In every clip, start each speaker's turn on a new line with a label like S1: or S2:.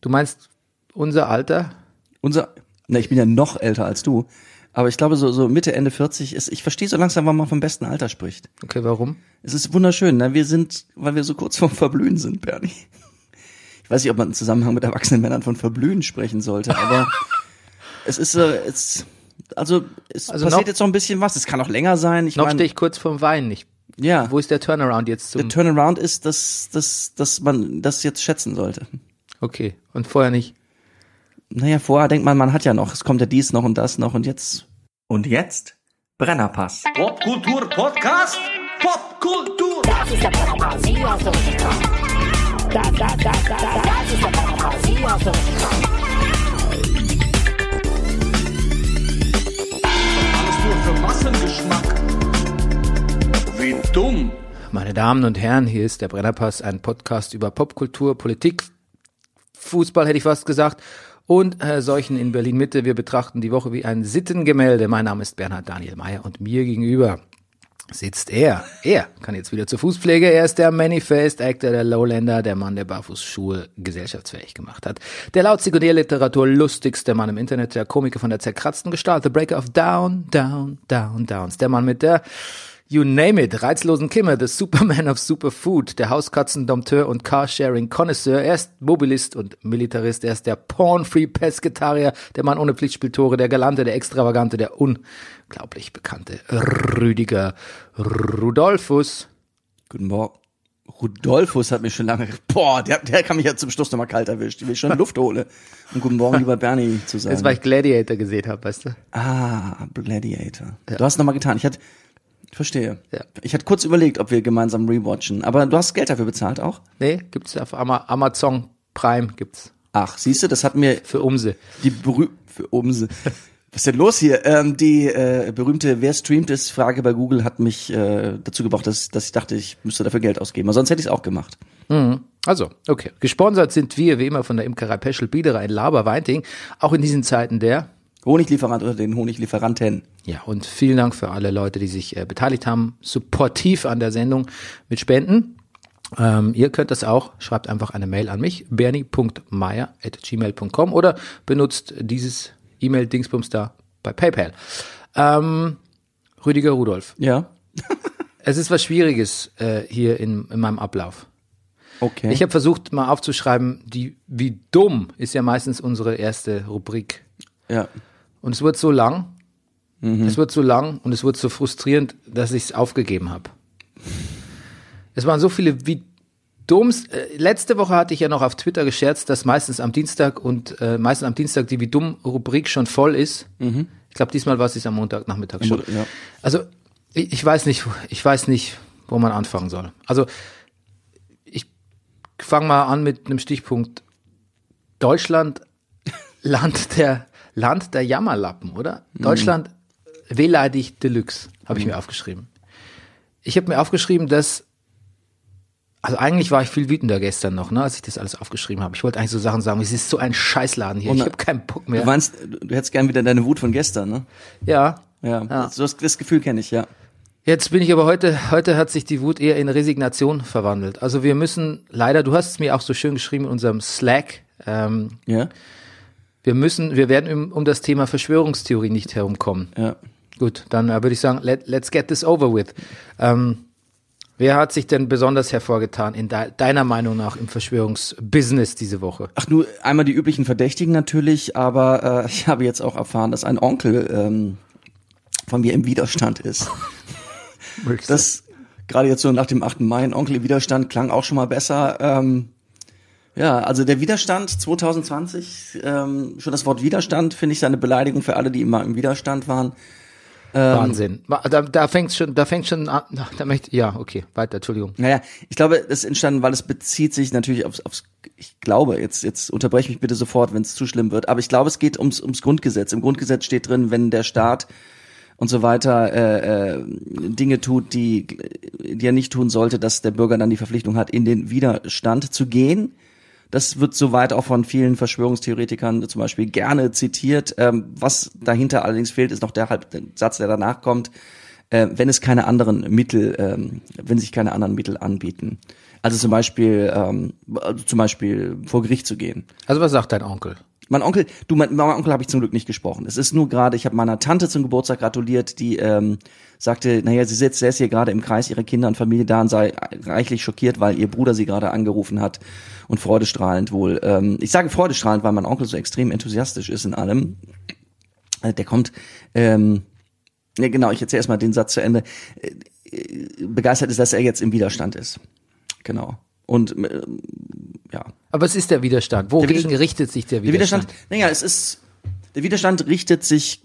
S1: Du meinst unser Alter?
S2: Unser, na, ich bin ja noch älter als du, aber ich glaube, so, so Mitte, Ende 40 ist, ich verstehe so langsam, wann man vom besten Alter spricht.
S1: Okay, warum?
S2: Es ist wunderschön, ne? wir sind, weil wir so kurz vorm Verblühen sind, Bernie. Ich weiß nicht, ob man im Zusammenhang mit erwachsenen Männern von Verblühen sprechen sollte, aber es ist, äh, es, also, es
S1: Also
S2: passiert
S1: noch-
S2: jetzt noch ein bisschen was. Es kann auch länger sein. Ich
S1: Noch
S2: mein,
S1: stehe ich kurz vorm Wein. Ich,
S2: ja.
S1: Wo ist der Turnaround jetzt
S2: der
S1: zum?
S2: Turnaround ist, dass, dass, dass man das jetzt schätzen sollte.
S1: Okay, und vorher nicht.
S2: Naja, vorher denkt man, man hat ja noch, es kommt ja dies noch und das noch und jetzt.
S3: Und jetzt Brennerpass.
S4: Popkultur Podcast. Popkultur. Alles nur für Massengeschmack. Wie dumm.
S1: Meine Damen und Herren, hier ist der Brennerpass, ein Podcast über Popkultur, Politik, Fußball hätte ich fast gesagt, und äh, Seuchen in Berlin-Mitte. Wir betrachten die Woche wie ein Sittengemälde. Mein Name ist Bernhard Daniel Mayer und mir gegenüber sitzt er. Er kann jetzt wieder zur Fußpflege. Er ist der Manifest Actor der Lowlander, der Mann, der Barfußschuhe gesellschaftsfähig gemacht hat. Der laut Sekundärliteratur lustigste Mann im Internet, der Komiker von der zerkratzten Gestalt, The Breaker of Down, Down, Down, Downs. Der Mann mit der You name it, reizlosen Kimmer, the Superman of Superfood, der Hauskatzendompteur und Carsharing-Connoisseur, er ist Mobilist und Militarist, er ist der Porn-Free-Pesketarier, der Mann ohne Pflichtspieltore, der Galante, der Extravagante, der unglaublich bekannte Rüdiger Rudolfus.
S2: Guten Morgen. Rudolfus hat mich schon lange, boah, der, der kann mich ja zum Schluss nochmal kalt erwischt, wenn ich schon Luft hole. Und guten Morgen, lieber Bernie, zu sagen.
S1: Jetzt, weil ich Gladiator gesehen habe, weißt du?
S2: Ah, Gladiator. Du hast nochmal getan. Ich hatte, ich verstehe.
S1: Ja.
S2: Ich hatte kurz überlegt, ob wir gemeinsam rewatchen, aber du hast Geld dafür bezahlt auch.
S1: Nee, gibt's auf Ama Amazon Prime, gibt's
S2: Ach, siehst du, das hat mir
S1: für Umse.
S2: die berühmte, für Umse. Was ist denn los hier? Ähm, die äh, berühmte Wer streamt es Frage bei Google hat mich äh, dazu gebracht, dass, dass ich dachte, ich müsste dafür Geld ausgeben. Aber sonst hätte ich es auch gemacht.
S1: Also, okay. Gesponsert sind wir, wie immer, von der Imkerei Peschel Biederer in Laber, Weinting, auch in diesen Zeiten der
S2: Honiglieferant oder den Honiglieferanten.
S1: Ja, und vielen Dank für alle Leute, die sich äh, beteiligt haben, supportiv an der Sendung mit Spenden. Ähm, ihr könnt das auch, schreibt einfach eine Mail an mich, bernie.meier.gmail.com oder benutzt dieses E-Mail-Dingsbums da bei PayPal. Ähm, Rüdiger Rudolf,
S2: Ja.
S1: es ist was Schwieriges äh, hier in, in meinem Ablauf.
S2: Okay.
S1: Ich habe versucht, mal aufzuschreiben, die, wie dumm ist ja meistens unsere erste Rubrik.
S2: ja.
S1: Und es wird so lang, es wird so lang und es wird so frustrierend, dass ich es aufgegeben habe. Es waren so viele wie dumms. Äh, letzte Woche hatte ich ja noch auf Twitter gescherzt, dass meistens am Dienstag und äh, meistens am Dienstag die wie dumm Rubrik schon voll ist. Ich glaube, diesmal war es jetzt am Montagnachmittag schon.
S2: Mon- ja.
S1: Also ich, ich weiß nicht, wo- ich weiß nicht, wo man anfangen soll. Also ich fange mal an mit einem Stichpunkt Deutschland Land der Land der Jammerlappen, oder? Deutschland wehleidigt Deluxe, habe ich mir aufgeschrieben. Ich habe mir aufgeschrieben, dass also eigentlich war ich viel wütender gestern noch, ne, als ich das alles aufgeschrieben habe. Ich wollte eigentlich so Sachen sagen, es ist so ein Scheißladen hier.
S2: Und-
S1: ich habe keinen Bock mehr.
S2: Du meinst, du du hättest gern wieder deine Wut von gestern, ne?
S1: ja.
S2: Ja. So das, das Gefühl kenne ich, ja.
S1: Jetzt bin ich aber heute, heute hat sich die Wut eher in Resignation verwandelt. Also wir müssen leider, du hast es mir auch so schön geschrieben in unserem Slack, ähm,
S2: Ja.
S1: wir müssen, wir werden um, um das Thema Verschwörungstheorie nicht herumkommen.
S2: Ja.
S1: Gut, dann äh, würde ich sagen, let, let's get this over with. Ähm, wer hat sich denn besonders hervorgetan in de deiner Meinung nach im Verschwörungsbusiness diese Woche?
S2: Ach nur einmal die üblichen Verdächtigen natürlich, aber äh, ich habe jetzt auch erfahren, dass ein Onkel ähm, von mir im Widerstand ist. Das gerade jetzt so nach dem 8. Mai, ein Onkel im Widerstand klang auch schon mal besser. Ähm, ja, also der Widerstand 2020, ähm, schon das Wort Widerstand finde ich eine Beleidigung für alle, die immer im Widerstand waren.
S1: ähm, Wahnsinn. Ma- Da, da fängt schon, da fängt schon an, na, da möchte, ja, okay, weiter, Entschuldigung.
S2: Naja, ich glaube, das ist entstanden, weil es bezieht sich natürlich aufs, aufs ich glaube, jetzt, jetzt unterbreche mich bitte sofort, wenn es zu schlimm wird, aber ich glaube, es geht ums, ums Grundgesetz. Im Grundgesetz steht drin, wenn der Staat und so weiter äh, äh, Dinge tut, die, die er nicht tun sollte, dass der Bürger dann die Verpflichtung hat, in den Widerstand zu gehen. Das wird soweit auch von vielen Verschwörungstheoretikern zum Beispiel gerne zitiert. Ähm, was dahinter allerdings fehlt, ist noch der, halb- der Satz, der danach kommt, äh, wenn es keine anderen Mittel, ähm, wenn sich keine anderen Mittel anbieten. Also zum Beispiel, ähm, also zum Beispiel vor Gericht zu gehen.
S1: Also was sagt dein Onkel?
S2: Mein Onkel, du, mein, mein Onkel habe ich zum Glück nicht gesprochen. Es ist nur gerade, ich habe meiner Tante zum Geburtstag gratuliert, die ähm, sagte, naja, sie sitzt, säß hier gerade im Kreis ihrer Kinder und Familie da und sei reichlich schockiert, weil ihr Bruder sie gerade angerufen hat und freudestrahlend wohl. Ähm, ich sage freudestrahlend, weil mein Onkel so extrem enthusiastisch ist in allem. Äh, Der kommt, ähm, ja genau, ich erzähle erstmal den Satz zu Ende. Äh, äh, Begeistert ist, dass er jetzt im Widerstand ist. Genau. Und ähm, ja,
S1: Aber was ist der Widerstand? Wogegen
S2: Widerstand-
S1: richtet sich der
S2: der
S1: Widerstand?
S2: Widerstand, naja, es ist, der Widerstand richtet sich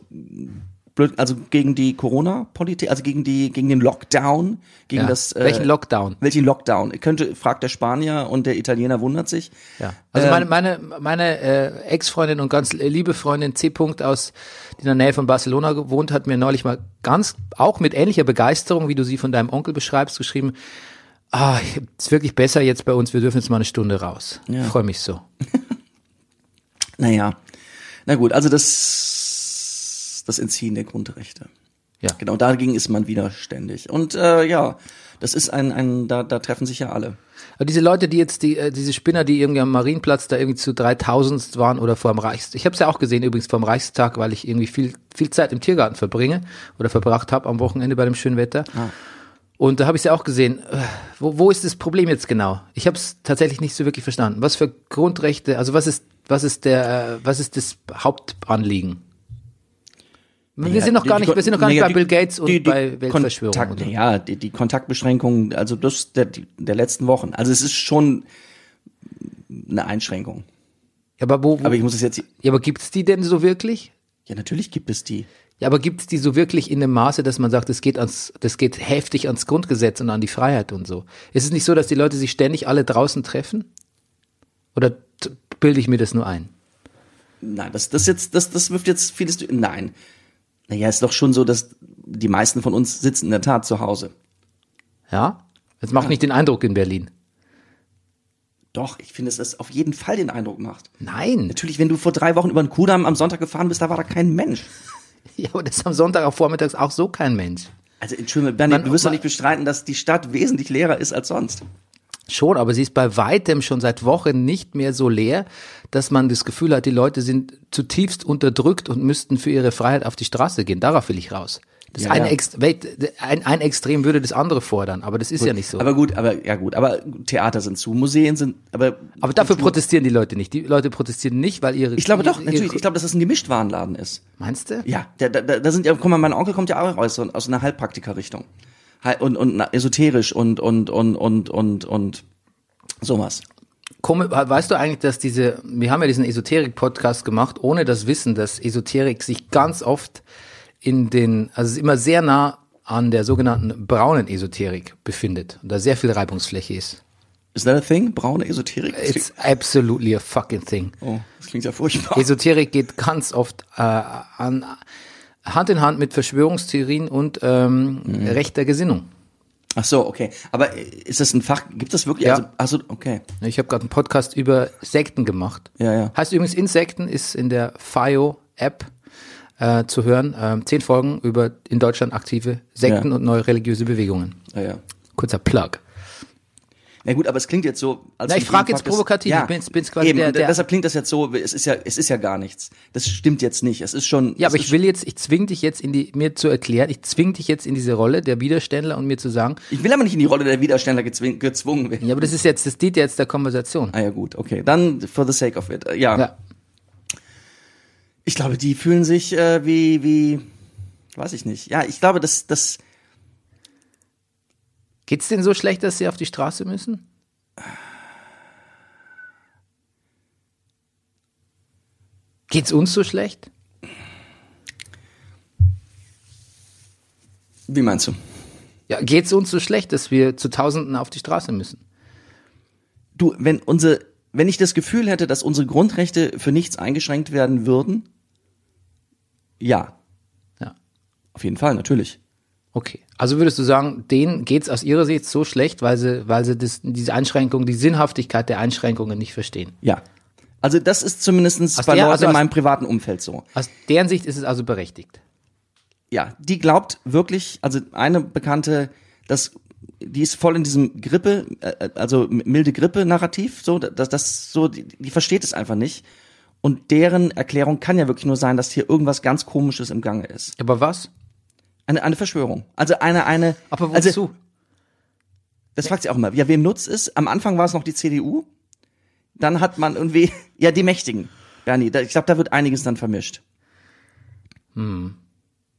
S2: blöd, also gegen die Corona-Politik, also gegen die, gegen den Lockdown, gegen
S1: Ja.
S2: das, äh,
S1: Welchen Lockdown?
S2: Welchen Lockdown? Könnte, fragt der Spanier und der Italiener wundert sich.
S1: Ja. Also meine, meine, meine äh, Ex-Freundin und ganz äh, liebe Freundin C. -Punkt aus, die in der Nähe von Barcelona gewohnt, hat mir neulich mal ganz, auch mit ähnlicher Begeisterung, wie du sie von deinem Onkel beschreibst, geschrieben, ah, ist wirklich besser jetzt bei uns, wir dürfen jetzt mal eine Stunde raus.
S2: Ja.
S1: Freue mich so.
S2: Naja. Na gut, also das, das Entziehen der Grundrechte.
S1: Ja.
S2: Genau, dagegen ist man widerständig. Und, äh, ja, das ist ein, ein, da, da treffen sich ja alle.
S1: Aber diese Leute, die jetzt, die, äh, diese Spinner, die irgendwie am Marienplatz da irgendwie zu 3000 waren oder vor dem Reichstag. Ich habe es ja auch gesehen übrigens vor dem Reichstag, weil ich irgendwie viel, viel Zeit im Tiergarten verbringe oder verbracht habe am Wochenende bei dem schönen Wetter.
S2: Ah.
S1: Und da habe ich ja auch gesehen. Äh, Wo, wo ist das Problem jetzt genau? Ich habe es tatsächlich nicht so wirklich verstanden. Was für Grundrechte, also was ist, was ist der, äh, was ist das Hauptanliegen? Wir sind noch gar nicht, wir sind noch gar nicht bei Bill Gates und bei Weltverschwörung.
S2: Kontakt, ja, die, die Kontaktbeschränkungen, also das der, die- der letzten Wochen. Also es ist schon eine Einschränkung.
S1: aber wo, wo
S2: Aber ich muss es jetzt.
S1: ja, aber gibt's die denn so wirklich?
S2: Ja, natürlich gibt es die.
S1: Ja, aber gibt's die so wirklich in dem Maße, dass man sagt, das geht ans, das geht heftig ans Grundgesetz und an die Freiheit und so? Ist es nicht so, dass die Leute sich ständig alle draußen treffen? Oder t- bilde ich mir das nur ein?
S2: Nein, das, das jetzt, das, das wirft jetzt vieles. durch- Nein. Naja, ist doch schon so, dass die meisten von uns sitzen in der Tat zu Hause.
S1: Ja? Das macht nicht den Eindruck in Berlin.
S2: Doch, ich finde, dass das auf jeden Fall den Eindruck macht.
S1: Nein.
S2: Natürlich, wenn du vor drei Wochen über den Kudamm am Sonntag gefahren bist, da war da kein Mensch.
S1: Ja, aber das ist am Sonntag auch vormittags auch so kein Mensch.
S2: Also, Entschuldigung, Bernie,
S1: Man-
S2: du wirst doch
S1: man-
S2: nicht bestreiten, dass die Stadt wesentlich leerer ist als sonst.
S1: Schon, aber sie ist bei weitem schon seit Wochen nicht mehr so leer, dass man das Gefühl hat, die Leute sind zutiefst unterdrückt und müssten für ihre Freiheit auf die Straße gehen. Darauf will ich raus. Das
S2: Ja,
S1: eine
S2: ja.
S1: Ex wait, ein, ein Extrem würde das andere fordern, aber das ist ja nicht so. Aber,
S2: Aber gut, aber ja gut, aber Theater sind zu, Museen sind, aber
S1: dafür
S2: Kultur-
S1: protestieren die Leute nicht. Die Leute protestieren nicht, weil ihre.
S2: Ich glaube doch,
S1: ihre-
S2: natürlich, ich glaube, dass das ein Gemischtwarenladen ist.
S1: Meinst du?
S2: Ja, da, da, da sind ja, guck mal, mein Onkel kommt ja auch aus, so- aus einer Heilpraktiker-Richtung. Heil- Und, und na, esoterisch und, und, und, und, und, und sowas.
S1: Komm, weißt du eigentlich, dass diese, wir haben ja diesen Esoterik-Podcast gemacht, ohne das Wissen, dass Esoterik sich ganz oft in den, also es ist immer sehr nah an der sogenannten braunen Esoterik befindet und da sehr viel Reibungsfläche ist.
S2: Is that a thing? Braune Esoterik? Das
S1: It's absolutely a fucking thing.
S2: klingt, oh, das klingt ja furchtbar.
S1: Esoterik geht ganz oft äh, an, Hand in Hand mit Verschwörungstheorien und ähm, rechter Gesinnung.
S2: Ach so, okay. Aber äh, ist das ein Fach, gibt das wirklich?
S1: Ja.
S2: Also, ach so, okay.
S1: Ich habe gerade einen Podcast über Sekten gemacht.
S2: Ja, ja.
S1: Heißt übrigens Insekten, ist in der FIO-App äh, zu hören. Ähm, zehn Folgen über in Deutschland aktive Sekten
S2: Ja.
S1: und neue religiöse Bewegungen.
S2: Ja, ja.
S1: Kurzer Plug.
S2: Na gut, aber es klingt jetzt so. Als
S1: Na, ich
S2: du
S1: frag
S2: ihn
S1: jetzt
S2: fragtest-
S1: provokativ, ich bin's- bin's quasi
S2: Eben,
S1: der-
S2: und
S1: der-
S2: deshalb klingt das jetzt so. Es ist ja, es ist ja gar nichts. Das stimmt jetzt nicht. Es ist schon.
S1: Ja,
S2: es
S1: aber
S2: ist
S1: ich will jetzt, ich zwing dich jetzt in die, mir zu erklären, ich zwing dich jetzt in diese Rolle der Widerständler und mir zu sagen,
S2: Ich will aber nicht in die Rolle der Widerständler gezwing, gezwungen werden.
S1: ja, aber das ist jetzt, das dient ja jetzt der Konversation.
S2: Ah ja, gut, okay. Dann for the sake of it. Äh, Ja.
S1: Ja.
S2: Ich glaube, die fühlen sich äh, wie wie, weiß ich nicht. Ja, ich glaube, dass das.
S1: Geht's denen so schlecht, dass sie auf die Straße müssen? Geht's uns so schlecht?
S2: Wie meinst du?
S1: Ja, geht's uns so schlecht, dass wir zu Tausenden auf die Straße müssen?
S2: Du, wenn unsere, wenn ich das Gefühl hätte, dass unsere Grundrechte für nichts eingeschränkt werden würden, ja,
S1: Ja,
S2: auf jeden Fall, natürlich.
S1: okay. Also würdest du sagen, denen geht's aus ihrer Sicht so schlecht, weil sie, weil sie das, diese Einschränkung, die Sinnhaftigkeit der Einschränkungen nicht verstehen?
S2: Ja. Also das ist zumindestens
S1: Aus
S2: bei
S1: der-
S2: Leuten
S1: also
S2: in
S1: aus-
S2: meinem privaten Umfeld so.
S1: Aus deren Sicht ist es also berechtigt.
S2: Ja, die glaubt wirklich, also eine Bekannte, dass die ist voll in diesem Grippe, äh, also milde Grippe-Narrativ, so, das, das, so, die, die versteht es einfach nicht. Und deren Erklärung kann ja wirklich nur sein, dass hier irgendwas ganz Komisches im Gange ist.
S1: Aber was?
S2: Eine, eine Verschwörung. Also eine, eine.
S1: Aber wozu?
S2: also, das fragt sich auch immer. Ja, wem nutzt es? Am Anfang war es noch die CDU. Dann hat man irgendwie, ja, die Mächtigen. Bernie, da, ich glaube, da wird einiges dann vermischt.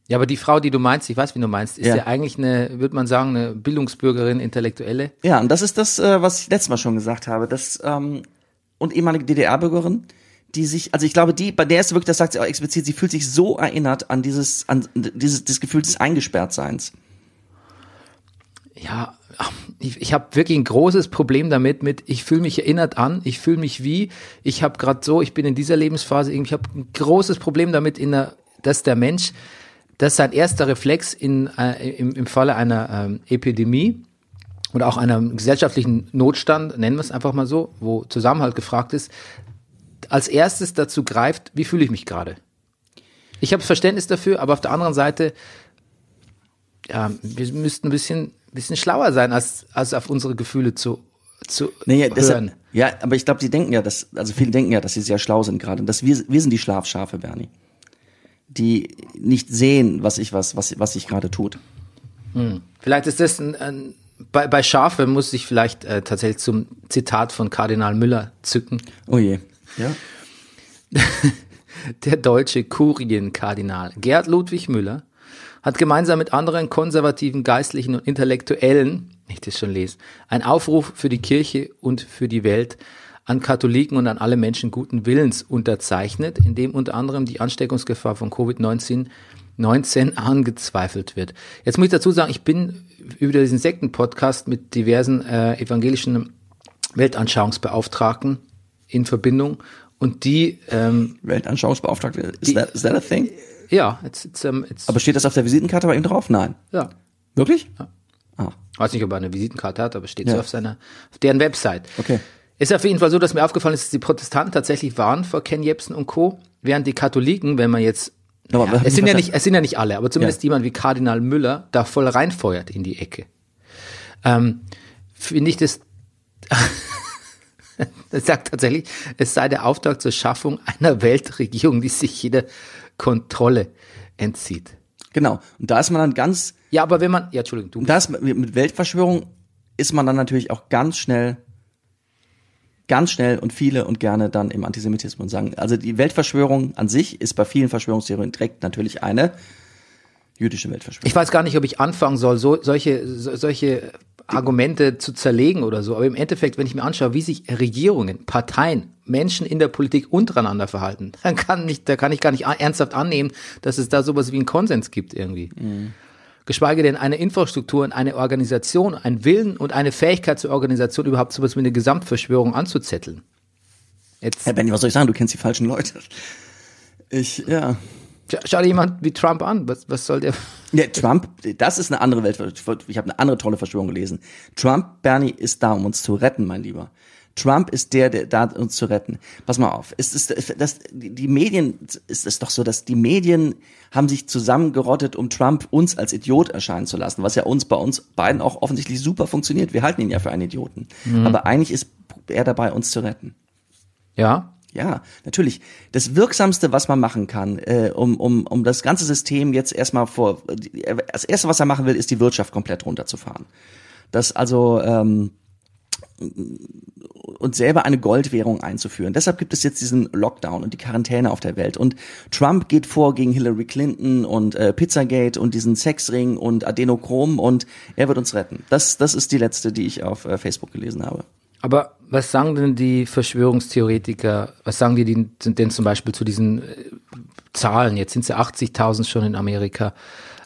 S1: ja, aber die Frau, die du meinst, ich weiß, wie du meinst, ist ja,
S2: Ja.
S1: eigentlich eine, würde man sagen, eine Bildungsbürgerin, Intellektuelle.
S2: Ja, und das ist das, äh, was ich letztes Mal schon gesagt habe. Das, ähm, und ehemalige DDR-Bürgerin, die sich, also ich glaube, die, bei der ist wirklich, das sagt sie auch explizit, sie fühlt sich so erinnert an dieses, an dieses, das Gefühl des Eingesperrtseins.
S1: Ja, ach, ich, ich habe wirklich ein großes Problem damit, mit ich fühle mich erinnert an, ich fühle mich wie, ich habe gerade so, ich bin in dieser Lebensphase, irgendwie- ich habe ein großes Problem damit, in der, dass der Mensch, dass sein erster Reflex in, äh, im, im Falle einer ähm, Epidemie oder auch einem gesellschaftlichen Notstand, nennen wir es einfach mal so, wo Zusammenhalt gefragt ist, als erstes dazu greift, wie fühle ich mich gerade? Ich habe Verständnis dafür, aber auf der anderen Seite, ja, wir müssten ein bisschen, bisschen schlauer sein, als, als auf unsere Gefühle zu, zu
S2: Naja,
S1: hören.
S2: deshalb, ja, aber ich glaube, die denken ja, dass, also viele denken ja, dass sie sehr schlau sind gerade. Und dass wir, wir sind die Schlafschafe, Bernie. Die nicht sehen, was ich, was, was, was ich gerade tut.
S1: Vielleicht ist das ein, ein bei, bei Schafe muss ich vielleicht äh, tatsächlich zum Zitat von Kardinal Müller zücken.
S2: Oh je. Ja.
S1: Der deutsche Kurienkardinal Gerd Ludwig Müller hat gemeinsam mit anderen konservativen Geistlichen und Intellektuellen, ich das schon lese, einen Aufruf für die Kirche und für die Welt an Katholiken und an alle Menschen guten Willens unterzeichnet, in dem unter anderem die Ansteckungsgefahr von Covid-19 19 angezweifelt wird. Jetzt muss ich dazu sagen, ich bin über diesen Sekten-Podcast mit diversen äh, evangelischen Weltanschauungsbeauftragten in Verbindung und die ähm,
S2: Weltanschauungsbeauftragte. Is that, is that a thing?
S1: ja, it's, it's, um, it's,
S2: Aber steht das auf der Visitenkarte bei ihm drauf? Nein.
S1: ja.
S2: Wirklich? Ah.
S1: Weiß nicht, ob er eine Visitenkarte hat, aber steht
S2: Ja.
S1: so auf seiner, auf deren Website.
S2: Okay.
S1: Ist auf jeden Fall so, dass mir aufgefallen ist, dass die Protestanten tatsächlich waren vor Ken Jebsen und Co., während die Katholiken, wenn man jetzt,
S2: Aber
S1: ja,
S2: wir haben
S1: es sind ja
S2: verstanden.
S1: nicht, es sind ja nicht alle, aber zumindest
S2: Ja.
S1: jemand wie Kardinal Müller da voll reinfeuert in die Ecke. Ähm, Finde ich das, das sagt tatsächlich, es sei der Auftrag zur Schaffung einer Weltregierung, die sich jeder Kontrolle entzieht.
S2: Genau. Und da ist man dann ganz,
S1: Ja, aber wenn man, ja, Entschuldigung, du
S2: das mit Weltverschwörung ist man dann natürlich auch ganz schnell, ganz schnell und viele und gerne dann im Antisemitismus sagen. Also die Weltverschwörung an sich ist bei vielen Verschwörungstheorien direkt natürlich eine jüdische Weltverschwörung.
S1: Ich weiß gar nicht, ob ich anfangen soll, so, solche, so, solche Argumente zu zerlegen oder so. Aber im Endeffekt, wenn ich mir anschaue, wie sich Regierungen, Parteien, Menschen in der Politik untereinander verhalten, dann kann ich, da kann ich gar nicht a- ernsthaft annehmen, dass es da sowas wie einen Konsens gibt irgendwie. Geschweige denn eine Infrastruktur und eine Organisation, ein Willen und eine Fähigkeit zur Organisation überhaupt sowas wie eine Gesamtverschwörung anzuzetteln. Jetzt
S2: Herr Benny, was soll ich sagen? Du kennst die falschen Leute. Ich, ja.
S1: scha- schau dir jemand wie Trump an. Was, was soll der?
S2: Ja, Trump, das ist eine andere Welt. Ich habe eine andere tolle Verschwörung gelesen. Trump, Bernie, ist da, um uns zu retten, mein Lieber. Trump ist der, der da uns zu retten. Pass mal auf. Es ist, das, die die Medien, ist es doch so, dass die Medien haben sich zusammengerottet, um Trump uns als Idiot erscheinen zu lassen, was ja uns bei uns beiden auch offensichtlich super funktioniert. Wir halten ihn ja für einen Idioten. Aber eigentlich ist er dabei, uns zu retten.
S1: Ja,
S2: Ja, natürlich. Das Wirksamste, was man machen kann, äh, um, um, um das ganze System jetzt erstmal vor. die- Das Erste, was er machen will, ist die Wirtschaft komplett runterzufahren. Das also. Ähm, und selber eine Goldwährung einzuführen. Deshalb gibt es jetzt diesen Lockdown und die Quarantäne auf der Welt. Und Trump geht vor gegen Hillary Clinton und äh, Pizzagate und diesen Sexring und Adenochrom und er wird uns retten. Das, das ist die letzte, die ich auf äh, Facebook gelesen habe.
S1: Aber was sagen denn die Verschwörungstheoretiker, was sagen die denn, denn zum Beispiel zu diesen äh, Zahlen? Jetzt sind es ja 80.000 schon in Amerika.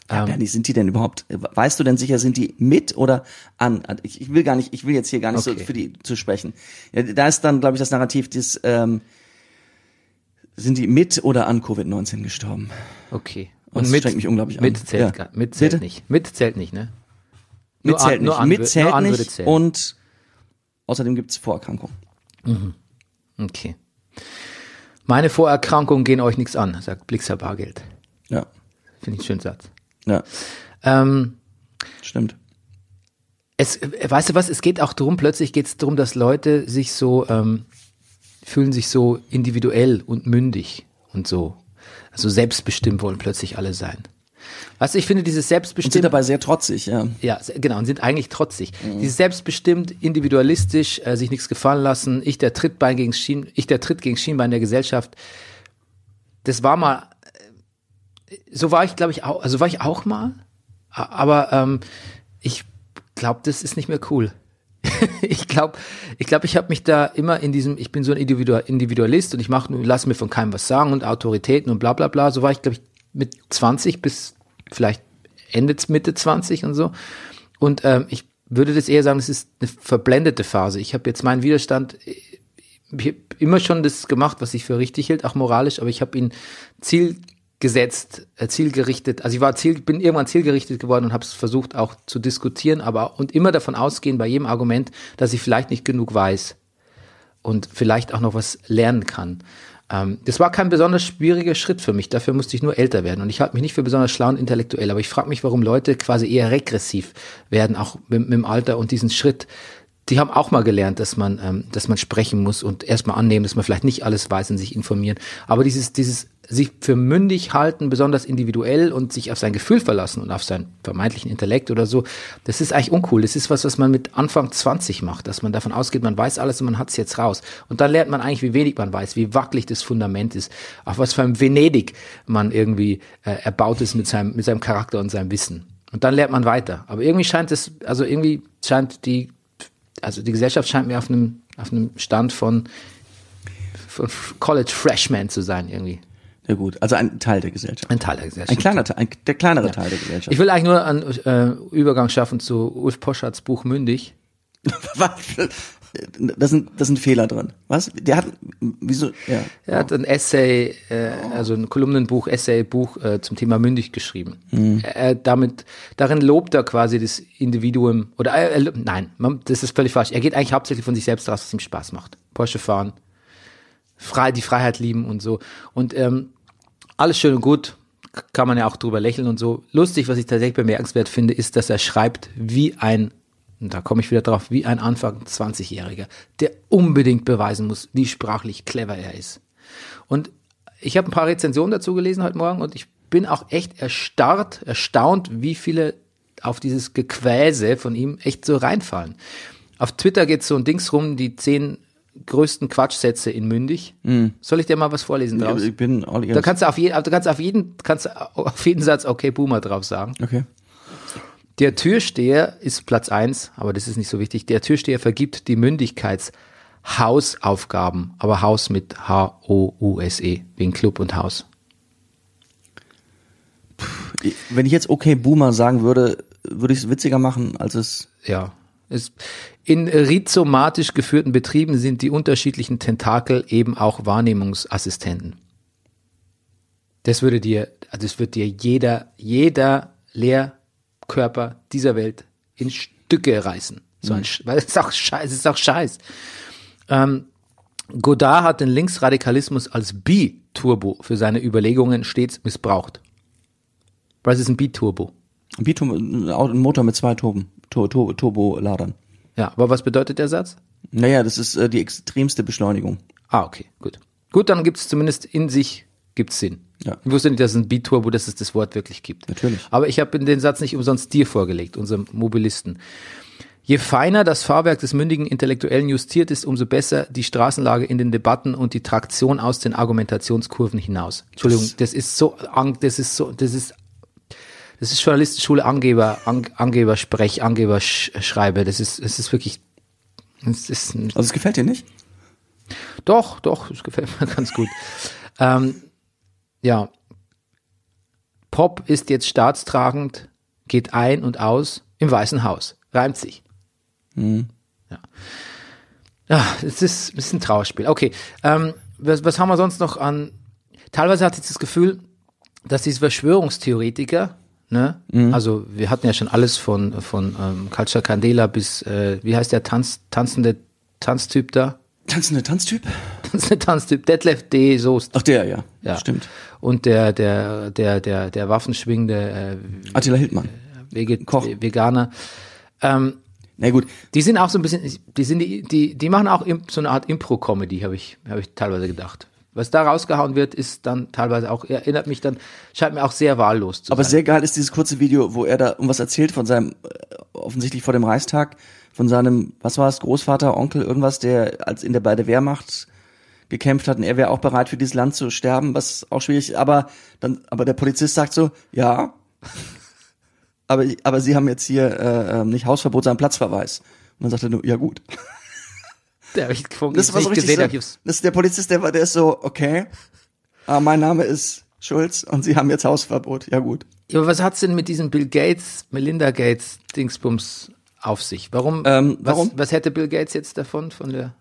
S2: Bernie, sind die denn überhaupt, äh, weißt du denn sicher, sind die mit oder an? Äh, Ich, ich will gar nicht, ich will jetzt hier gar nicht
S1: Okay.
S2: so für die zu sprechen. Ja, da ist dann, glaube ich, das Narrativ, dieses, ähm, sind die mit oder an Covid-19 gestorben?
S1: Okay.
S2: Das strengt mich unglaublich an.
S1: mit zählt,
S2: Ja.
S1: gar- mit zählt
S2: Bitte?
S1: nicht. Mit zählt nicht, ne?
S2: Mit
S1: Nur an-
S2: zählt
S1: nur
S2: nicht,
S1: an wür-
S2: mit zählt
S1: nur an würde
S2: nicht
S1: zählen.
S2: und außerdem gibt's Vorerkrankungen.
S1: Okay. Meine Vorerkrankungen gehen euch nichts an, sagt Blixer Bargeld.
S2: Ja,
S1: Finde ich einen schönen Satz.
S2: ja,
S1: Ähm,
S2: stimmt.
S1: Es, äh, weißt du was, es geht auch drum, plötzlich geht es darum, dass Leute sich so, ähm, fühlen sich so individuell und mündig und so. Also selbstbestimmt wollen plötzlich alle sein. Weißt du, ich finde dieses
S2: Und sind
S1: selbstbestimmt,
S2: dabei sehr trotzig, ja.
S1: ja, se- genau, und sind eigentlich trotzig. Dieses selbstbestimmt, individualistisch, äh, sich nichts gefallen lassen, ich der Trittbein gegen Schien, ich der Tritt gegen Schienbein der Gesellschaft. Das war mal, äh, so war ich, glaube ich, auch, also war ich auch mal, a- aber ähm, ich glaube, das ist nicht mehr cool. ich glaube, ich glaube, ich habe mich da immer in diesem, ich bin so ein Individu- Individualist und ich mache, lasse mir von keinem was sagen und Autoritäten und bla bla bla. So war ich, glaube ich, mit 20 bis vielleicht Ende, Mitte 20 und so. Und ähm, ich würde das eher sagen, es ist eine verblendete Phase. Ich habe jetzt meinen Widerstand, äh, ich habe immer schon das gemacht, was ich für richtig hielt, auch moralisch, aber ich habe ihn zielgesetzt, äh, zielgerichtet. Also ich war ziel, bin irgendwann zielgerichtet geworden und habe es versucht auch zu diskutieren, aber und immer davon ausgehen bei jedem Argument, dass ich vielleicht nicht genug weiß und vielleicht auch noch was lernen kann. Ähm, das war kein besonders schwieriger Schritt für mich. Dafür musste ich nur älter werden. Und ich halte mich nicht für besonders schlau und intellektuell. Aber ich frage mich, warum Leute quasi eher regressiv werden, auch mit, mit dem Alter und diesen Schritt. Die haben auch mal gelernt, dass man, ähm, dass man sprechen muss und erstmal annehmen, dass man vielleicht nicht alles weiß und sich informieren. Aber dieses, dieses sich für mündig halten, besonders individuell und sich auf sein Gefühl verlassen und auf seinen vermeintlichen Intellekt oder so, das ist eigentlich uncool. Das ist was, was man mit Anfang 20 macht, dass man davon ausgeht, man weiß alles und man hat's jetzt raus. Und dann lernt man eigentlich, wie wenig man weiß, wie wackelig das Fundament ist, auf was für ein Venedig man irgendwie äh, erbaut ist mit seinem, mit seinem Charakter und seinem Wissen. Und dann lernt man weiter. Aber irgendwie scheint es, also irgendwie scheint die, also die Gesellschaft scheint mir auf einem, auf einem Stand von, von College Freshman zu sein irgendwie.
S2: Ja gut, also ein Teil der Gesellschaft.
S1: Ein Teil der Gesellschaft.
S2: Ein kleiner Teil, ein, der kleinere Teil der Gesellschaft.
S1: Ich will eigentlich nur einen äh, Übergang schaffen zu Ulf Poschards Buch Mündig.
S2: das sind, das sind Fehler drin. Was? Der hat, wieso, ja.
S1: Er hat ein Essay, äh, also ein Kolumnenbuch, Essaybuch äh, zum Thema mündig geschrieben. Er, damit, darin lobt er quasi das Individuum oder er, er, lo- nein, man, das ist völlig falsch. Er geht eigentlich hauptsächlich von sich selbst aus, was ihm Spaß macht. Porsche fahren, frei, die Freiheit lieben und so. Und ähm, alles schön und gut, k- kann man ja auch drüber lächeln und so. Lustig, was ich tatsächlich bemerkenswert finde, ist, dass er schreibt wie ein, und da komme ich wieder drauf, wie ein Anfang 20-Jähriger, der unbedingt beweisen muss, wie sprachlich clever er ist. Und ich habe ein paar Rezensionen dazu gelesen heute Morgen und ich bin auch echt erstarrt, erstaunt, wie viele auf dieses Gequäse von ihm echt so reinfallen. Auf Twitter geht so ein Dings rum, die zehn größten Quatschsätze in Mündig. Soll ich dir mal was vorlesen draus?
S2: Ich bin all
S1: Da
S2: ears.
S1: kannst du auf jeden, du kannst auf jeden, kannst du auf jeden Satz okay Boomer drauf sagen.
S2: Okay.
S1: Der Türsteher ist Platz eins, aber das ist nicht so wichtig. Der Türsteher vergibt die Mündigkeitshausaufgaben, aber Haus mit H O U S E wegen Club und Haus.
S2: Wenn ich jetzt okay Boomer sagen würde, würde ich es witziger machen, als es
S1: Ja. Es, in rhizomatisch geführten Betrieben sind die unterschiedlichen Tentakel eben auch Wahrnehmungsassistenten. Das würde dir, also das wird dir jeder, jeder Lehrkörper dieser Welt in Stücke reißen. So ein, Sch- weil es ist auch scheiß, es ist auch scheiß. Ähm, Godard hat den Linksradikalismus als B-Turbo für seine Überlegungen stets missbraucht. Was ist ein B-Turbo?
S2: ein Bitum, ein Auto- ein Motor mit zwei Turben, Tur Tur Turboladern.
S1: Ja, aber was bedeutet der Satz?
S2: Naja, das ist äh, die extremste Beschleunigung.
S1: Ah, okay, gut. Gut, dann gibt es zumindest in sich gibt's Sinn.
S2: Ja.
S1: Ich wusste nicht, dass es ein Biturbo, dass es das Wort wirklich gibt.
S2: Natürlich.
S1: Aber ich habe den Satz nicht umsonst dir vorgelegt, unserem Mobilisten. Je feiner das Fahrwerk des mündigen Intellektuellen justiert ist, umso besser die Straßenlage in den Debatten und die Traktion aus den Argumentationskurven hinaus. Entschuldigung, das ist so, ang- das ist so, das ist, das ist Journalistenschule, Angeber, Ang, Angebersprech, Angeberschreibe. Das ist, es ist wirklich, es ist ein
S2: Also es gefällt dir nicht?
S1: doch, doch, es gefällt mir ganz gut. ähm, ja. Pop ist jetzt staatstragend, geht ein und aus im Weißen Haus. Reimt sich. Ja. Ah, es ist, es ist ein Trauerspiel. Okay. Ähm, was, was haben wir sonst noch an? Teilweise hatte ich das Gefühl, dass diese Verschwörungstheoretiker, ne? Also wir hatten ja schon alles von von ähm, Culture Candela bis äh, wie heißt der Tanz, tanzende Tanztyp da?
S2: Tanzende Tanztyp?
S1: Das ist ein Tanztyp. Detlef D. Soest.
S2: Ach der, ja.
S1: Ja.
S2: Stimmt.
S1: Und der, der, der, der, der waffenschwingende äh,
S2: Attila Hildmann.
S1: Veget
S2: Koch.
S1: Veganer. Ähm,
S2: Na gut,
S1: Die sind auch so ein bisschen, die sind die, die, die machen auch im- so eine Art Impro-Comedy, habe ich, habe ich teilweise gedacht. Was da rausgehauen wird, ist dann teilweise auch, erinnert mich dann, scheint mir auch sehr wahllos zu
S2: aber
S1: sein.
S2: sehr geil ist dieses kurze Video, wo er da um was erzählt von seinem, äh, offensichtlich vor dem Reichstag, von seinem, was war es, Großvater, Onkel, irgendwas, der als in der bei der Wehrmacht gekämpft hat und er wäre auch bereit für dieses Land zu sterben, was auch schwierig, aber dann, aber der Polizist sagt so, ja, aber, aber sie haben jetzt hier äh, ähm, nicht Hausverbot, sondern Platzverweis. Und dann sagt er nur, ja gut.
S1: Der habe ich vom
S2: Das war so
S1: Gesicht gesehen,
S2: richtig so,
S1: hab ich aufs-
S2: Das ist der Polizist, der war, der ist so, okay, äh, mein Name ist Schulz und Sie haben jetzt Hausverbot. Ja gut.
S1: Ja, Aber was hat's denn mit diesem Bill Gates, Melinda Gates, Dingsbums auf sich? Warum,
S2: Ähm, warum?
S1: Was, was hätte Bill Gates jetzt davon, von der?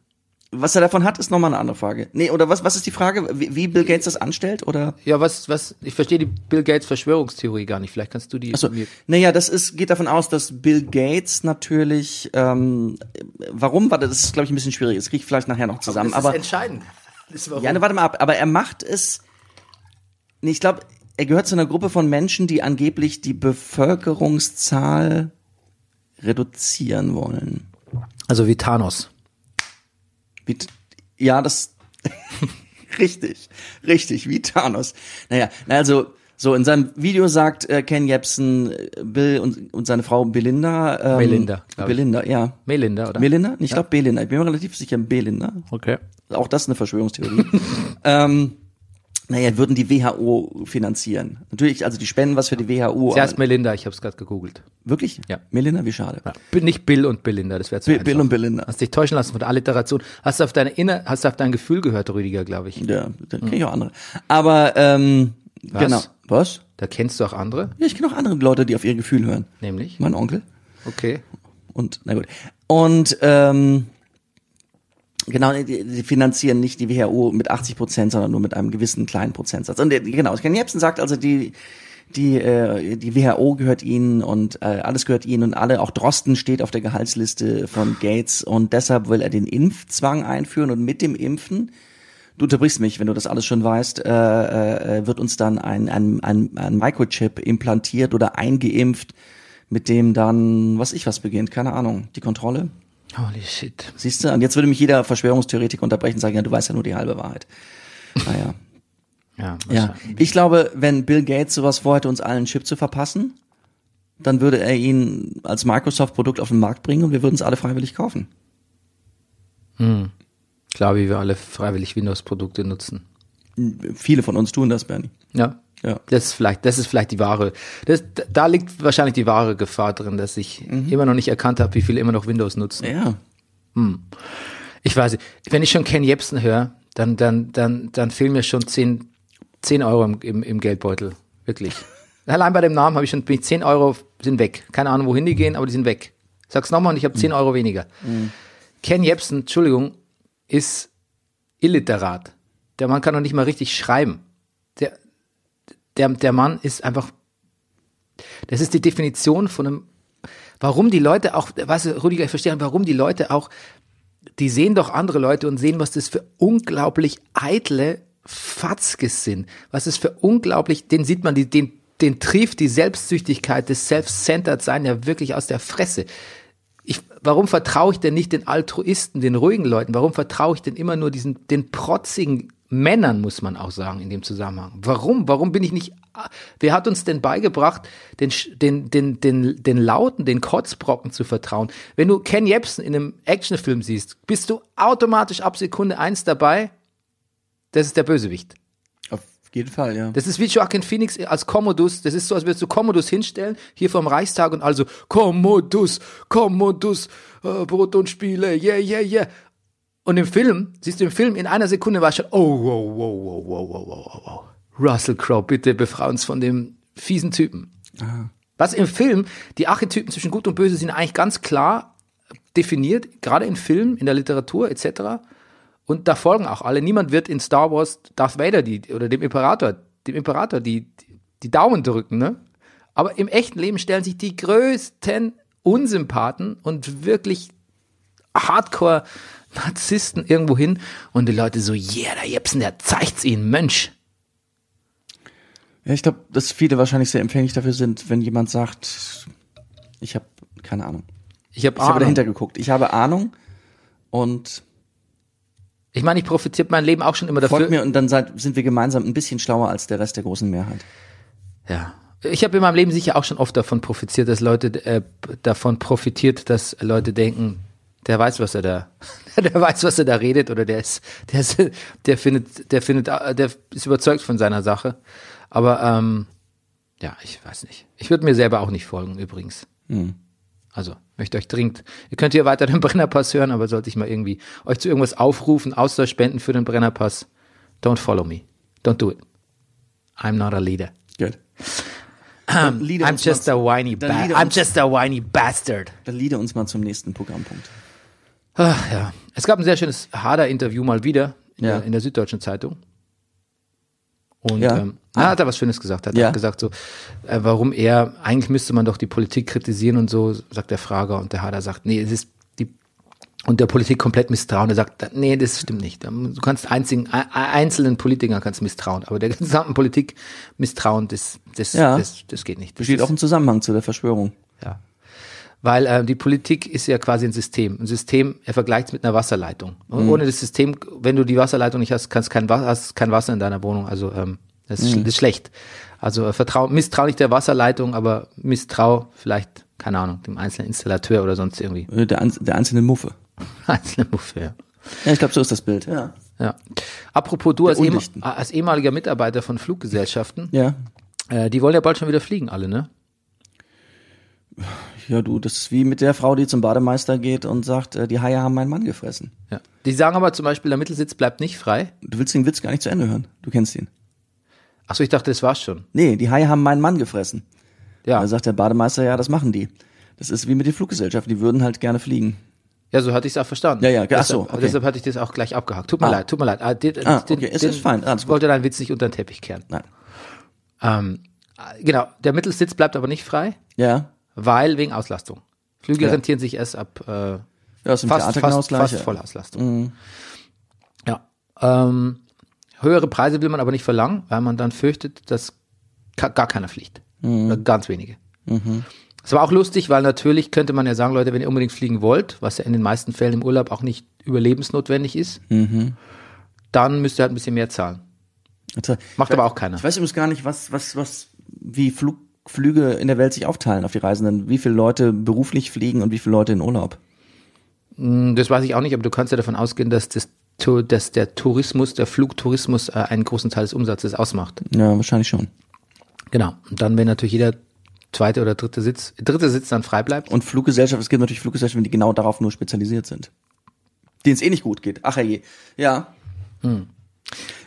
S2: Was er davon hat, ist nochmal eine andere Frage. Nee, oder was, was ist die Frage, wie, wie Bill Gates das anstellt? Oder?
S1: Ja, was, was, ich verstehe die Bill Gates Verschwörungstheorie gar nicht. Vielleicht kannst du die
S2: Achso,
S1: mir.
S2: Also, naja, das ist, geht davon aus, dass Bill Gates natürlich, ähm, warum war das, das ist, glaube ich, ein bisschen schwierig, das kriege ich vielleicht nachher noch zusammen.
S1: das
S2: Aber,
S1: ist entscheidend. Das ist warum.
S2: Ja, ne, warte mal ab. Aber er macht es. Nee, ich glaube, er gehört zu einer Gruppe von Menschen, die angeblich die Bevölkerungszahl reduzieren wollen.
S1: also wie Thanos.
S2: Wie, t- ja, das. richtig, richtig, wie Thanos. Naja, na also, so in seinem Video sagt äh, Ken Jebsen, äh, Bill und, und seine Frau Belinda. Ähm,
S1: Belinda, glaub ich.
S2: Belinda, ja.
S1: Melinda, oder?
S2: Melinda? Ich glaube Belinda. Ich bin mir relativ sicher, Belinda.
S1: Okay.
S2: Auch das eine Verschwörungstheorie. ähm, naja, würden die WHO finanzieren. Natürlich, also die spenden was für die WHO.
S1: Zuerst
S2: aber-
S1: Melinda, ich habe es gerade gegoogelt.
S2: wirklich?
S1: Ja.
S2: Melinda, wie schade.
S1: Ja. Also- Bin Nicht Bill und Belinda, das wäre zu
S2: Bi-
S1: einfach.
S2: Bill und Belinda.
S1: Hast dich täuschen lassen von der Alliteration. Hast du auf deine Inner, hast du auf dein Gefühl gehört, Rüdiger, glaube ich.
S2: Ja, da kenne ich auch andere. Aber,
S1: Hm.
S2: ähm,
S1: Was?
S2: genau. Was?
S1: Da kennst du auch andere,
S2: Ja, ich kenne auch andere Leute, die auf ihr Gefühl hören.
S1: nämlich.
S2: Mein Onkel.
S1: Okay.
S2: Und, na gut. Und, ähm, genau, die, die finanzieren nicht die WHO mit 80 Prozent, sondern nur mit einem gewissen kleinen Prozentsatz. Und der, genau, Ken Jebsen sagt also, die, die, äh, die WHO gehört ihnen und äh, alles gehört ihnen und alle, auch Drosten steht auf der Gehaltsliste von Gates und deshalb will er den Impfzwang einführen und mit dem Impfen, du unterbrichst mich, wenn du das alles schon weißt, äh, äh, wird uns dann ein, ein, ein, ein Microchip implantiert oder eingeimpft, mit dem dann, was ich was beginnt, keine Ahnung, die Kontrolle.
S1: Holy shit.
S2: Siehst du, und jetzt würde mich jeder Verschwörungstheoretiker unterbrechen und sagen, ja, du weißt ja nur die halbe Wahrheit. Naja.
S1: Ja,
S2: Ja, ich glaube, wenn Bill Gates sowas vorhätte, uns allen einen Chip zu verpassen, dann würde er ihn als Microsoft-Produkt auf den Markt bringen und wir würden es alle freiwillig kaufen.
S1: Klar, wie wir alle freiwillig Windows-Produkte nutzen.
S2: Viele von uns tun das, Bernie.
S1: Ja.
S2: Ja.
S1: Das ist vielleicht, das ist vielleicht die wahre, das, da liegt wahrscheinlich die wahre Gefahr drin, dass ich immer noch nicht erkannt habe, wie viele immer noch Windows nutzen.
S2: Ja.
S1: Ich weiß, nicht, wenn ich schon Ken Jebsen höre, dann, dann, dann, dann fehlen mir schon 10, 10 Euro im, im, im Geldbeutel. Wirklich. Allein bei dem Namen habe ich schon, bin ich 10 Euro sind weg. Keine Ahnung, wohin die gehen, aber die sind weg. Sag's nochmal und ich habe 10 Euro weniger. Ken Jebsen, Entschuldigung, ist illiterat. Der Mann kann noch nicht mal richtig schreiben. Der, der, der Mann ist einfach, das ist die Definition von einem, warum die Leute auch, weißt du, Rüdiger, ich verstehe, warum die Leute auch die sehen doch andere Leute und sehen, was das für unglaublich eitle Fatzkes sind. Was das für unglaublich, den sieht man, die, den, den trieft die Selbstsüchtigkeit, das Self-Centered-Sein ja wirklich aus der Fresse. Ich, warum vertraue ich denn nicht den Altruisten, den ruhigen Leuten? Warum vertraue ich denn immer nur diesen, den protzigen Männern, muss man auch sagen, in dem Zusammenhang? Warum? Warum bin ich nicht, wer hat uns denn beigebracht, den, Sch- den, den, den, den Lauten, den Kotzbrocken zu vertrauen? Wenn du Ken Jebsen in einem Actionfilm siehst, bist du automatisch ab Sekunde eins dabei, das ist der Bösewicht.
S2: Auf jeden Fall, ja.
S1: Das ist wie Joaquin Phoenix als Commodus. Das ist so, als würdest du Commodus hinstellen, hier vom Reichstag und also Commodus, Commodus, äh, Brot und Spiele, yeah, yeah, yeah. Und im Film, siehst du im Film, in einer Sekunde war schon, oh, wow, wow, wow, wow, wow, wow, wow, wow. Russell Crowe, bitte befrei uns von dem fiesen Typen. Was im Film, die Archetypen zwischen Gut und Böse sind eigentlich ganz klar definiert, gerade in Filmen, in der Literatur etc. Und da folgen auch alle. Niemand wird in Star Wars Darth Vader die, oder dem Imperator, dem Imperator die, die Daumen drücken, ne? Aber im echten Leben stellen sich die größten Unsympathen und wirklich Hardcore-Narzissten irgendwo hin und die Leute so, yeah, der Jepsen, der zeigt's ihnen, Mensch.
S2: Ja, ich glaube, dass viele wahrscheinlich sehr empfänglich dafür sind, wenn jemand sagt, ich habe keine Ahnung.
S1: Ich habe
S2: Ich habe
S1: Ahnung.
S2: dahinter geguckt. Ich habe Ahnung und
S1: Ich meine, ich profitiert mein Leben auch schon immer dafür.
S2: folgt mir und dann seid, sind wir gemeinsam ein bisschen schlauer als der Rest der großen Mehrheit.
S1: Ja. Ich habe in meinem Leben sicher auch schon oft davon profitiert, dass Leute äh, davon profitiert, dass Leute denken, der weiß, was er da, der weiß, was er da redet, oder der ist, der ist, der findet, der findet, äh, der ist überzeugt von seiner Sache. Aber ähm, ja, ich weiß nicht. Ich würde mir selber auch nicht folgen, übrigens. Also, möchte euch dringend. Ihr könnt hier weiter den Brennerpass hören, aber sollte ich mal irgendwie euch zu irgendwas aufrufen, außer Spenden für den Brennerpass, don't follow me. Don't do it. I'm not a leader.
S2: Gut.
S1: Um,
S2: lieder
S1: I'm
S2: uns
S1: just
S2: mal
S1: a
S2: zu-
S1: whiny
S2: dann
S1: ba
S2: lieder
S1: I'm
S2: uns-
S1: just a whiny bastard.
S2: Dann liede uns mal zum nächsten Programmpunkt.
S1: Ach, Ah, ja. Es gab ein sehr schönes Hader-Interview mal wieder in,
S2: Ja.
S1: der, in der Süddeutschen Zeitung. Und
S2: Ja.
S1: ähm, ah, hat er was Schönes gesagt. Hat
S2: Ja.
S1: auch gesagt, so, äh, warum er, eigentlich müsste man doch die Politik kritisieren und so, sagt der Frager und der Hader sagt, nee, es ist die und der Politik komplett misstrauen. Er sagt, nee, das stimmt nicht. Ähm, Du kannst einzigen, ein- einzelnen Politikern kannst misstrauen, aber der gesamten Politik misstrauen, das, das,
S2: Ja.
S1: das, das geht nicht. Das
S2: Besteht
S1: ist-
S2: auch ein Zusammenhang zu der Verschwörung.
S1: Ja. Weil äh, die Politik ist ja quasi ein System. Ein System, er vergleicht es mit einer Wasserleitung. Und Ohne das System, wenn du die Wasserleitung nicht hast, kannst kein, Wa- hast kein Wasser in deiner Wohnung. Also ähm, das, ist, das ist schlecht. Also äh, vertrau, misstrau nicht der Wasserleitung, aber misstrau vielleicht, keine Ahnung, dem einzelnen Installateur oder sonst irgendwie.
S2: Äh, Der, an- der einzelne Muffe.
S1: Einzelne Buffet.
S2: Ja, ich glaube, so ist das Bild. Ja.
S1: Ja. Apropos, du als, ehem
S2: Undichten.
S1: als ehemaliger Mitarbeiter von Fluggesellschaften,
S2: Ja.
S1: äh, die wollen ja bald schon wieder fliegen, alle, ne?
S2: Ja, du, das ist wie mit der Frau, die zum Bademeister geht und sagt, äh, die Haie haben meinen Mann gefressen.
S1: Ja. Die sagen aber zum Beispiel, der Mittelsitz bleibt nicht frei.
S2: Du willst den Witz gar nicht zu Ende hören. Du kennst ihn.
S1: Achso, ich dachte, das war's schon.
S2: Nee, die Haie haben meinen Mann gefressen.
S1: Ja.
S2: Da sagt der Bademeister, ja, das machen die. Das ist wie mit den Fluggesellschaften, die würden halt gerne fliegen.
S1: Ja, so hatte ich es auch verstanden.
S2: Ja, ja, ach so,
S1: deshalb,
S2: okay.
S1: deshalb hatte ich das auch gleich abgehakt. Tut mir
S2: Ah.
S1: leid, tut mir leid. Ah, den,
S2: Ah, okay, es ist fein, alles
S1: Ich wollte deinen Witz nicht unter den Teppich kehren.
S2: Nein.
S1: Ähm, äh, genau, der Mittelsitz bleibt aber nicht frei,
S2: Ja.
S1: weil wegen Auslastung. Flüge
S2: Ja.
S1: rentieren sich erst ab äh,
S2: Ja, ist im
S1: fast,
S2: Theater genau das
S1: fast,
S2: Gleiche.
S1: fast Vollauslastung. Mhm. Ja. Ähm, höhere Preise will man aber nicht verlangen, weil man dann fürchtet, dass ka- gar keiner fliegt. Oder ganz wenige. Mhm. Es war auch lustig, weil natürlich könnte man ja sagen, Leute, wenn ihr unbedingt fliegen wollt, was ja in den meisten Fällen im Urlaub auch nicht überlebensnotwendig ist, dann müsst ihr halt ein bisschen mehr zahlen.
S2: Also,
S1: Macht aber auch keiner.
S2: Ich weiß übrigens gar nicht, was, was, was, wie Flug, Flüge in der Welt sich aufteilen auf die Reisenden. Wie viele Leute beruflich fliegen und wie viele Leute in Urlaub.
S1: Hm, Das weiß ich auch nicht, aber du kannst ja davon ausgehen, dass, das, Tu- dass der Tourismus, der Flugtourismus äh, einen großen Teil des Umsatzes ausmacht.
S2: Ja, wahrscheinlich schon.
S1: Genau. Und dann, wenn natürlich jeder zweite oder dritte Sitz, dritte Sitz dann frei bleibt.
S2: Und Fluggesellschaften, es gibt natürlich Fluggesellschaften, die genau darauf nur spezialisiert sind. Denen es eh nicht gut geht. Ach je. Ja.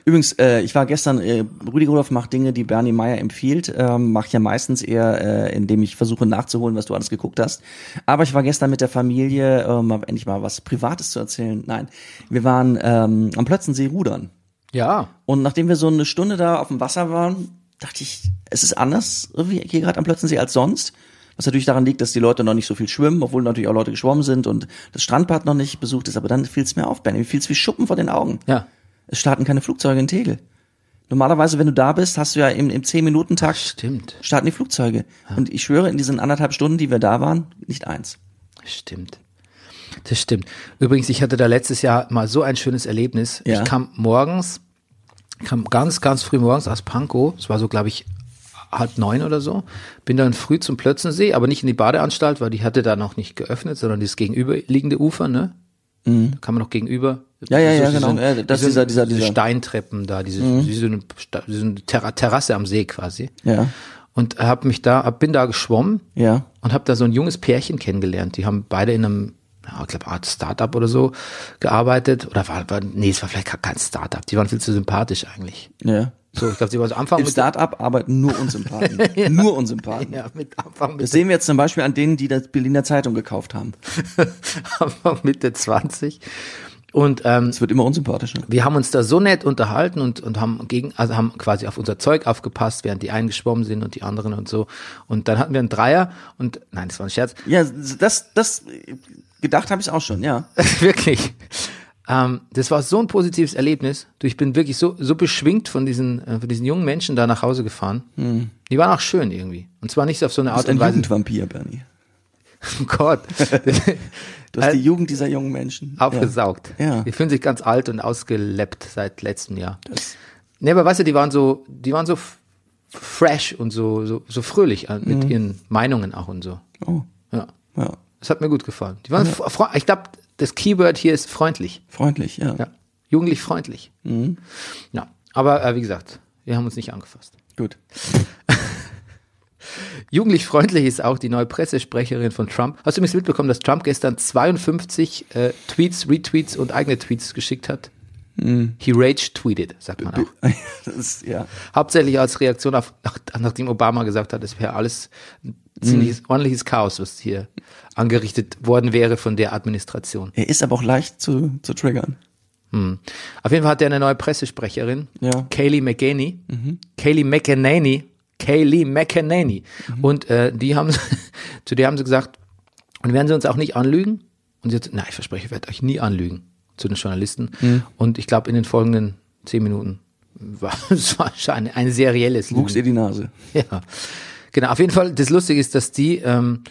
S2: Übrigens, äh, ich war gestern, äh, Rüdiger Rudolph macht Dinge, die Bernie Meyer empfiehlt. Ähm, Mache ich ja meistens eher, äh, indem ich versuche nachzuholen, was du alles geguckt hast. Aber ich war gestern mit der Familie, ähm, hab endlich mal was Privates zu erzählen. Nein, wir waren ähm, am Plötzensee rudern.
S1: ja.
S2: Und nachdem wir so eine Stunde da auf dem Wasser waren, dachte ich, es ist anders irgendwie hier gerade am Plötzensee als sonst. Was natürlich daran liegt, dass die Leute noch nicht so viel schwimmen, obwohl natürlich auch Leute geschwommen sind und das Strandbad noch nicht besucht ist. Aber dann fiel es mir auf, Benny. Mir fiel es wie Schuppen vor den Augen.
S1: Ja.
S2: Es starten keine Flugzeuge in Tegel. Normalerweise, wenn du da bist, hast du ja im, im 10-Minuten-Takt
S1: Stimmt.
S2: starten die Flugzeuge. Und ich schwöre, in diesen anderthalb Stunden, die wir da waren, nicht eins.
S1: Stimmt. Das stimmt. Übrigens, ich hatte da letztes Jahr mal so ein schönes Erlebnis.
S2: Ja.
S1: Ich kam morgens, kam ganz, ganz früh morgens aus Pankow. Es war so, glaube ich, halb neun oder so. Bin dann früh zum Plötzensee, aber nicht in die Badeanstalt, weil die hatte da noch nicht geöffnet, sondern das gegenüberliegende Ufer, ne? Da kann man noch gegenüber.
S2: Mhm. Ja, ja, ja,
S1: diese-
S2: genau. Ja, das
S1: diese-
S2: ist dieser- dieser-
S1: diese
S2: dieser-
S1: Steintreppen da, diese, diese, eine Sta- diese Terra- Terrasse am See quasi.
S2: Ja.
S1: Und hab mich da, hab- bin da geschwommen
S2: Ja.
S1: und habe da so ein junges Pärchen kennengelernt. Die haben beide in einem, ja, ich glaube, Art Startup oder so gearbeitet. Oder war, war nee, es war vielleicht gar kein Startup. Die waren viel zu sympathisch eigentlich.
S2: Ja.
S1: So, ich glaube, sie waren so Anfang
S2: Im
S1: mit,
S2: Start-up arbeiten nur Unsympathen. Nur Unsympathen.
S1: ja, mit Anfang
S2: Das
S1: mit,
S2: sehen wir jetzt zum Beispiel an denen, die das Berliner Zeitung gekauft haben.
S1: Anfang Mitte 20. Und ähm,
S2: Es wird immer unsympathischer.
S1: wir haben uns da so nett unterhalten und, und haben gegen, also haben quasi auf unser Zeug aufgepasst, während die einen geschwommen sind und die anderen und so. Und dann hatten wir einen Dreier und nein, das war ein Scherz.
S2: Ja, das, das gedacht habe ich auch schon, ja.
S1: wirklich. Ähm, das war so ein positives Erlebnis. Du, ich bin wirklich so, so beschwingt von diesen, äh, von diesen jungen Menschen da nach Hause gefahren. Die waren auch schön irgendwie. Und zwar nicht auf so eine Art
S2: Ist Hm. ein
S1: und Weise.
S2: Jugendvampir, Bernie.
S1: Oh Gott. Äh,
S2: Du hast die Jugend dieser jungen Menschen.
S1: Aufgesaugt.
S2: Ja.
S1: Die fühlen sich ganz alt und ausgeleppt seit letztem Jahr. nee, aber weißt du, die waren so, die waren so f- fresh und so, so, so fröhlich an-
S2: Mhm.
S1: mit ihren Meinungen auch und so.
S2: Oh,
S1: Ja.
S2: ja.
S1: Das hat mir gut gefallen. Die waren, fre- ich glaube, das Keyword hier ist freundlich.
S2: Freundlich, ja.
S1: Ja. Jugendlich freundlich. Ja. Aber äh, wie gesagt, wir haben uns nicht angefasst.
S2: Gut.
S1: Jugendlich freundlich ist auch die neue Pressesprecherin von Trump. Hast du übrigens mitbekommen, dass Trump gestern 52 äh, Tweets, Retweets und eigene Tweets geschickt hat? He rage-tweeted, sagt man auch.
S2: Das ist, ja.
S1: Hauptsächlich als Reaktion auf, nach, nachdem Obama gesagt hat, es wäre alles ein ziemliches, ordentliches Chaos, was hier angerichtet worden wäre von der Administration.
S2: Er ist aber auch leicht zu, zu triggern.
S1: Hm. Auf jeden Fall hat er eine neue Pressesprecherin,
S2: Ja.
S1: Kaylee McEnany. Kaylee McEnany. Kaylee McEnany. Und äh, die haben, zu der haben sie gesagt, und werden sie uns auch nicht anlügen? Und sie hat gesagt, nein, ich verspreche, ich werde euch nie anlügen zu den Journalisten. Und ich glaube, in den folgenden zehn Minuten war es wahrscheinlich ein serielles Lügen.
S2: Wuchs ihr die Nase.
S1: Ja, genau. Auf jeden Fall, das Lustige ist, dass die, ähm,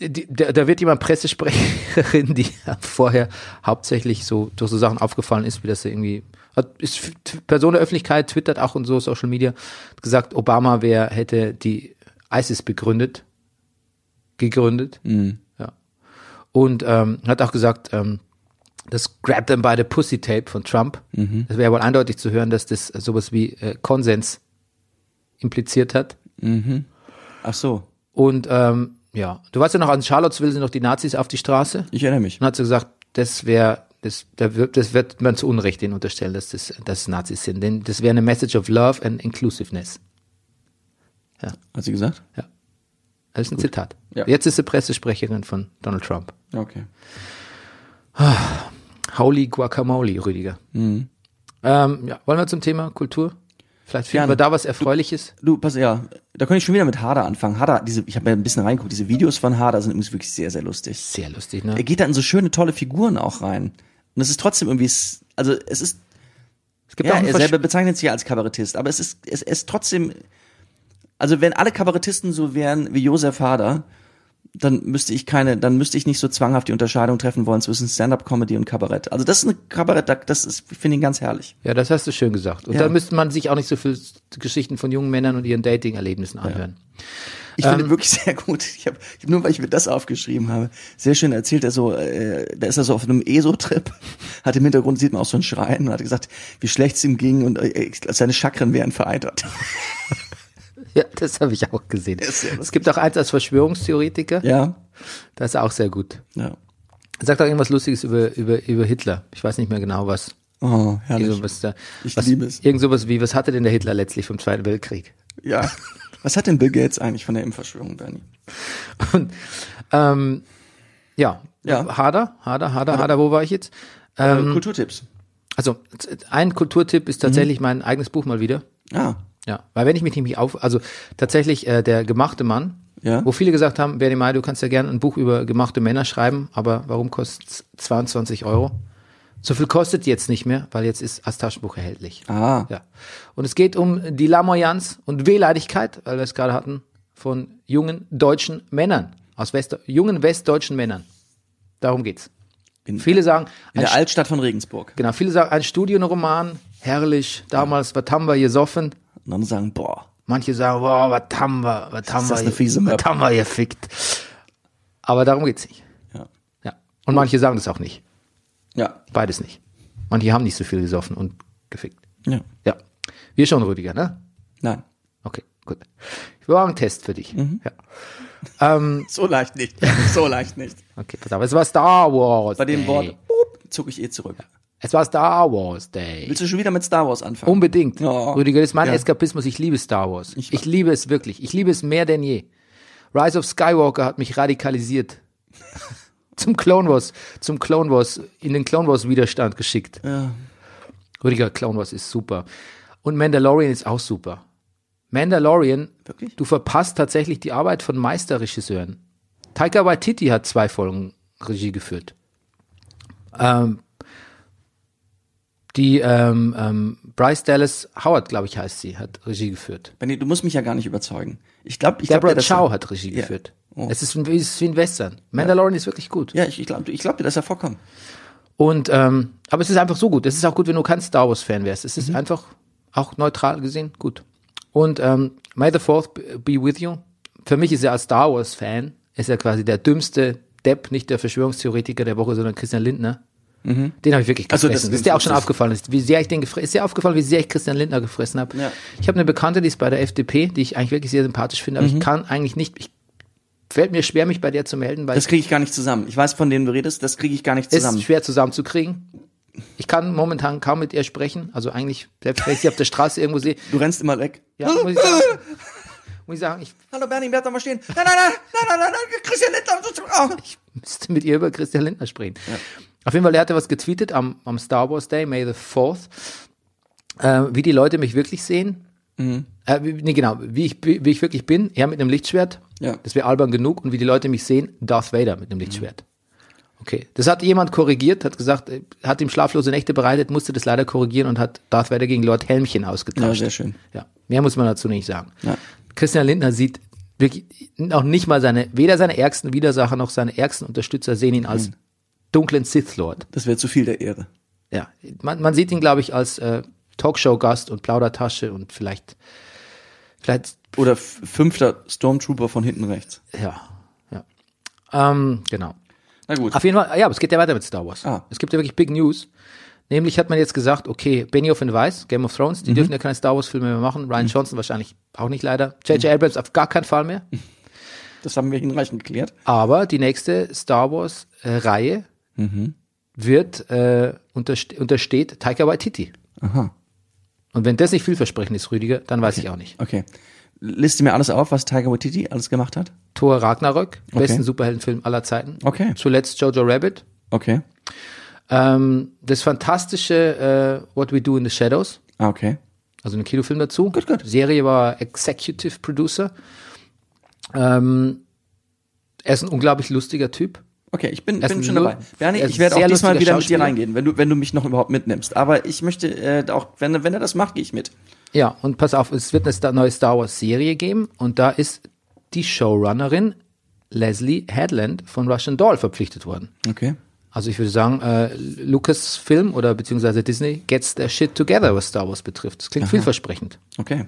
S1: die, die da, da wird jemand Pressesprecherin, die vorher hauptsächlich so durch so Sachen aufgefallen ist, wie dass sie irgendwie hat, ist T- Person der Öffentlichkeit, twittert auch und so Social Media, hat gesagt, Obama wer hätte die ISIS begründet, gegründet, ja. Und ähm, hat auch gesagt, ähm, das Grab Them by the Pussy Tape von Trump. Das wäre wohl eindeutig zu hören, dass das sowas wie äh, Konsens impliziert hat.
S2: Ach so,
S1: Und ähm, ja, du weißt ja noch, an Charlottesville sind noch die Nazis auf die Straße.
S2: ich erinnere mich.
S1: Und hat so gesagt, das wäre, das, da wird- das wird man zu Unrecht denen unterstellen, dass das, dass es Nazis sind. Denn das wäre eine Message of Love and Inclusiveness.
S2: Hat sie gesagt?
S1: Das ist ein Zitat.
S2: Ja.
S1: Jetzt ist sie Pressesprecherin von Donald Trump.
S2: Okay.
S1: Holy Guacamole, Rüdiger.
S2: Mhm.
S1: Ähm, ja, wollen wir zum Thema Kultur? Vielleicht finden
S2: Gerne.
S1: wir da was Erfreuliches.
S2: Du, pass, ja, da könnte ich schon wieder mit Hader anfangen. Hader, diese, ich habe ja ein bisschen reingeguckt, diese Videos von Hader sind übrigens wirklich sehr, sehr lustig.
S1: Sehr lustig, ne?
S2: er geht da in so schöne, tolle Figuren auch rein. Und es ist trotzdem irgendwie, es- also es ist,
S1: Es gibt
S2: ja,
S1: auch einen
S2: er
S1: Versch-
S2: selber bezeichnet sich ja als Kabarettist, aber es ist, es ist trotzdem, also wenn alle Kabarettisten so wären wie Josef Hader, dann müsste ich keine, dann müsste ich nicht so zwanghaft die Unterscheidung treffen wollen zwischen Stand-up-Comedy und Kabarett. Also das ist eine Kabarett, das ist, ich finde ihn ganz herrlich.
S1: Ja, das hast du schön gesagt. Und
S2: Ja.
S1: dann müsste man sich auch nicht so viel Geschichten von jungen Männern und ihren Dating-Erlebnissen anhören.
S2: Ich finde
S1: Ähm.
S2: ihn wirklich sehr gut. Ich habe nur, weil ich mir das aufgeschrieben habe, sehr schön erzählt er so, äh, da ist er so auf einem ESO-Trip, hat im Hintergrund sieht man auch so ein Schreien und hat gesagt, wie schlecht es ihm ging und äh, seine Chakren wären vereitert.
S1: Ja, das habe ich auch gesehen.
S2: ist sehr lustig.
S1: Es gibt auch eins als Verschwörungstheoretiker.
S2: Ja,
S1: Das ist auch sehr gut.
S2: ja.
S1: Er sagt auch irgendwas Lustiges über, über, über Hitler. Ich weiß nicht mehr genau was.
S2: Oh,
S1: Irgend
S2: herrlich.
S1: sowas da,
S2: Ich
S1: was,
S2: liebe es.
S1: Irgend sowas wie, was hatte denn der Hitler letztlich vom Zweiten Weltkrieg?
S2: Ja. Was hat denn Bill Gates eigentlich von der Impfverschwörung, Bernie?
S1: Und, ähm, ja.
S2: Ja.
S1: Hader, Hader, Hader, Hader, wo war ich jetzt? Ähm,
S2: Äh, Kulturtipps.
S1: also, ein Kulturtipp ist tatsächlich
S2: Mhm.
S1: mein eigenes Buch mal wieder.
S2: Ah,
S1: Ja, weil wenn ich mich nämlich auf, also tatsächlich äh, der gemachte Mann,
S2: Ja.
S1: wo viele gesagt haben, Bernie May, du kannst ja gerne ein Buch über gemachte Männer schreiben, aber warum kostet's 22 Euro? So viel kostet jetzt nicht mehr, weil jetzt ist als Taschenbuch erhältlich.
S2: Ah.
S1: Ja. Und es geht um die Lamoyanz und Wehleidigkeit, weil wir es gerade hatten, von jungen deutschen Männern, aus West, jungen westdeutschen Männern. Darum geht's.
S2: In-
S1: viele sagen,
S2: in
S1: ein
S2: der Altstadt von Regensburg.
S1: genau, viele sagen, ein Studienroman, herrlich, damals, was haben wir gesoffen?
S2: Und dann sagen, boah,
S1: Manche sagen, wow, was haben wir, was haben
S2: das
S1: wir,
S2: eine fiese Map?
S1: was haben wir gefickt. Aber darum geht's nicht.
S2: ja.
S1: Ja. Und manche sagen das auch nicht.
S2: Ja,
S1: Beides nicht. Manche haben nicht so viel gesoffen und gefickt.
S2: ja.
S1: Ja. Wir schon, Rüdiger, ne?
S2: Nein.
S1: Okay, gut. Ich brauche einen Test für dich.
S2: Mhm.
S1: Ja. Ähm,
S2: So leicht nicht. So leicht nicht.
S1: okay, pass auf. Es war Star Wars.
S2: Bei dem
S1: Day.
S2: Wort, boop, zucke ich eh zurück.
S1: Es war Star Wars Day.
S2: Willst du schon wieder mit Star Wars anfangen?
S1: Unbedingt.
S2: Ja.
S1: Rüdiger, das ist mein
S2: Ja.
S1: Eskapismus. Ich liebe Star Wars. Ich, liebe es wirklich. Ich liebe es mehr denn je. Rise of Skywalker hat mich radikalisiert. zum Clone Wars, zum Clone Wars, in den Clone Wars Widerstand geschickt.
S2: Ja.
S1: Rüdiger, Clone Wars ist super. Und Mandalorian ist auch super. Mandalorian,
S2: Wirklich?
S1: du verpasst tatsächlich die Arbeit von Meisterregisseuren. Taika Waititi hat zwei Folgen Regie geführt. Ähm, Die ähm, ähm, Bryce Dallas Howard, glaube ich, heißt sie, hat Regie geführt.
S2: Benny, du musst mich ja gar nicht überzeugen. Ich glaube, ich glaube
S1: Deborah
S2: dir das.
S1: Chow hat Regie
S2: Ja.
S1: geführt.
S2: Oh.
S1: Es ist, wie- es ist wie ein Western. Mandalorian ist wirklich gut.
S2: Ja, ich, ich glaube, ich glaub dir das ja vorkommen.
S1: Und ähm, aber es ist einfach so gut. Es ist auch gut, wenn du kein Star Wars Fan wärst. Es ist
S2: Mhm.
S1: einfach auch neutral gesehen gut. Und ähm, May the Fourth be with you. Für mich ist er als Star Wars Fan ist er quasi der dümmste Depp, nicht der Verschwörungstheoretiker der Woche, sondern Christian Lindner. Den habe ich wirklich
S2: Also
S1: gefressen.
S2: das-
S1: das, ist dir auch schon
S2: das-
S1: aufgefallen, ist, wie sehr ich den gefressen, ist dir aufgefallen, wie sehr ich Christian Lindner gefressen habe.
S2: Ja.
S1: Ich habe eine Bekannte, die ist bei der FDP, die ich eigentlich wirklich sehr sympathisch finde, aber
S2: Mhm.
S1: ich kann eigentlich nicht, ich fällt mir schwer, mich bei der zu melden, weil
S2: Das kriege ich gar nicht zusammen. Ich weiß, von denen du redest, das kriege ich gar nicht zusammen.
S1: ist schwer zusammenzukriegen. Ich kann momentan kaum mit ihr sprechen. Also eigentlich, selbst wenn ich sie auf der Straße irgendwo sehe,
S2: Du rennst immer weg.
S1: ja, muss ich sagen, muss ich, sagen ich,
S2: Hallo Bernie, bleib doch mal stehen. Nein, nein, nein, nein, nein, nein, nein, Christian Lindner. Oh.
S1: ich müsste mit ihr über Christian Lindner sprechen. Auf jeden Fall, er hatte was getweetet am, am Star Wars Day, May the 4th, äh, wie die Leute mich wirklich sehen. Äh, wie- nee, genau, wie ich, bi- wie ich wirklich bin. Er mit einem Lichtschwert.
S2: Ja.
S1: Das wäre albern genug. Und wie die Leute mich sehen, Darth Vader mit einem Lichtschwert. Okay. Das hat jemand korrigiert, hat gesagt, äh, hat ihm schlaflose Nächte bereitet, musste das leider korrigieren und hat Darth Vader gegen Lord Helmchen
S2: Ja,
S1: ausgetauscht.
S2: sehr schön.
S1: Ja, mehr muss man dazu nicht sagen.
S2: Ja.
S1: Christian Lindner sieht wirklich auch nicht mal seine, weder seine ärgsten Widersacher noch seine ärgsten Unterstützer sehen ihn
S2: Hm.
S1: als dunklen Sith Lord.
S2: Das wäre zu viel der Ehre.
S1: Ja, man, man sieht ihn, glaube ich, als äh, Talkshow-Gast und Plaudertasche und vielleicht, vielleicht,
S2: Oder f- fünfter Stormtrooper von hinten rechts.
S1: ja, ja. Ähm, genau.
S2: Na gut.
S1: Auf jeden Fall, ja, aber es geht ja weiter mit Star Wars.
S2: Ah.
S1: Es gibt ja wirklich Big News. Nämlich hat man jetzt gesagt, okay, Benioff und Weiss, Game of Thrones,
S2: Mhm.
S1: die dürfen ja keine Star Wars-Filme mehr machen. Ryan Johnson wahrscheinlich auch nicht leider. J.J.
S2: Mhm.
S1: Abrams auf gar keinen Fall mehr.
S2: Das haben wir hinreichend geklärt.
S1: Aber die nächste Star Wars-Reihe
S2: Mhm.
S1: wird äh, unterst untersteht Taika Waititi.
S2: Aha.
S1: Und wenn das nicht vielversprechend ist, Rüdiger, dann weiß ich auch nicht.
S2: Okay. Liste mir alles auf, was Tiger Waititi alles gemacht hat.
S1: Thor Ragnarök, besten Superheldenfilm aller Zeiten.
S2: Okay.
S1: Zuletzt Jojo Rabbit.
S2: Okay.
S1: Ähm, das fantastische äh, What We Do in the Shadows,
S2: Ah, okay.
S1: also ein Kinofilm dazu.
S2: Gut, gut.
S1: Serie war Executive Producer. Ähm, er ist ein unglaublich lustiger Typ.
S2: Okay, ich bin,
S1: Er ist
S2: bin
S1: ein
S2: schon
S1: lu-
S2: dabei. Bernie,
S1: er ist
S2: ich werde
S1: ein
S2: auch
S1: sehr
S2: diesmal
S1: lustiger
S2: wieder mit dir
S1: Schauspieler.
S2: reingehen, wenn du, wenn du mich noch überhaupt mitnimmst. Aber ich möchte äh, auch, wenn, wenn er das macht, gehe ich mit.
S1: Ja, und pass auf, es wird eine Star- neue Star Wars Serie geben und da ist die Showrunnerin Leslie Headland von Russian Doll verpflichtet worden.
S2: Okay.
S1: Also ich würde sagen, äh, Lucasfilm oder beziehungsweise Disney gets their shit together, was Star Wars betrifft. Das klingt vielversprechend.
S2: Okay.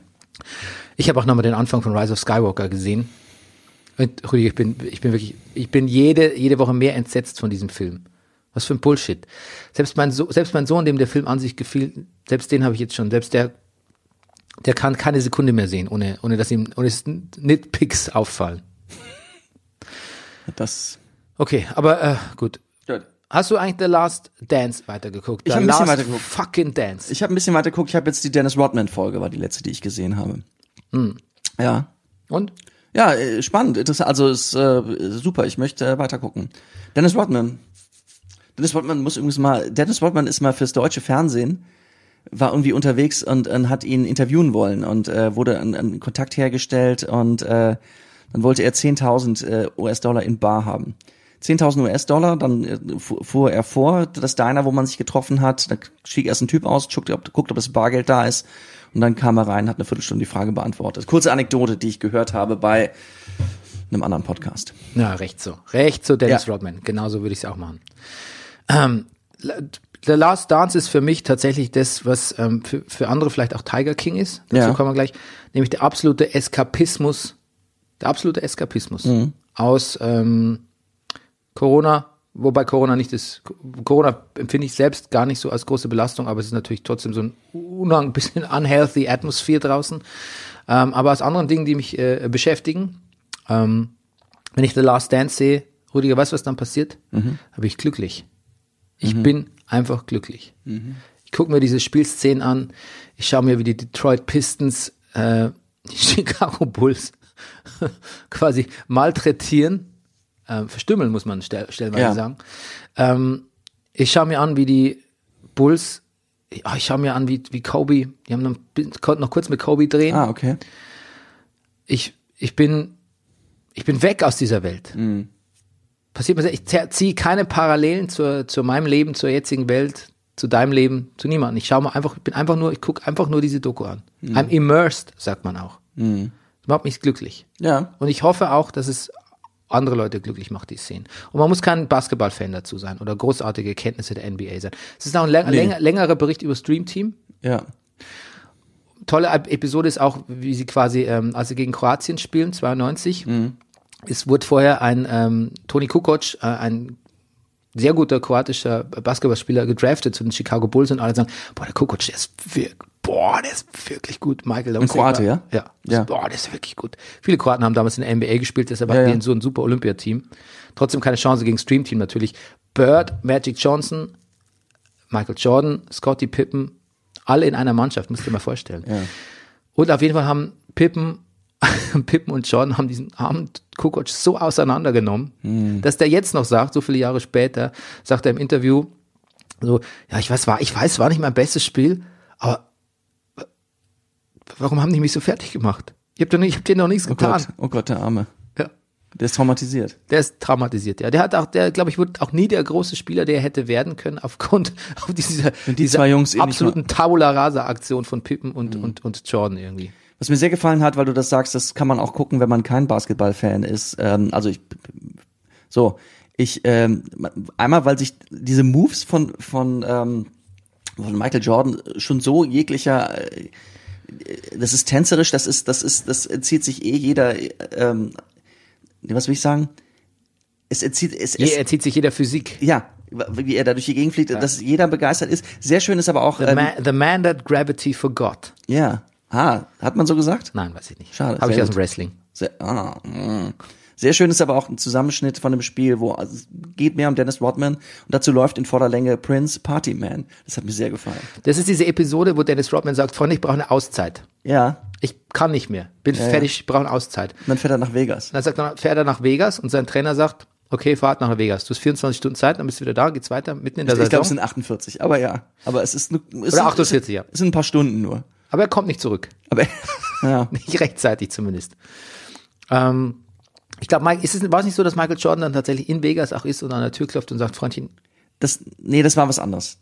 S1: Ich habe auch nochmal den Anfang von Rise of Skywalker gesehen. Und Rüdiger, ich bin, ich bin wirklich, ich bin jede, jede Woche mehr entsetzt von diesem Film. Was für ein Bullshit. Selbst mein, so selbst mein Sohn, dem der Film an sich gefiel, selbst den habe ich jetzt schon, selbst der, der kann keine Sekunde mehr sehen, ohne, ohne dass ihm, ohne dass Nitpicks auffallen.
S2: Das.
S1: Okay, aber äh, gut.
S2: Gut.
S1: Hast du eigentlich The Last Dance weitergeguckt?
S2: Ich
S1: The
S2: hab ein bisschen
S1: Last
S2: weitergeguckt.
S1: Fucking Dance.
S2: Ich habe ein bisschen weiter geguckt. Ich habe jetzt die Dennis Rodman Folge, war die letzte, die ich gesehen habe.
S1: Hm.
S2: Ja.
S1: Und?
S2: Ja, äh, spannend, interessant. Also ist äh, super. Ich möchte äh, weiter gucken. Dennis Rodman. Dennis Rodman muss übrigens mal. Dennis Rodman ist mal fürs deutsche Fernsehen war irgendwie unterwegs und, und hat ihn interviewen wollen und äh, wurde an, an Kontakt hergestellt und äh, dann wollte er 10.000 äh, US-Dollar in Bar haben. 10.000 US-Dollar, dann äh, fu- fuhr er vor, das Diner, wo man sich getroffen hat, da stieg erst ein Typ aus, guckt ob, guckt, ob das Bargeld da ist und dann kam er rein, hat eine Viertelstunde die Frage beantwortet. Kurze Anekdote, die ich gehört habe bei einem anderen Podcast.
S1: Ja, recht so. Recht so, Dennis
S2: Ja.
S1: Rodman. Genauso würde ich es auch machen. Ähm, The Last Dance ist für mich tatsächlich das, was ähm, für, für andere vielleicht auch Tiger King ist. Dazu
S2: Ja.
S1: kommen wir gleich. Nämlich der absolute Eskapismus. Der absolute Eskapismus.
S2: Mhm.
S1: Aus ähm, Corona. Wobei Corona nicht ist. Corona empfinde ich selbst gar nicht so als große Belastung, aber es ist natürlich trotzdem so ein unang bisschen unhealthy Atmosphere draußen. Ähm, aber aus anderen Dingen, die mich äh, beschäftigen, ähm, wenn ich The Last Dance sehe, Rüdiger, weißt du, was dann passiert? Habe ich glücklich. Ich bin einfach glücklich. Ich gucke mir diese Spielszenen an. Ich schaue mir, wie die Detroit Pistons äh, die Chicago Bulls quasi malträtieren. Ähm, verstümmeln muss man stell stellenweise
S2: Ja.
S1: sagen. Ähm, ich schaue mir an, wie die Bulls, ich, ah, ich schaue mir an, wie, wie Kobe, die haben noch, konnten noch kurz mit Kobe drehen
S2: Ah, okay.
S1: ich, ich bin, ich bin weg aus dieser Welt. Passiert mir sehr, ich ziehe keine Parallelen zur, zu meinem Leben, zur jetzigen Welt, zu deinem Leben, zu niemandem. Ich schaue mal einfach, ich bin einfach nur, ich gucke einfach nur diese Doku an. I'm immersed, sagt man auch. Das macht mich glücklich.
S2: Ja.
S1: Und ich hoffe auch, dass es andere Leute glücklich macht, die es sehen. Und man muss kein Basketballfan dazu sein oder großartige Kenntnisse der NBA sein. Es ist auch ein läng länger, längerer Bericht über Stream Team.
S2: Ja. Oh
S1: Tolle Ep- Episode ist auch, wie sie quasi, ähm, als sie gegen Kroatien spielen, 92.
S2: Mhm.
S1: Es wurde vorher ein ähm, Toni Kukoc, äh, ein sehr guter kroatischer Basketballspieler gedraftet zu den Chicago Bulls und alle sagen, boah, der Kukoc, der ist wirklich, boah, der ist wirklich gut. Michael Ein
S2: Kroate, ja?
S1: Ja.
S2: Ja.
S1: Boah, der ist wirklich gut. Viele Kroaten haben damals in der NBA gespielt, deshalb hatten
S2: ja.
S1: die so ein super Olympiateam. Trotzdem keine Chance gegen Stream Team natürlich. Bird, Magic Johnson, Michael Jordan, Scottie Pippen, alle in einer Mannschaft, musst du dir mal vorstellen. Und auf jeden Fall haben Pippen, Pippen und Jordan haben diesen armen Kukoc so auseinandergenommen,
S2: Hm.
S1: dass der jetzt noch sagt, so viele Jahre später, sagt er im Interview, so, ja, ich weiß, war, ich weiß, war nicht mein bestes Spiel, aber w- warum haben die mich so fertig gemacht? Ich hab, doch nicht, ich hab denen noch nichts
S2: Oh
S1: getan.
S2: Gott, oh Gott, der Arme.
S1: Ja.
S2: Der ist traumatisiert.
S1: Der ist traumatisiert, ja. Der hat auch, der, glaube ich, wurde auch nie der große Spieler, der er hätte werden können, aufgrund auf dieser,
S2: die
S1: dieser
S2: zwei Jungs eh nicht Hm.
S1: absoluten Tabula Rasa-Aktion von Pippen und, und, und Jordan irgendwie.
S2: Was mir sehr gefallen hat, weil du das sagst, das kann man auch gucken, wenn man kein Basketballfan ist. Ähm, also ich, so, ich, ähm, einmal, weil sich diese Moves von, von, ähm, von Michael Jordan schon so jeglicher, äh, das ist tänzerisch, das ist, das ist, das entzieht sich eh jeder, äh, ähm, nee, was will ich sagen? Es entzieht, es,
S1: Er
S2: es,
S1: erzieht sich jeder Physik.
S2: ja, wie er da durch die Gegend fliegt, dass jeder begeistert ist. Sehr schön ist aber auch,
S1: The,
S2: ähm,
S1: man, the man that gravity forgot.
S2: ja, ah, hat man so gesagt?
S1: Nein, weiß ich nicht.
S2: Schade,
S1: Habe ich
S2: sehr
S1: aus dem
S2: gut.
S1: Wrestling.
S2: Sehr, ah, mm. sehr schön ist aber auch ein Zusammenschnitt von dem Spiel, wo also, es geht mehr um Dennis Rodman und dazu läuft in voller Länge Prince Party Man. Das hat mir sehr gefallen.
S1: Das ist diese Episode, wo Dennis Rodman sagt, Freunde, ich brauche eine Auszeit.
S2: Ja,
S1: Ich kann nicht mehr. Bin fertig, ich brauche eine Auszeit.
S2: und dann fährt er nach Vegas.
S1: Und dann sagt er, fährt er nach Vegas und sein Trainer sagt, okay, fahrt nach Vegas. Du hast 24 Stunden Zeit, dann bist du wieder da, geht's weiter, mitten in der
S2: Also Ich glaube, es
S1: Saison.
S2: sind 48, aber ja. Aber es ist, ne- es
S1: Oder
S2: sind-
S1: 48, ja.
S2: Es sind ein paar Stunden nur.
S1: Aber er kommt nicht zurück.
S2: Aber ja,
S1: Nicht rechtzeitig zumindest. Ähm, ich glaube, Mike, ist es, war es nicht so, dass Michael Jordan dann tatsächlich in Vegas auch ist und an der Tür klopft und sagt, Freundchen,
S2: das, nee, das war was anderes.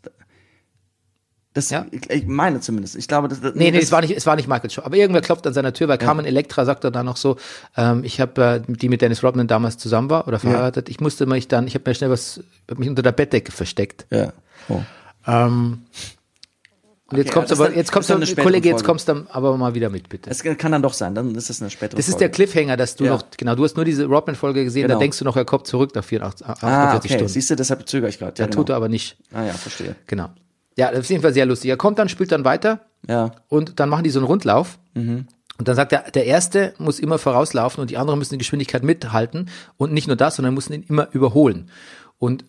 S2: Das,
S1: Ja?
S2: ich, ich meine zumindest. Ich glaube, das, das-
S1: nee, nee,
S2: das,
S1: es war nicht, es war nicht Michael Jordan. Aber irgendwer klopft an seiner Tür, weil Carmen Electra sagt er dann noch so, ähm, ich habe äh, die mit Dennis Rodman damals zusammen war oder verheiratet. Ich musste mich dann, ich habe mir schnell was, hab mich unter der Bettdecke versteckt.
S2: Ja. Oh.
S1: Ähm, und jetzt
S2: Okay,
S1: kommst
S2: das
S1: aber,
S2: ist dann-
S1: jetzt kommst
S2: das ist dann
S1: du,
S2: eine spätere
S1: Kollege, jetzt
S2: Folge.
S1: kommst du aber mal wieder mit, bitte.
S2: Das kann dann doch sein, dann ist das eine spätere
S1: Das ist
S2: Folge.
S1: der Cliffhanger, dass du
S2: Ja.
S1: noch, genau, du hast nur diese Rodman-Folge gesehen, da
S2: Genau.
S1: denkst du noch, er kommt zurück nach 48, 48
S2: Ah, okay.
S1: Stunden.
S2: Siehst du, deshalb zögere ich gerade. Ja,
S1: Er tut er aber nicht.
S2: Ah ja, verstehe.
S1: Genau. Ja, das ist jedenfalls sehr lustig. Er kommt dann, spielt dann weiter
S2: Ja.
S1: und dann machen die so einen Rundlauf. Und dann sagt er, der Erste muss immer vorauslaufen und die anderen müssen die Geschwindigkeit mithalten. Und nicht nur das, sondern müssen ihn immer überholen. Und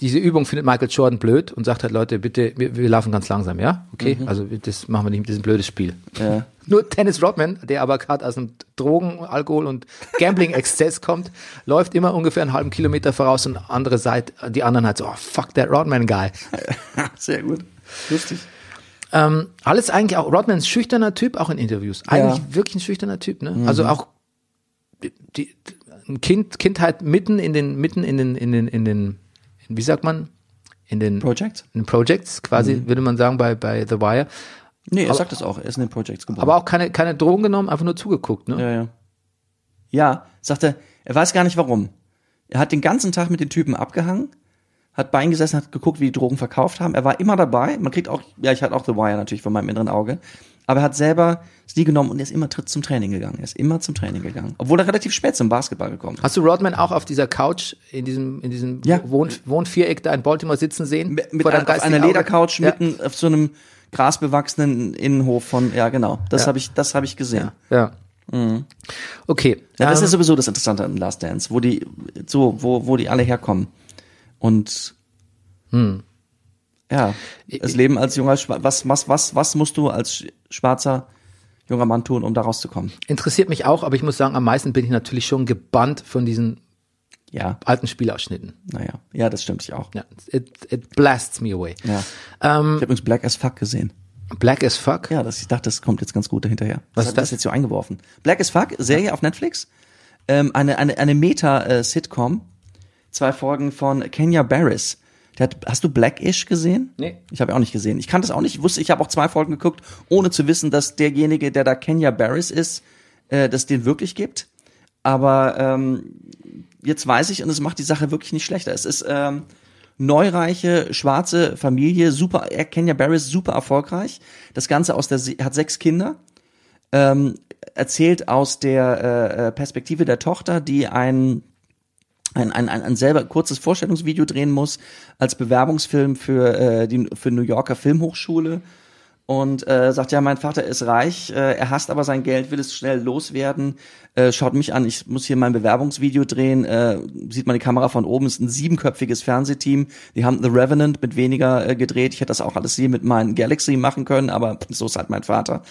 S1: diese Übung findet Michael Jordan blöd und sagt halt, Leute, bitte, wir, wir laufen ganz langsam, ja? Okay, also das machen wir nicht, das ist ein blödes Spiel.
S2: Ja.
S1: Nur Dennis Rodman, der aber gerade aus einem Drogen-, Alkohol- und Gambling-Exzess kommt, läuft immer ungefähr einen halben Kilometer voraus und andere Seite, die anderen halt so, oh, fuck that Rodman-Guy.
S2: Sehr gut. Lustig.
S1: Ähm, alles eigentlich auch, Rodman ist ein schüchterner Typ, auch in Interviews. Eigentlich
S2: Ja. Mhm.
S1: wirklich ein schüchterner Typ, ne? Also auch die, die, ein Kind, Kindheit mitten in den, mitten in den, in den, in den, wie sagt man? In den,
S2: Project? Mhm.
S1: in den Projects, quasi, würde man sagen, bei, bei The Wire.
S2: Nee, er sagt das auch. Er ist in den Projects geboren.
S1: Aber auch keine, keine Drogen genommen, einfach nur zugeguckt, ne?
S2: ja, ja. Ja, sagt er, er weiß gar nicht warum. Er hat den ganzen Tag mit den Typen abgehangen, hat bei ihnen gesessen, hat geguckt, wie die Drogen verkauft haben. Er war immer dabei. Man kriegt auch, ja, ich hatte auch The Wire natürlich von meinem inneren Auge. Aber er hat selber es nie genommen und er ist immer tr- zum Training gegangen. Er ist immer zum Training gegangen. Obwohl er relativ spät zum Basketball gekommen ist.
S1: Hast du Rodman auch auf dieser Couch in diesem, in diesem
S2: Ja.
S1: Wohn Wohnviereck da in Baltimore sitzen sehen?
S2: Mit, mit
S1: Vor deinem
S2: einer, auf
S1: geistigen
S2: einer
S1: Auge?
S2: Ledercouch
S1: Ja.
S2: mitten auf so einem grasbewachsenen Innenhof von, ja, genau. Das
S1: Ja.
S2: habe ich, das habe ich gesehen.
S1: Ja.
S2: Mhm.
S1: Okay.
S2: Ja, das
S1: ähm,
S2: ist sowieso das Interessante an Last Dance, wo die, so, wo, wo die alle herkommen. Und
S1: Hm.
S2: ja, das Leben als junger Schwarzer, was, was, was, was musst du als sch- schwarzer junger Mann tun, um da rauszukommen?
S1: interessiert mich auch, aber ich muss sagen, am meisten bin ich natürlich schon gebannt von diesen
S2: Ja,
S1: alten Spielausschnitten.
S2: naja. Ja, das stimmt ich auch.
S1: Ja, it, it blasts me away.
S2: Ja. Ich
S1: Ähm,
S2: habe übrigens Black as Fuck gesehen.
S1: Black as fuck.
S2: Ja, das, ich dachte, das kommt jetzt ganz gut dahinterher.
S1: Was
S2: Was
S1: ist
S2: hat das?
S1: das?
S2: jetzt so eingeworfen? Black as Fuck, Serie auf Netflix. Ähm, eine eine, eine Meta-Sitcom. Zwei Folgen von Kenya Barris. Der hat, hast du Blackish gesehen?
S1: Nee.
S2: Ich habe auch nicht gesehen. Ich kannte es auch nicht. Ich wusste, ich habe auch zwei Folgen geguckt, ohne zu wissen, dass derjenige, der da Kenya Barris ist, äh, das den wirklich gibt. Aber ähm, jetzt weiß ich und es macht die Sache wirklich nicht schlechter. Es ist ähm, neureiche schwarze Familie, super. er- Kenya Barris super erfolgreich. Das Ganze aus der Se- hat sechs Kinder Ähm, erzählt aus der äh, äh, Perspektive der Tochter, die ein ein, ein, ein, ein selber kurzes Vorstellungsvideo drehen muss als Bewerbungsfilm für äh, die für New Yorker Filmhochschule und äh, sagt ja mein Vater ist reich äh, er hasst aber sein Geld will es schnell loswerden äh, schaut mich an ich muss hier mein Bewerbungsvideo drehen äh, sieht man die Kamera von oben ist ein siebenköpfiges Fernsehteam die haben The Revenant mit weniger äh, gedreht ich hätte das auch alles hier mit meinen Galaxy machen können aber so ist halt mein Vater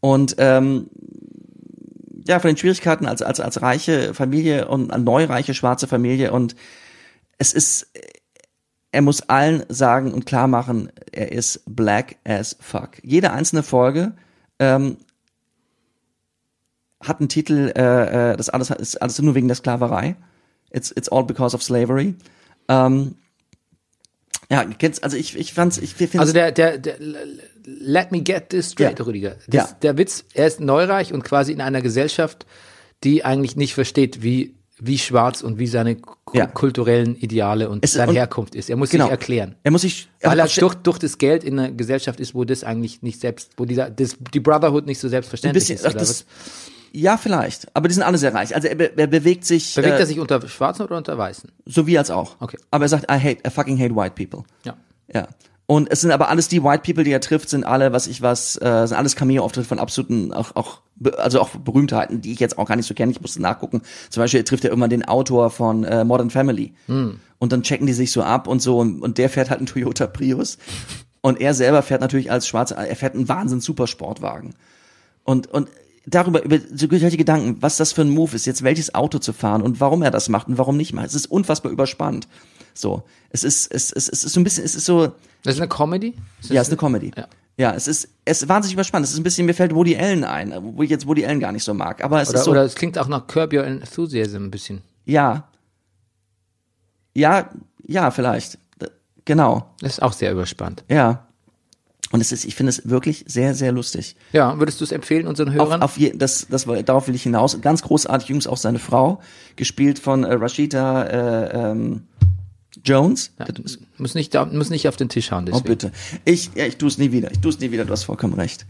S2: und ähm, ja, von den Schwierigkeiten als, als, als reiche Familie und als neureiche schwarze Familie. Und es ist, er muss allen sagen und klar machen, er ist black as fuck. Jede einzelne Folge ähm, hat einen Titel, äh, äh, das alles ist alles nur wegen der Sklaverei. It's, it's all because of slavery. Ähm, ja, kennst, also ich, ich fand's, ich finde
S1: Also der, der, der Let me get this straight,
S2: Ja.
S1: Rüdiger. Das,
S2: Ja.
S1: Der Witz, er ist neureich und quasi in einer Gesellschaft, die eigentlich nicht versteht, wie, wie schwarz und wie seine ku-
S2: Ja.
S1: kulturellen Ideale und
S2: Es ist-
S1: seine
S2: und-
S1: Herkunft ist. Er muss
S2: genau.
S1: sich erklären.
S2: Er muss sich,
S1: Weil er
S2: auf-
S1: durch, durch das Geld in einer Gesellschaft ist, wo das eigentlich nicht selbst, wo dieser, das, die Brotherhood nicht so selbstverständlich
S2: bisschen-
S1: ist.
S2: ach,
S1: oder
S2: das-
S1: was?
S2: Ja, vielleicht. Aber die sind alle sehr reich. Also er, be- er bewegt sich,
S1: Bewegt
S2: äh,
S1: er sich unter Schwarzen oder unter Weißen?
S2: sowie als auch.
S1: Okay.
S2: Aber er sagt, I hate, I fucking hate white people.
S1: Ja.
S2: Ja. Und es sind aber alles die White People, die er trifft, sind alle, was ich was, äh, sind alles Cameo-Auftritte von absoluten, auch, auch, be- also auch Berühmtheiten, die ich jetzt auch gar nicht so kenne. Ich musste nachgucken. Zum Beispiel trifft er irgendwann den Autor von äh, Modern Family.
S1: Hm.
S2: Und dann checken die sich so ab und so. Und, und der fährt halt einen Toyota Prius. Und er selber fährt natürlich als Schwarzer, er fährt einen Wahnsinns-Supersportwagen. Und, und darüber, über so solche Gedanken, was das für ein Move ist, jetzt welches Auto zu fahren und warum er das macht und warum nicht mal. Es ist unfassbar überspannt. So. Es ist, es, es, es ist so ein bisschen, es ist so,
S1: Das ist eine Comedy? Ist das
S2: ja, ist eine Comedy.
S1: Ja.
S2: Ja. es ist, es ist wahnsinnig überspannt. Es ist ein bisschen, mir fällt Woody Allen ein, wo ich jetzt Woody Allen gar nicht so mag. Aber es
S1: oder,
S2: ist so,
S1: oder es klingt auch nach Curb Your Enthusiasm ein bisschen.
S2: ja. Ja, ja, vielleicht. D- Genau,
S1: Das ist auch sehr überspannt.
S2: ja. Und es ist, ich finde es wirklich sehr, sehr lustig.
S1: Ja, würdest du es empfehlen unseren
S2: Auf,
S1: Hörern?
S2: auf je, das, das, war- darauf will ich hinaus. Ganz großartig übrigens auch seine Frau, gespielt von äh, Rashida äh, ähm, Jones.
S1: Ja, muss nicht, da, muss nicht auf den Tisch hauen.
S2: Oh,
S1: Deswegen.
S2: bitte. Ich, ja, ich tue es nie wieder. Ich tue es nie wieder. Du hast vollkommen recht.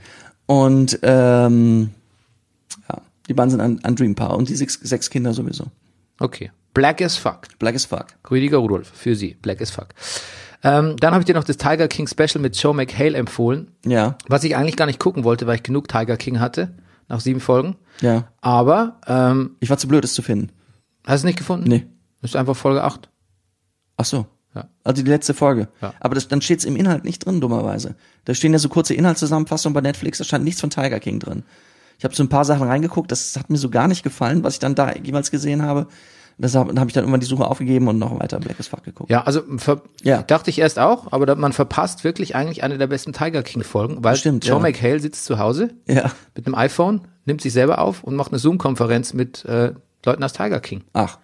S2: Und ähm, ja, die beiden sind ein, ein Dreampaar und die sechs, sechs Kinder sowieso.
S1: Okay. Black as fuck.
S2: Black as fuck.
S1: Rüdiger Rudolf, für Sie. Black as fuck. Ähm, dann habe ich dir noch das Tiger King Special mit Joe McHale empfohlen,
S2: Ja,
S1: was ich eigentlich gar nicht gucken wollte, weil ich genug Tiger King hatte, nach sieben Folgen.
S2: ja.
S1: Aber, ähm,
S2: Ich war zu blöd, es zu finden.
S1: hast du es nicht gefunden?
S2: Nee.
S1: Ist einfach Folge 8.
S2: Ach so.
S1: Ja.
S2: Also die letzte Folge.
S1: Ja.
S2: Aber das, dann steht es im Inhalt nicht drin, dummerweise. Da stehen ja so kurze Inhaltszusammenfassungen bei Netflix, da stand nichts von Tiger King drin. Ich habe so ein paar Sachen reingeguckt, das hat mir so gar nicht gefallen, was ich dann da jeweils gesehen habe. Deshalb habe ich dann irgendwann die Suche aufgegeben und noch weiter Black as fuck geguckt.
S1: Ja, also ver
S2: Ja.
S1: dachte ich erst auch, aber da, man verpasst wirklich eigentlich eine der besten Tiger King Folgen, weil
S2: Stimmt,
S1: Joe
S2: ja.
S1: McHale sitzt zu Hause
S2: ja.
S1: mit einem iPhone, nimmt sich selber auf und macht eine Zoom-Konferenz mit äh, Leuten aus Tiger King.
S2: Ach,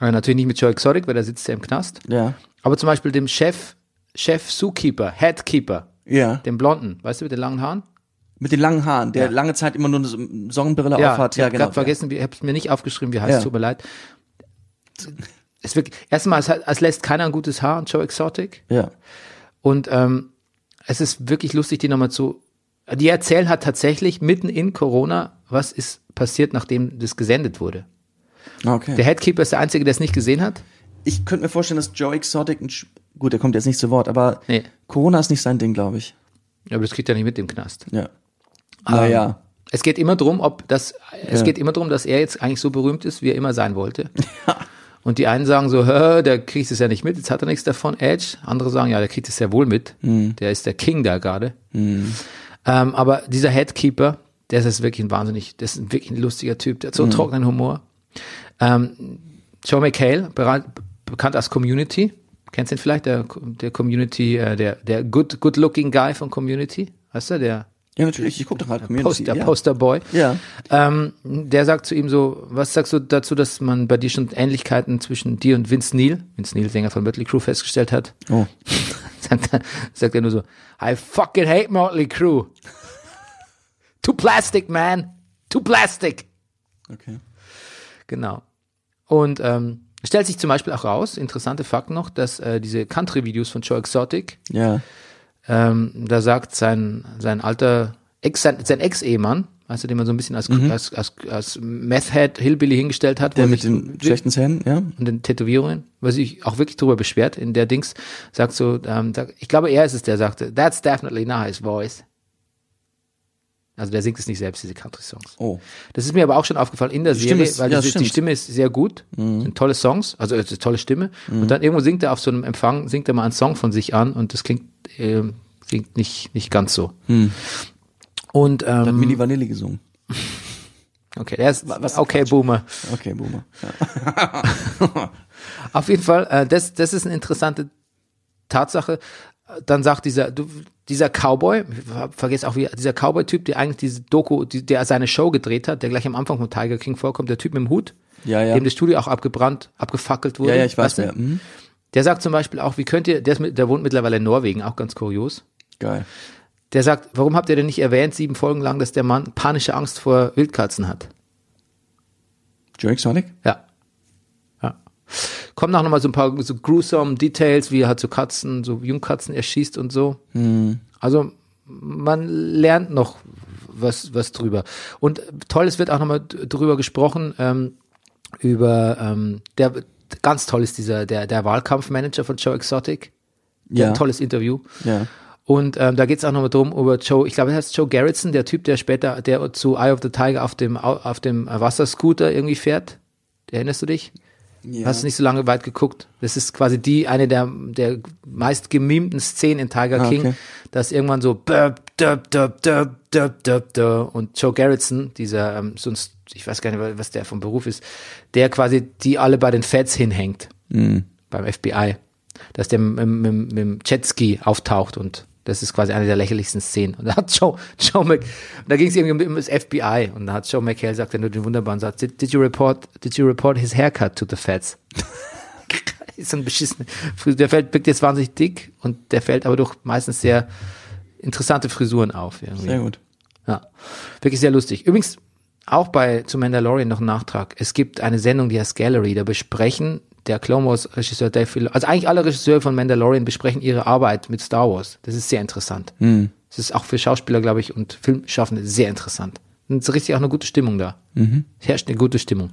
S1: Äh, natürlich nicht mit Joe Exotic, weil der sitzt ja im Knast.
S2: ja.
S1: Aber zum Beispiel dem Chef, Chef Zookeeper, Headkeeper,
S2: Ja.
S1: dem Blonden, weißt du, mit den langen Haaren?
S2: Mit den langen Haaren, der lange Zeit immer nur eine so- Sonnenbrille ja, genau. aufhat.
S1: ich hab grad vergessen, ich hab's mir nicht aufgeschrieben, wie heißt es,
S2: Ja.
S1: tut mir leid. Es wirklich, erstmal, es, hat- es lässt keiner ein gutes Haar an Joe Exotic.
S2: Ja.
S1: Und ähm, es ist wirklich lustig, die nochmal zu. Die erzählen hat tatsächlich mitten in Corona, was ist passiert, nachdem das gesendet wurde.
S2: ja. Ah, Okay.
S1: Der Headkeeper ist der Einzige, der es nicht gesehen hat.
S2: ich könnte mir vorstellen, dass Joe Exotic ein Sch Gut, der kommt jetzt nicht zu Wort, aber
S1: Nee.
S2: Corona ist nicht sein Ding, glaube ich.
S1: Aber das kriegt er nicht mit im Knast.
S2: Ja.
S1: Ähm,
S2: Naja.
S1: Es geht immer drum, ob das, es
S2: Ah, Ja.
S1: geht immer drum, dass er jetzt eigentlich so berühmt ist, wie er immer sein wollte. Und die einen sagen so, hä, der kriegt es ja nicht mit, jetzt hat er nichts davon, Edge. Andere sagen, ja, der kriegt es sehr wohl mit. Der ist der King da gerade. Ähm, aber dieser Headkeeper, der ist jetzt wirklich ein wahnsinnig, der ist ein wirklich ein lustiger Typ, der hat so einen trockenen Humor. Ähm, Joe McHale, bera- bekannt als Community, kennst du ihn vielleicht, der, der Community, äh, der, der good, good looking guy von Community, weißt du, der
S2: Ja, natürlich. Ich gucke doch halt Community.
S1: Poster,
S2: ja.
S1: Posterboy.
S2: Ja.
S1: Ähm, der sagt zu ihm so, was sagst du dazu, dass man bei dir schon Ähnlichkeiten zwischen dir und Vince Neil, Vince Neil, Sänger von Mötley Crew, festgestellt hat?
S2: Oh.
S1: sagt, er, sagt er nur so, I fucking hate Motley Crew. Too plastic, man. Too plastic.
S2: Okay.
S1: Genau. Und ähm, stellt sich zum Beispiel auch raus, interessante Fakt noch, dass äh, diese Country-Videos von Joe Exotic,
S2: Ja.
S1: ähm, da sagt sein, sein alter Ex, sein, sein Ex-Ehemann, also den man so ein bisschen als, als, als, als Meth-Head Hillbilly hingestellt hat,
S2: Mhm. Der
S1: wo
S2: mit
S1: sich-
S2: den schlechten Zähnen, ja.
S1: und den Tätowierungen, was sich auch wirklich drüber beschwert, in der Dings, sagt so, ähm, sagt, ich glaube, er ist es, der sagte, that's definitely nice voice. Also der singt es nicht selbst, diese Country-Songs.
S2: Oh.
S1: Das ist mir aber auch schon aufgefallen in der
S2: Stimme
S1: Serie,
S2: ist-
S1: weil
S2: ja,
S1: das ist, die
S2: stimmt. Mhm.
S1: Stimme ist sehr gut, sind tolle Songs, also es ist eine tolle Stimme. Und dann irgendwo singt er auf so einem Empfang, singt er mal einen Song von sich an und das klingt, ähm, klingt nicht, nicht ganz so.
S2: Mhm.
S1: Und
S2: Hat
S1: ähm,
S2: Mini Vanilli gesungen.
S1: okay, der ist okay, Boomer.
S2: Okay, Boomer. Ja.
S1: Auf jeden Fall, äh, das, das ist eine interessante Tatsache. Dann sagt dieser, du, dieser Cowboy, ich ver- vergiss auch wieder, dieser Cowboy-Typ, der eigentlich diese Doku, die, der seine Show gedreht hat, der gleich am Anfang von Tiger King vorkommt, der Typ mit dem Hut,
S2: Ja, ja.
S1: dem das Studio auch abgebrannt, abgefackelt wurde.
S2: Ja, ja, ich
S1: weißt
S2: weiß
S1: du?
S2: wer. Mhm.
S1: Der sagt zum Beispiel auch, wie könnt ihr, der, ist mit, der wohnt mittlerweile in Norwegen, auch ganz kurios.
S2: Geil.
S1: Der sagt, warum habt ihr denn nicht erwähnt, sieben Folgen lang, dass der Mann panische Angst vor Wildkatzen hat?
S2: Joe Exotic?
S1: Ja. ja. Kommen auch nochmal so ein paar so gruesome Details, wie er halt so Katzen, so Jungkatzen erschießt und so. Also man lernt noch was, was drüber. Und toll, es wird auch nochmal d- drüber gesprochen, ähm, über ähm, der ganz toll ist dieser, der, der Wahlkampfmanager von Joe Exotic. Der
S2: Ja.
S1: Ein tolles Interview.
S2: Ja.
S1: Und ähm, da geht's auch nochmal drum über Joe, ich glaube, er heißt Joe Garretson, der Typ, der später, der zu Eye of the Tiger auf dem, Au- auf dem äh, Wasserscooter irgendwie fährt. Erinnerst du dich?
S2: ja.
S1: Hast du nicht so lange weit geguckt? Das ist quasi die, eine der, der meist gemimten Szenen in Tiger
S2: Ah,
S1: King,
S2: okay.
S1: dass irgendwann so döp, döp, döp, döp, döp, döp, döp. und Joe Garretson, dieser, ähm, sonst, ich weiß gar nicht, was der vom Beruf ist, der quasi die alle bei den Feds hinhängt
S2: Mhm.
S1: beim FBI, dass der mit, mit, mit dem Jetski auftaucht und das ist quasi eine der lächerlichsten Szenen. Und da hat Joe, Joe Mc, und da ging es irgendwie um das FBI und da hat Joe McHale sagt er nur den wunderbaren Satz, did, did you report, did you report his haircut to the feds? ist so ein beschissener, der fällt, wirkt jetzt wahnsinnig dick und der fällt aber durch meistens sehr interessante Frisuren auf. Irgendwie.
S2: Sehr gut.
S1: Ja, wirklich sehr lustig. Übrigens, auch bei zu Mandalorian noch ein Nachtrag. Es gibt eine Sendung, die heißt Gallery, da besprechen der Clone Wars Regisseur Dave Filoni, also eigentlich alle Regisseure von Mandalorian besprechen ihre Arbeit mit Star Wars. Das ist sehr interessant. Das ist auch für Schauspieler, glaube ich, und Filmschaffende sehr interessant. Und es ist richtig auch eine gute Stimmung da. Es herrscht eine gute Stimmung.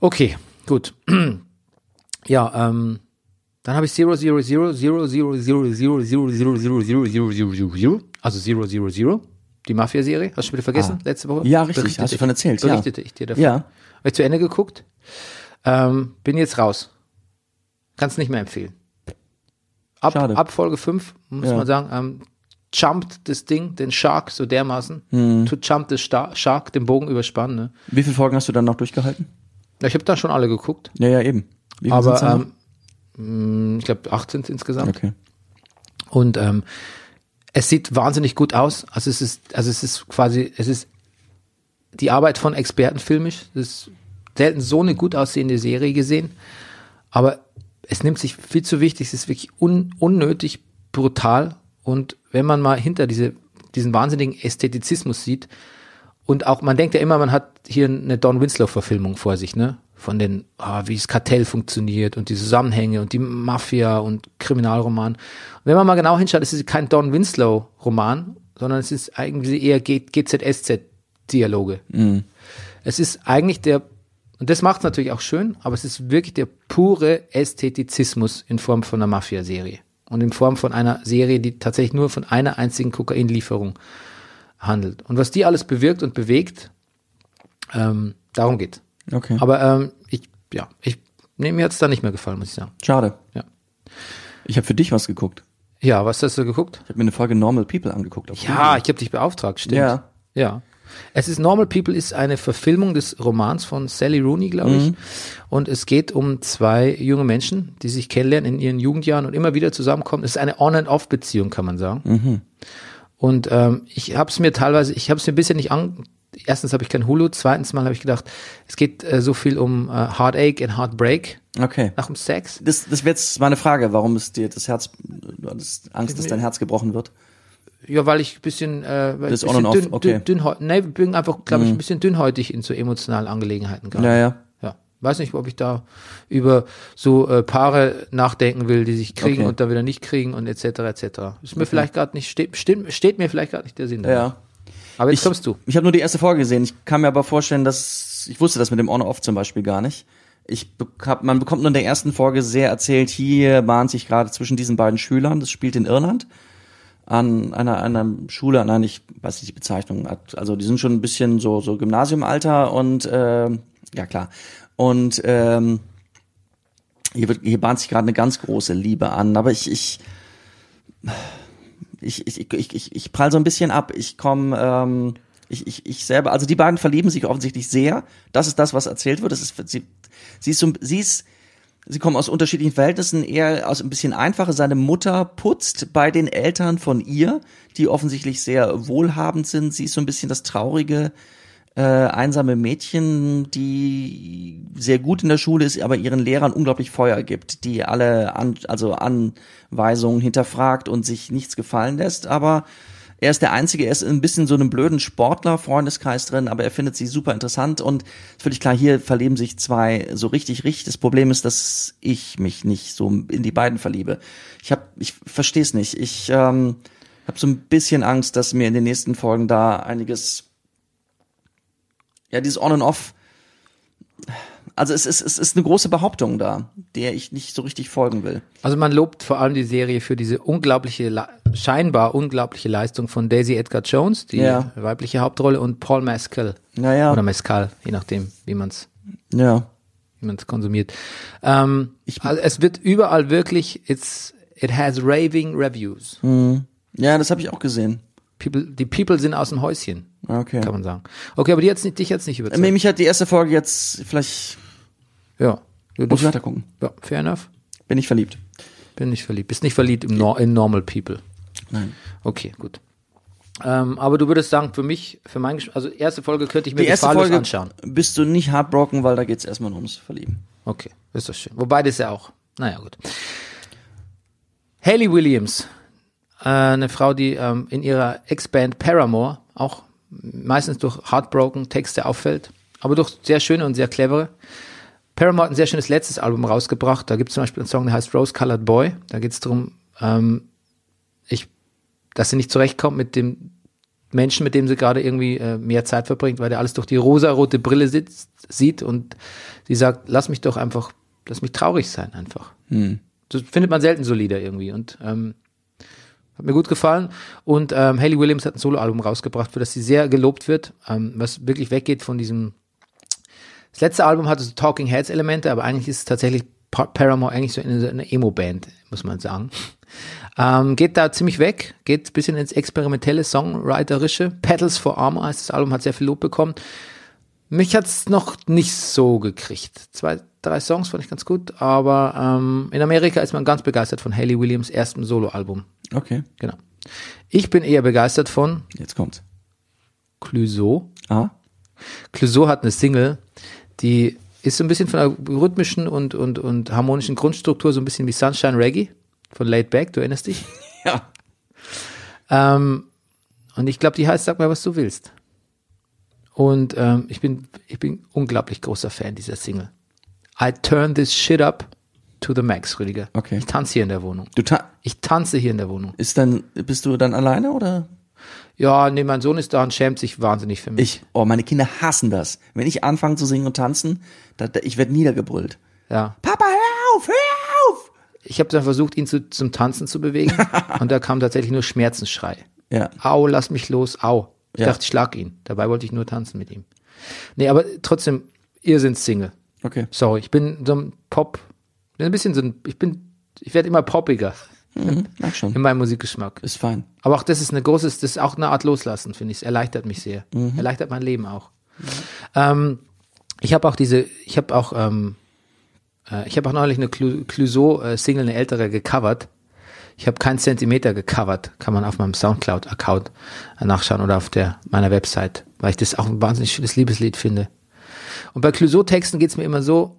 S1: Okay, gut. Ja, ähm, dann habe ich 0, 0, 0, 0, 0, 0, 0, 0, 0, 0, 0, 0, 0, 0, 0, 0, also 0, 0, 0, die Mafia-Serie. Hast du schon wieder vergessen, letzte Woche?
S2: Ah. Ja, richtig,
S1: Berichtete
S2: hast du von erzählt, ja.
S1: Berichtete ich dir davon.
S2: Ja.
S1: Habe ich zu Ende geguckt. Ähm, bin jetzt raus. Kannst nicht mehr empfehlen. Ab,
S2: Schade.
S1: ab Folge 5, muss
S2: Ja.
S1: man sagen, ähm, jumpt das Ding, den Shark so dermaßen.
S2: Hm.
S1: To jump the Star Shark, den Bogen überspannen. Ne?
S2: Wie viele Folgen hast du dann noch durchgehalten?
S1: Ja, Ich habe da schon alle geguckt.
S2: Ja, ja, eben. Wie viele sind's
S1: Aber
S2: dann noch?
S1: ähm, mh, ich glaube 18 insgesamt.
S2: okay.
S1: Und ähm, es sieht wahnsinnig gut aus. Also es ist, also es ist quasi, es ist die Arbeit von Experten filmisch. Es ist selten so eine gut aussehende Serie gesehen. Aber es nimmt sich viel zu wichtig. Es ist wirklich un, unnötig brutal. Und wenn man mal hinter diese, diesen wahnsinnigen Ästhetizismus sieht, und auch, man denkt ja immer, man hat hier eine Don Winslow-Verfilmung vor sich, ne? Von den, ah, wie das Kartell funktioniert und die Zusammenhänge und die Mafia und Kriminalroman. Und wenn man mal genau hinschaut, es ist kein Don Winslow-Roman, sondern es ist eigentlich eher G- GZSZ-Dialoge. Es ist eigentlich der, und das macht es natürlich auch schön, aber es ist wirklich der pure Ästhetizismus in Form von einer Mafia-Serie. Und in Form von einer Serie, die tatsächlich nur von einer einzigen Kokainlieferung handelt. Und was die alles bewirkt und bewegt, ähm, darum geht.
S2: Okay.
S1: Aber ähm, ich, ja, ich, nee, mir hat's da nicht mehr gefallen, muss ich sagen.
S2: Schade.
S1: Ja.
S2: Ich habe für dich was geguckt.
S1: Ja, was hast du geguckt?
S2: Ich habe mir eine Folge Normal People angeguckt. auf
S1: Ja, ich habe dich beauftragt, stimmt.
S2: Ja.
S1: Ja. Es ist Normal People ist eine Verfilmung des Romans von Sally Rooney, glaube ich. Und es geht um zwei junge Menschen, die sich kennenlernen in ihren Jugendjahren und immer wieder zusammenkommen. Es ist eine On-and-Off-Beziehung, kann man sagen. Und ähm, ich habe es mir teilweise, ich habe es mir bisher nicht an. Erstens habe ich kein Hulu, zweitens mal habe ich gedacht, es geht äh, so viel um äh, Heartache and Heartbreak
S2: Okay.
S1: nach dem Sex.
S2: Das, das wäre jetzt meine Frage, warum ist dir das Herz, du hattest Angst, dass dein Herz gebrochen wird?
S1: Ja, weil ich ein bisschen, äh, weil
S2: Bist
S1: ich
S2: on
S1: bisschen
S2: and off,
S1: dünn,
S2: okay. Mhm.
S1: dünn, dünn, nee, bin einfach, glaube ich, ein bisschen dünnhäutig in so emotionalen Angelegenheiten gerade.
S2: Ja, ja.
S1: Ja, weiß nicht, ob ich da über so äh, Paare nachdenken will, die sich kriegen
S2: Okay.
S1: und dann wieder nicht kriegen und etc. etc. Ist mir vielleicht gerade nicht steht, steht, steht mir vielleicht gerade nicht der Sinn. danach.
S2: Ja.
S1: Aber jetzt kommst du.
S2: Ich habe nur die erste Folge gesehen. Ich kann mir aber vorstellen, dass ich wusste das mit dem On-Off zum Beispiel gar nicht. Ich be- hab, man bekommt nur in der ersten Folge sehr erzählt, hier bahnt sich gerade zwischen diesen beiden Schülern, das spielt in Irland, an einer, einer Schule, an einer, ich weiß nicht die Bezeichnung, hat. also die sind schon ein bisschen so, so Gymnasiumalter und ähm, ja klar. Und ähm, hier, wird, hier bahnt sich gerade eine ganz große Liebe an, aber ich, ich, ich, ich, ich, ich, ich prall so ein bisschen ab. Ich komme, ähm, ich, ich, ich selber, also die beiden verlieben sich offensichtlich sehr. Das ist das, was erzählt wird. Das ist, sie, sie ist so, ein- sie ist, sie kommen aus unterschiedlichen Verhältnissen, eher aus ein bisschen einfacher. Seine Mutter putzt bei den Eltern von ihr, die offensichtlich sehr wohlhabend sind. Sie ist so ein bisschen das traurige, äh, einsame Mädchen, die sehr gut in der Schule ist, aber ihren Lehrern unglaublich Feuer gibt, die alle an, also Anweisungen hinterfragt und sich nichts gefallen lässt, aber er ist der Einzige, er ist ein bisschen so einem blöden Sportler-Freundeskreis drin, aber er findet sie super interessant und ist völlig klar, hier verlieben sich zwei so richtig, richtig. Das Problem ist, dass ich mich nicht so in die beiden verliebe. Ich hab, ich verstehe es nicht. Ich ähm, habe so ein bisschen Angst, dass mir in den nächsten Folgen da einiges ja, dieses On and Off. Also es ist, es ist eine große Behauptung da, der ich nicht so richtig folgen will.
S1: Also man lobt vor allem die Serie für diese unglaubliche, Le- scheinbar unglaubliche Leistung von Daisy Edgar Jones, die
S2: Ja.
S1: weibliche Hauptrolle, und Paul Mescal.
S2: Naja.
S1: Oder Mescal, je nachdem, wie man es
S2: Ja.
S1: wie man es konsumiert. Ähm,
S2: Ich-
S1: also es wird überall wirklich, it's, it has raving reviews.
S2: Hm. Ja, das habe ich auch gesehen. Ah,
S1: People, die People sind aus dem Häuschen.
S2: Okay. Äh,
S1: Kann man sagen. Okay, aber die hat's nicht, dich jetzt nicht überzeugt.
S2: Mich hat die erste Folge jetzt, vielleicht
S1: ja. Ja,
S2: Ähm, muss
S1: das,
S2: ich weiter gucken.
S1: ja, fair enough.
S2: Bin ich verliebt.
S1: Bin nicht verliebt. Bist nicht verliebt im Nor in Normal People. Nein. Okay, gut. Ähm, aber du würdest sagen, für mich, für mein Geschmack, also erste Folge könnte ich mir
S2: Die erste
S1: gefahrlos
S2: Folge
S1: anschauen.
S2: bist du nicht heartbroken, weil da geht es erstmal ums Verlieben.
S1: Okay, ist doch schön. Wobei das ja auch. Naja, gut. Hayley Williams, äh, eine Frau, die ähm, in ihrer Ex-Band Paramore auch meistens durch Heartbroken Texte auffällt, aber durch sehr schöne und sehr clevere. Paramore hat ein sehr schönes letztes Album rausgebracht. Da gibt es zum Beispiel einen Song, der heißt Rose Colored Boy. Da geht es darum, ähm, ich, dass sie nicht zurechtkommt mit dem Menschen, mit dem sie gerade irgendwie äh, mehr Zeit verbringt, weil der alles durch die rosarote Brille sitzt, sieht und sie sagt, lass mich doch einfach, lass mich traurig sein einfach. Das findet man selten so Lieder irgendwie und ähm, hat mir gut gefallen und ähm, Hayley Williams hat ein Soloalbum rausgebracht, für das sie sehr gelobt wird, ähm, was wirklich weggeht von diesem das letzte Album hatte so Talking Heads Elemente, aber eigentlich ist es tatsächlich Pa- Paramore eigentlich so eine, so eine Emo-Band, muss man sagen. Ähm, geht da ziemlich weg, geht ein bisschen ins experimentelle, songwriterische. Petals for Armor heißt das Album, hat sehr viel Lob bekommen. Mich hat's noch nicht so gekriegt. Zwei, drei Songs fand ich ganz gut, aber ähm, in Amerika ist man ganz begeistert von Hayley Williams erstem Soloalbum.
S2: Okay,
S1: Genau. Ich bin eher begeistert von
S2: jetzt kommt's.
S1: Clouseau.
S2: Ah,
S1: Clouseau hat eine Single, die ist so ein bisschen von der rhythmischen und, und, und harmonischen Grundstruktur so ein bisschen wie Sunshine Reggae von Laid Back, du erinnerst dich?
S2: ja.
S1: Ähm, und ich glaube, die heißt Sag mal, was du willst. Und ähm, ich, bin, ich bin unglaublich großer Fan dieser Single. I turn this shit up to the max, Rüdiger.
S2: Okay.
S1: Ich tanze hier in der Wohnung.
S2: Du ta
S1: Ich tanze hier in der Wohnung.
S2: ist dann, bist du dann alleine oder?
S1: Ja, nee, mein Sohn ist da und schämt sich wahnsinnig für mich.
S2: Ich. Oh, meine Kinder hassen das. Wenn ich anfange zu singen und tanzen, da, da, ich werde niedergebrüllt.
S1: Ja.
S2: Papa, hör auf, hör auf!
S1: Ich habe dann versucht, ihn zu, zum Tanzen zu bewegen und da kam tatsächlich nur Schmerzensschrei.
S2: Ja.
S1: Au, lass mich los, au. Ich
S2: Ja.
S1: dachte, ich schlag ihn. Dabei wollte ich nur tanzen mit ihm. Nee, aber trotzdem, ihr sind Single.
S2: Okay.
S1: Sorry, ich bin so ein Pop, bin ein bisschen so ein, ich bin, ich werde immer poppiger Mhm.
S2: Merk schon.
S1: in meinem Musikgeschmack.
S2: Ist fein.
S1: Aber auch das ist eine große, das ist auch eine Art Loslassen, finde ich. Es erleichtert mich sehr. Erleichtert mein Leben auch. Ähm, ich habe auch diese, ich habe auch, äh, ähm, äh, ich habe auch neulich eine Clu- Clouseau-Single, eine ältere, gecovert. Ich habe keinen Zentimeter gecovert. Kann man auf meinem Soundcloud-Account äh, nachschauen oder auf der meiner Website, weil ich das auch ein wahnsinnig schönes Liebeslied finde. Und bei Clouseau-Texten geht's mir immer so,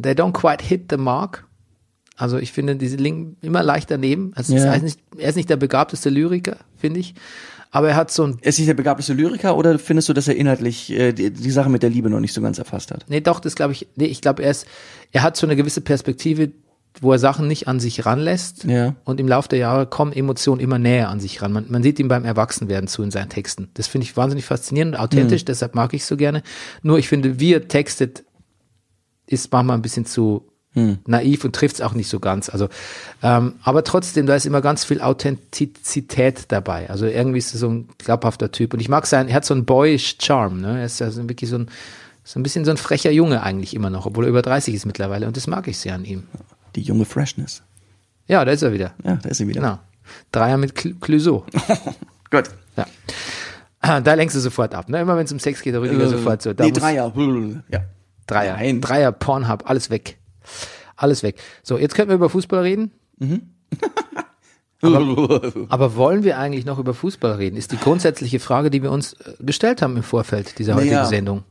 S1: they don't quite hit the mark. Also ich finde, diese Lingen immer leicht daneben. Also
S2: Ja.
S1: er, ist nicht, er ist nicht der begabteste Lyriker, finde ich. Aber er hat so ein,
S2: Er Ist nicht der begabteste Lyriker oder findest du, dass er inhaltlich äh, die, die Sache mit der Liebe noch nicht so ganz erfasst hat?
S1: nee, doch, das glaube ich, nee, ich glaube, er ist, er hat so eine gewisse Perspektive, wo er Sachen nicht an sich ranlässt.
S2: Ja.
S1: Und im Laufe der Jahre kommen Emotionen immer näher an sich ran. Man, man sieht ihm beim Erwachsenwerden zu in seinen Texten. Das finde ich wahnsinnig faszinierend und authentisch, deshalb mag ich so gerne. Nur ich finde, wie er textet, ist manchmal ein bisschen zu
S2: Hm.
S1: naiv und trifft es auch nicht so ganz. Also, ähm, aber trotzdem, da ist immer ganz viel Authentizität dabei. Also irgendwie ist er so ein glaubhafter Typ. Und ich mag sein, er hat so einen boyish Charme. Ne? Er ist ja so wirklich so ein, so ein bisschen so ein frecher Junge eigentlich immer noch, obwohl er über 30 ist mittlerweile. Und das mag ich sehr an ihm.
S2: Die junge Freshness.
S1: Ja, da ist er wieder.
S2: Ja, da ist sie wieder.
S1: Genau. Dreier mit Cl- Clouseau.
S2: Gut.
S1: Ja. Ah, Da lenkst du sofort ab. Ne? Immer wenn es um Sex geht, der Rüdiger sofort so. Da
S2: Äh, nee,
S1: muss-
S2: Dreier. Ja.
S1: Dreier.
S2: Nein.
S1: Dreier, Pornhub, alles weg. Alles weg. So, jetzt könnten wir über Fußball reden. Aber wollen wir eigentlich noch über Fußball reden? Ist die grundsätzliche Frage, die wir uns äh, gestellt haben im Vorfeld dieser heutigen
S2: Naja.
S1: Sendung.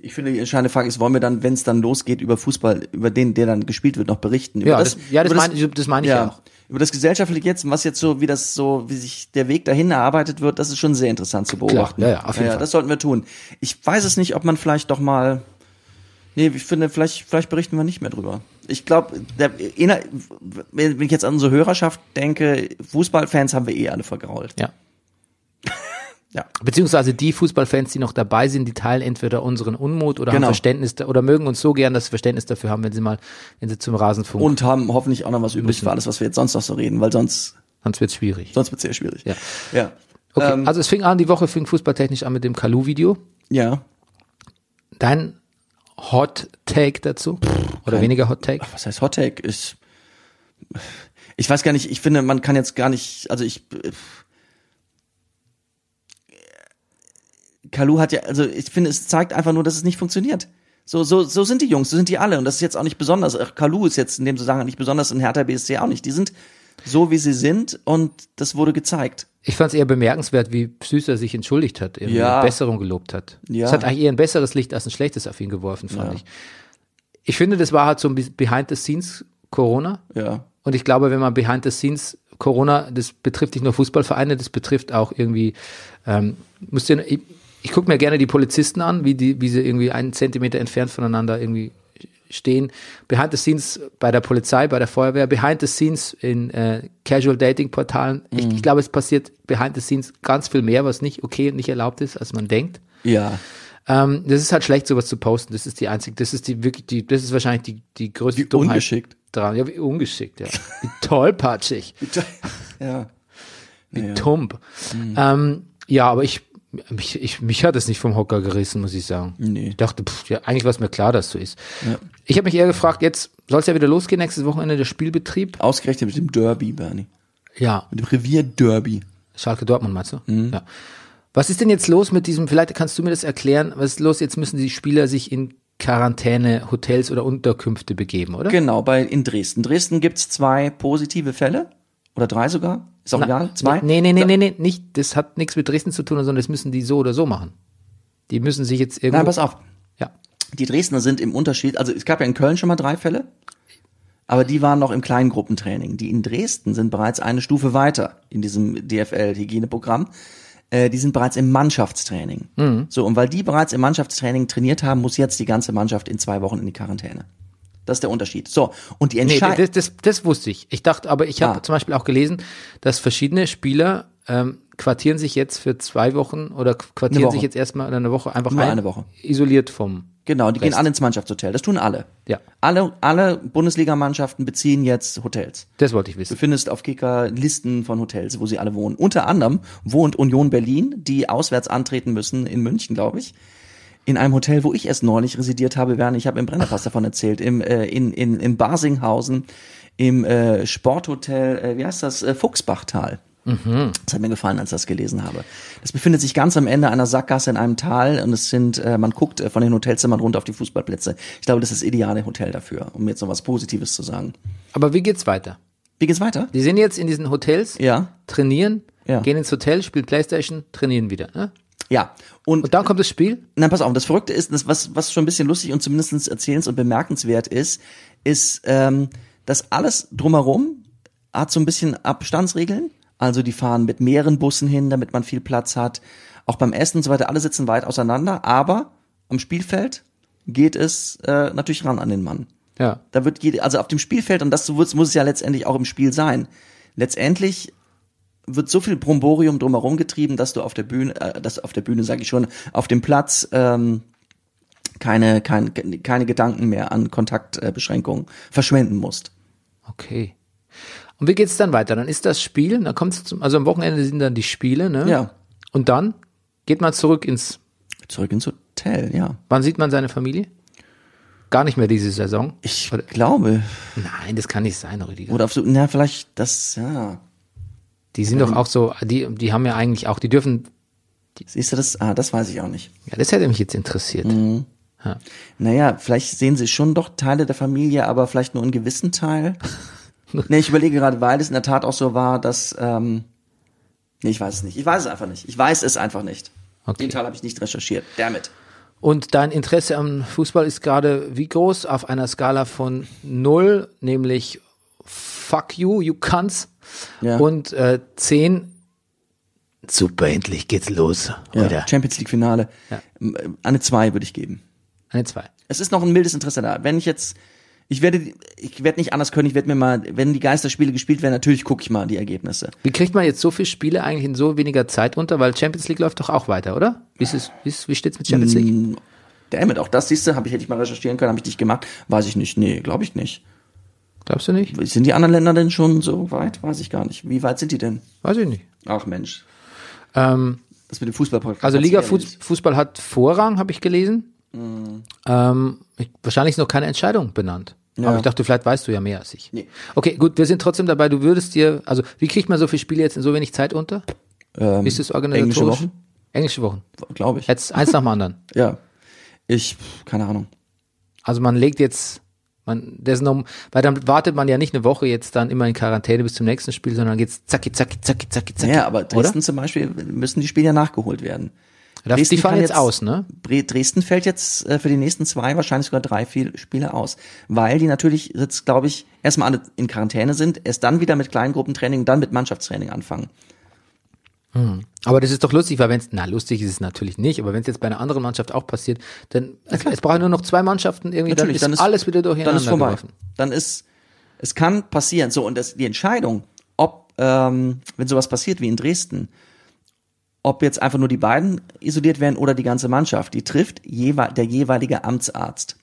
S2: Ich finde, die entscheidende Frage ist, wollen wir dann, wenn es dann losgeht, über Fußball, über den, der dann gespielt wird, noch berichten? Über
S1: Ja, das- ja, das
S2: über
S1: meine- das meine ich ja auch.
S2: Über das gesellschaftliche Jetzt, was jetzt so, wie das so, wie sich der Weg dahin erarbeitet wird, das ist schon sehr interessant zu beobachten.
S1: ja, ja, auf jeden Fall.
S2: Das sollten wir tun. Ich weiß es nicht, ob man vielleicht doch mal, nee, ich finde, vielleicht, vielleicht berichten wir nicht mehr drüber. Ich glaube, der- inner- wenn ich jetzt an unsere Hörerschaft denke, Fußballfans haben wir eh alle vergrault.
S1: Ja.
S2: Ja.
S1: Beziehungsweise die Fußballfans, die noch dabei sind, die teilen entweder unseren Unmut oder haben
S2: Genau.
S1: Verständnis da- oder mögen uns so gern, dass sie Verständnis dafür haben, wenn sie mal, wenn sie zum Rasenfunk,
S2: Und haben hoffentlich auch noch was übrig für alles, was wir jetzt sonst noch so reden, weil sonst,
S1: sonst wird's schwierig.
S2: sonst wird's sehr schwierig.
S1: Ja.
S2: Ja.
S1: Okay,
S2: Ähm,
S1: also es fing an, die Woche fing fußballtechnisch an mit dem Kalu-Video.
S2: ja.
S1: Dein Hot Take dazu? Oder weniger Hot Take?
S2: was heißt Hot Take? Ich, ich weiß gar nicht, ich finde, man kann jetzt gar nicht, also ich. Kalu hat ja, also ich finde, es zeigt einfach nur, dass es nicht funktioniert. So, so, so sind die Jungs, so sind die alle. Und das ist jetzt auch nicht besonders. Auch Kalu ist jetzt in dem Zusammenhang nicht besonders und Hertha BSC auch nicht. Die sind so, wie sie sind und das wurde gezeigt.
S1: Ich fand es eher bemerkenswert, wie süß er sich entschuldigt hat, irgendwie
S2: Ja.
S1: Besserung gelobt hat.
S2: Ja.
S1: Es hat eigentlich eher ein besseres Licht als ein schlechtes auf ihn geworfen, fand
S2: Ja.
S1: ich. Ich finde, das war halt so ein bisschen Behind the Scenes Corona.
S2: Ja.
S1: Und ich glaube, wenn man Behind the Scenes Corona, das betrifft nicht nur Fußballvereine, das betrifft auch irgendwie, ähm, musst du, ich, ich gucke mir gerne die Polizisten an, wie, die, wie sie irgendwie einen Zentimeter entfernt voneinander irgendwie stehen. Behind the Scenes bei der Polizei, bei der Feuerwehr, Behind the Scenes in äh, Casual Dating Portalen. Ich, ich glaube, es passiert Behind the Scenes ganz viel mehr, was nicht okay und nicht erlaubt ist, als man denkt.
S2: Ja.
S1: Ähm, das ist halt schlecht, sowas zu posten. Das ist die einzige, das ist die wirklich, die, das ist wahrscheinlich die, die größte
S2: Wie ungeschickt.
S1: dran. Ja, wie ungeschickt, ja. Wie tollpatschig,
S2: Ja. Hm.
S1: wie tump. Ähm, ja, aber ich, mich, ich, mich hat es nicht vom Hocker gerissen, muss ich sagen.
S2: Nee.
S1: Ich dachte, pff, ja, eigentlich war es mir klar, dass so ist. Ich habe mich eher gefragt, jetzt soll es ja wieder losgehen, nächstes Wochenende der Spielbetrieb.
S2: Ausgerechnet mit dem Derby, Bernie.
S1: Ja,
S2: Mit dem Revier-Derby.
S1: Schalke Dortmund, meinst du?
S2: Mhm.
S1: Ja. Was ist denn jetzt los mit diesem, vielleicht kannst du mir das erklären, was ist los, jetzt müssen die Spieler sich in Quarantäne, Hotels oder Unterkünfte begeben, oder?
S2: Genau, bei, in Dresden. Dresden gibt's zwei positive Fälle. Oder drei sogar. Ist auch egal. Zwei.
S1: Nee, nee, nee, nee, nee, nicht, das hat nichts mit Dresden zu tun, sondern das müssen die so oder so machen. Die müssen sich jetzt irgendwo.
S2: Nein, pass auf.
S1: Ja.
S2: Die Dresdner sind im Unterschied. Also es gab ja in Köln schon mal drei Fälle. Aber die waren noch im Kleingruppentraining. Die in Dresden sind bereits eine Stufe weiter in diesem DFL-Hygieneprogramm. Äh, die sind bereits im Mannschaftstraining.
S1: Mhm.
S2: So, und weil die bereits im Mannschaftstraining trainiert haben, muss jetzt die ganze Mannschaft in zwei Wochen in die Quarantäne. Das ist der Unterschied. So, und die
S1: Nee,
S2: Entscheidung.
S1: das, das, das wusste ich. Ich dachte, aber ich habe
S2: Ah.
S1: zum Beispiel auch gelesen, dass verschiedene Spieler ähm, quartieren sich jetzt für zwei Wochen oder quartieren
S2: Eine Woche.
S1: sich jetzt erstmal in einer Woche einfach
S2: Nur
S1: ein,
S2: eine Woche.
S1: isoliert vom.
S2: Genau, die gehen
S1: Rest.
S2: alle ins Mannschaftshotel. Das tun alle.
S1: Ja.
S2: Alle, alle Bundesligamannschaften beziehen jetzt Hotels.
S1: Das wollte ich
S2: Du
S1: wissen.
S2: findest auf Kicker Listen von Hotels, wo sie alle wohnen. Unter anderem wohnt Union Berlin, die auswärts antreten müssen in München, glaube ich. In einem Hotel, wo ich erst neulich residiert habe, Werner, ich habe im Brennerpass davon erzählt, im, äh, in, in, in Basinghausen, im äh, Sporthotel, äh, wie heißt das, äh, Fuchsbachtal. Das hat mir gefallen, als ich das gelesen habe. Das befindet sich ganz am Ende einer Sackgasse in einem Tal und es sind, äh, man guckt äh, von den Hotelzimmern runter auf die Fußballplätze. Ich glaube, das ist das ideale Hotel dafür, um jetzt noch was Positives zu sagen.
S1: Aber wie geht's weiter?
S2: Wie geht's weiter?
S1: Die sind jetzt in diesen Hotels,
S2: Ja.
S1: trainieren,
S2: Ja.
S1: gehen ins Hotel, spielen Playstation, trainieren wieder. Ne?
S2: Ja. Und,
S1: Und dann kommt das Spiel.
S2: Na, pass auf, das Verrückte ist, das, was, was schon ein bisschen lustig und zumindest erzählens- und bemerkenswert ist, ist, ähm, dass alles drumherum hat so ein bisschen Abstandsregeln. Also die fahren mit mehreren Bussen hin, damit man viel Platz hat. Auch beim Essen und so weiter, alle sitzen weit auseinander, aber am Spielfeld geht es äh, natürlich ran an den Mann.
S1: Ja.
S2: Da wird jede, also auf dem Spielfeld, und das so wird's- muss es ja letztendlich auch im Spiel sein. Letztendlich wird so viel Bromborium drumherum getrieben, dass du auf der Bühne, äh, dass du auf der Bühne, sage ich schon, auf dem Platz ähm, keine, kein, keine Gedanken mehr an Kontaktbeschränkungen verschwenden musst.
S1: Okay. Und wie geht's dann weiter? Dann ist das Spiel, dann kommt's zum, also am Wochenende sind dann die Spiele, ne?
S2: Ja.
S1: Und dann geht man zurück ins,
S2: Zurück ins Hotel, ja.
S1: wann sieht man seine Familie? Gar nicht mehr diese Saison.
S2: Ich
S1: Oder-
S2: glaube.
S1: Nein, das kann nicht sein, Rüdiger.
S2: Oder auf so, na, vielleicht das, ja.
S1: Die sind doch auch so, die, die haben ja eigentlich auch, die dürfen,
S2: Siehst du das? Ah, das weiß ich auch nicht.
S1: ja, das hätte mich jetzt interessiert.
S2: Mhm.
S1: Ja.
S2: Naja, vielleicht sehen sie schon doch Teile der Familie, aber vielleicht nur einen gewissen Teil. nee, ich überlege gerade, weil es in der Tat auch so war, dass. Ähm, nee, ich weiß es nicht. Ich weiß es einfach nicht. Ich weiß es einfach nicht.
S1: Okay.
S2: Den Teil habe ich nicht recherchiert. Damit.
S1: Und dein Interesse am Fußball ist gerade wie groß? Auf einer Skala von null, nämlich fuck you, you kann's.
S2: Ja.
S1: Und äh, 10, super, endlich geht's los. Oder?
S2: Champions League Finale.
S1: Ja.
S2: Ähm, Eine zwei würde ich geben.
S1: Eine 2.
S2: Es ist noch ein mildes Interesse da. Wenn ich jetzt. Ich werde, ich werde nicht anders können. Ich werde mir mal, wenn die Geisterspiele gespielt werden, natürlich gucke ich mal die Ergebnisse.
S1: Wie kriegt man jetzt so viele Spiele eigentlich in so weniger Zeit unter? Weil Champions League läuft doch auch weiter, oder? Wie, ist es, wie, ist, wie steht's mit Champions League?
S2: Mm. Damit, auch das siehst du, habe ich hätte ich mal recherchieren können, habe ich nicht gemacht. Weiß ich nicht. Nee, glaube ich nicht.
S1: Glaubst du nicht?
S2: Sind die anderen Länder denn schon so weit? Weiß ich gar nicht. Wie weit sind die denn?
S1: Weiß ich nicht.
S2: Ach Mensch,
S1: Ähm,
S2: das mit dem Fußballpodcast.
S1: also
S2: hat's
S1: Liga
S2: wieder
S1: Fuß-
S2: nicht. Mm.
S1: Fußball hat Vorrang, habe ich gelesen. Ähm, ich, wahrscheinlich ist noch keine Entscheidung benannt.
S2: Ja.
S1: Aber ich dachte, vielleicht weißt du ja mehr als ich.
S2: Nee.
S1: Okay, gut, wir sind trotzdem dabei. Du würdest dir, also wie kriegt man so viele Spiele jetzt in so wenig Zeit unter?
S2: Ähm,
S1: Wie ist es organisatorisch?
S2: Englische Wochen,
S1: Englische Wochen.
S2: glaube ich.
S1: Jetzt eins nach dem anderen.
S2: Ja. Ich, pff, keine Ahnung.
S1: Also man legt jetzt, man, there's no, weil dann wartet man ja nicht eine Woche jetzt dann immer in Quarantäne bis zum nächsten Spiel, sondern geht's zacki, zacki, zacki, zacki, zacki.
S2: Naja, aber Dresden
S1: oder?
S2: zum Beispiel müssen die Spiele ja nachgeholt werden.
S1: Da- Die
S2: Dresden
S1: fallen
S2: kann
S1: jetzt aus, ne?
S2: Bre- Dresden fällt jetzt äh, für die nächsten zwei, wahrscheinlich sogar drei viel Spiele aus. Weil die natürlich jetzt, glaube ich, erstmal alle in Quarantäne sind, erst dann wieder mit Kleingruppentraining, dann mit Mannschaftstraining anfangen.
S1: Aber das ist doch lustig, weil wenn es, na lustig ist es natürlich nicht, aber wenn es jetzt bei einer anderen Mannschaft auch passiert, dann es, es brauchen nur noch zwei Mannschaften irgendwie,
S2: Natürlich,
S1: dann ist alles wieder durcheinander
S2: Dann ist vorbei.
S1: geworfen.
S2: Dann ist, es kann passieren. So, und das, die Entscheidung, ob, ähm, wenn sowas passiert wie in Dresden, ob jetzt einfach nur die beiden isoliert werden oder die ganze Mannschaft, die trifft jewe der jeweilige Amtsarzt.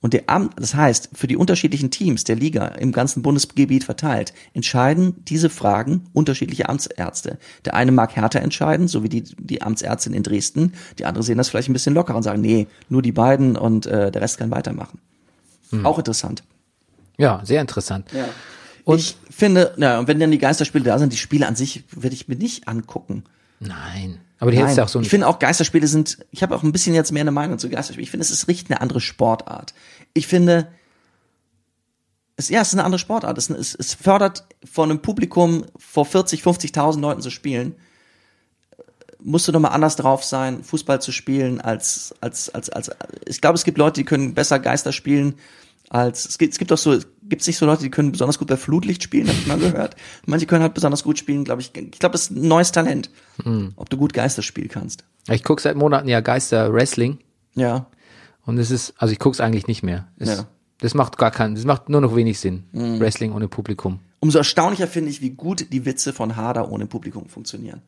S2: Und der Amt, das heißt, für die unterschiedlichen Teams der Liga im ganzen Bundesgebiet verteilt, entscheiden diese Fragen unterschiedliche Amtsärzte. Der eine mag härter entscheiden, so wie die, die Amtsärztin in Dresden. Die andere sehen das vielleicht ein bisschen lockerer und sagen, nee, nur die beiden und äh, der Rest kann weitermachen. Auch interessant.
S1: Ja, sehr interessant.
S2: Und
S1: Und-
S2: ich finde, ja, und wenn dann die Geisterspiele da sind, die Spiele an sich werde ich mir nicht angucken.
S1: Nein. Aber die hättest du
S2: Nein,
S1: auch so
S2: ich finde auch Geisterspiele sind, ich habe auch ein bisschen jetzt mehr eine Meinung zu Geisterspielen. Ich finde, es ist richtig eine andere Sportart. Ich finde, es, ja, es ist eine andere Sportart. Es, es, es fördert von einem Publikum vor 40, 50.000 Leuten zu spielen, musst du nochmal anders drauf sein, Fußball zu spielen als, als, als, als, ich glaube, es gibt Leute, die können besser Geister spielen als, es gibt, es gibt auch so, gibt es nicht so Leute, die können besonders gut bei Flutlicht spielen, habe ich mal gehört. Manche können halt besonders gut spielen, glaube ich. Ich glaube, das ist ein neues Talent,
S1: Hm.
S2: ob du gut Geister spielen kannst.
S1: ich gucke seit Monaten ja Geister Wrestling
S2: Ja.
S1: und es ist, also ich gucke es eigentlich nicht mehr. Es,
S2: Ja. Mhm.
S1: Das macht gar keinen, das macht nur noch wenig Sinn. Wrestling ohne Publikum.
S2: Umso erstaunlicher finde ich, wie gut die Witze von Hader ohne Publikum funktionieren.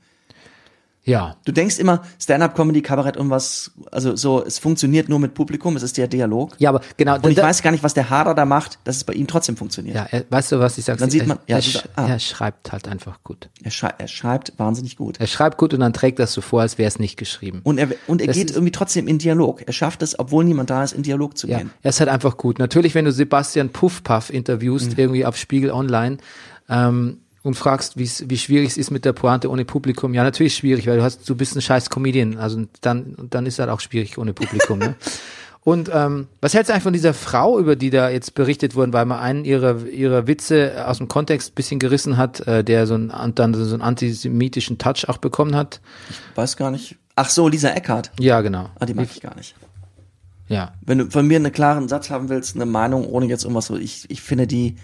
S1: Ja,
S2: Du denkst immer, Stand-up-Comedy, Kabarett und was, also so, es funktioniert nur mit Publikum, es ist der Dialog.
S1: ja, aber genau.
S2: Und ich
S1: da-
S2: weiß gar nicht, was der Hader da macht, dass es bei ihm trotzdem funktioniert.
S1: ja, er, weißt du, was ich sage?
S2: Dann sieht man- ja,
S1: er,
S2: es ist-
S1: sch-
S2: ah.
S1: er schreibt halt einfach gut.
S2: Er, schrei er schreibt wahnsinnig gut.
S1: Er schreibt gut und dann trägt das so vor, als wäre es nicht geschrieben.
S2: Und er, und er
S1: Das
S2: geht
S1: ist-
S2: irgendwie trotzdem in Dialog. Er schafft es, obwohl niemand da ist, in Dialog zu
S1: Ja,
S2: gehen.
S1: er ist halt einfach gut. Natürlich, wenn du Sebastian Puffpuff
S2: Mhm.
S1: interviewst, irgendwie auf Spiegel Online, ähm, und fragst, wie's, wie schwierig es ist mit der Pointe ohne Publikum. Ja, natürlich schwierig, weil du hast, du bist ein scheiß Comedian. Also und dann, und dann ist halt auch schwierig ohne Publikum. ne? Und ähm, was hältst du eigentlich von dieser Frau, über die da jetzt berichtet wurden, weil man einen ihrer, ihrer Witze aus dem Kontext ein bisschen gerissen hat, äh, der so einen, dann so einen antisemitischen Touch auch bekommen hat?
S2: Weiß gar nicht. Ach so, Lisa Eckhardt.
S1: Ja, genau.
S2: Ah, die mag ich gar nicht.
S1: Ja.
S2: Wenn du von mir einen klaren Satz haben willst, eine Meinung, ohne jetzt irgendwas so, ich, ich finde die,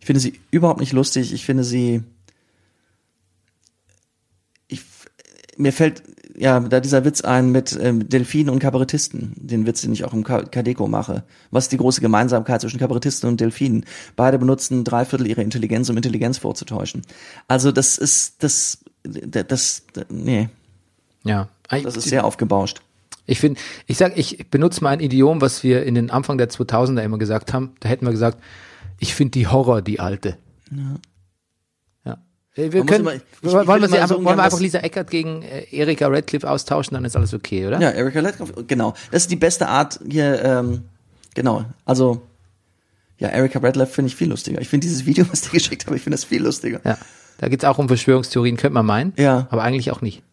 S2: ich finde sie überhaupt nicht lustig, ich finde sie, ich, mir fällt, ja, da dieser Witz ein mit ähm, Delfinen und Kabarettisten, den Witz, den ich auch im Ka- Kadeko mache. Was ist die große Gemeinsamkeit zwischen Kabarettisten und Delfinen? Beide benutzen drei Viertel ihrer Intelligenz, um Intelligenz vorzutäuschen. Also das ist, das, das, das nee,
S1: Ja.
S2: das ist sehr aufgebauscht.
S1: Ich finde, ich sag, ich benutze mal ein Idiom, was wir in den Anfang der 2000er immer gesagt haben. Da hätten wir gesagt, ich finde die Horror die alte. Ja. Äh, Wir
S2: Man muss
S1: können,
S2: immer- ich- ich
S1: wollen,
S2: finde
S1: wir sie
S2: immer
S1: einfach,
S2: so
S1: wollen
S2: ungern,
S1: wir einfach
S2: dass-
S1: Lisa Eckert gegen äh, Erika Radcliffe austauschen, dann ist alles okay, oder?
S2: Ja, Erika Ledkoff, genau. Das ist die beste Art hier, ähm, genau. Also, ja, Erika Radcliffe finde ich viel lustiger. Ich finde dieses Video, was die geschickt haben, ich finde das viel lustiger. Ja,
S1: Ja. Da geht's auch um Verschwörungstheorien, könnte man meinen.
S2: Ja.
S1: Aber eigentlich auch nicht.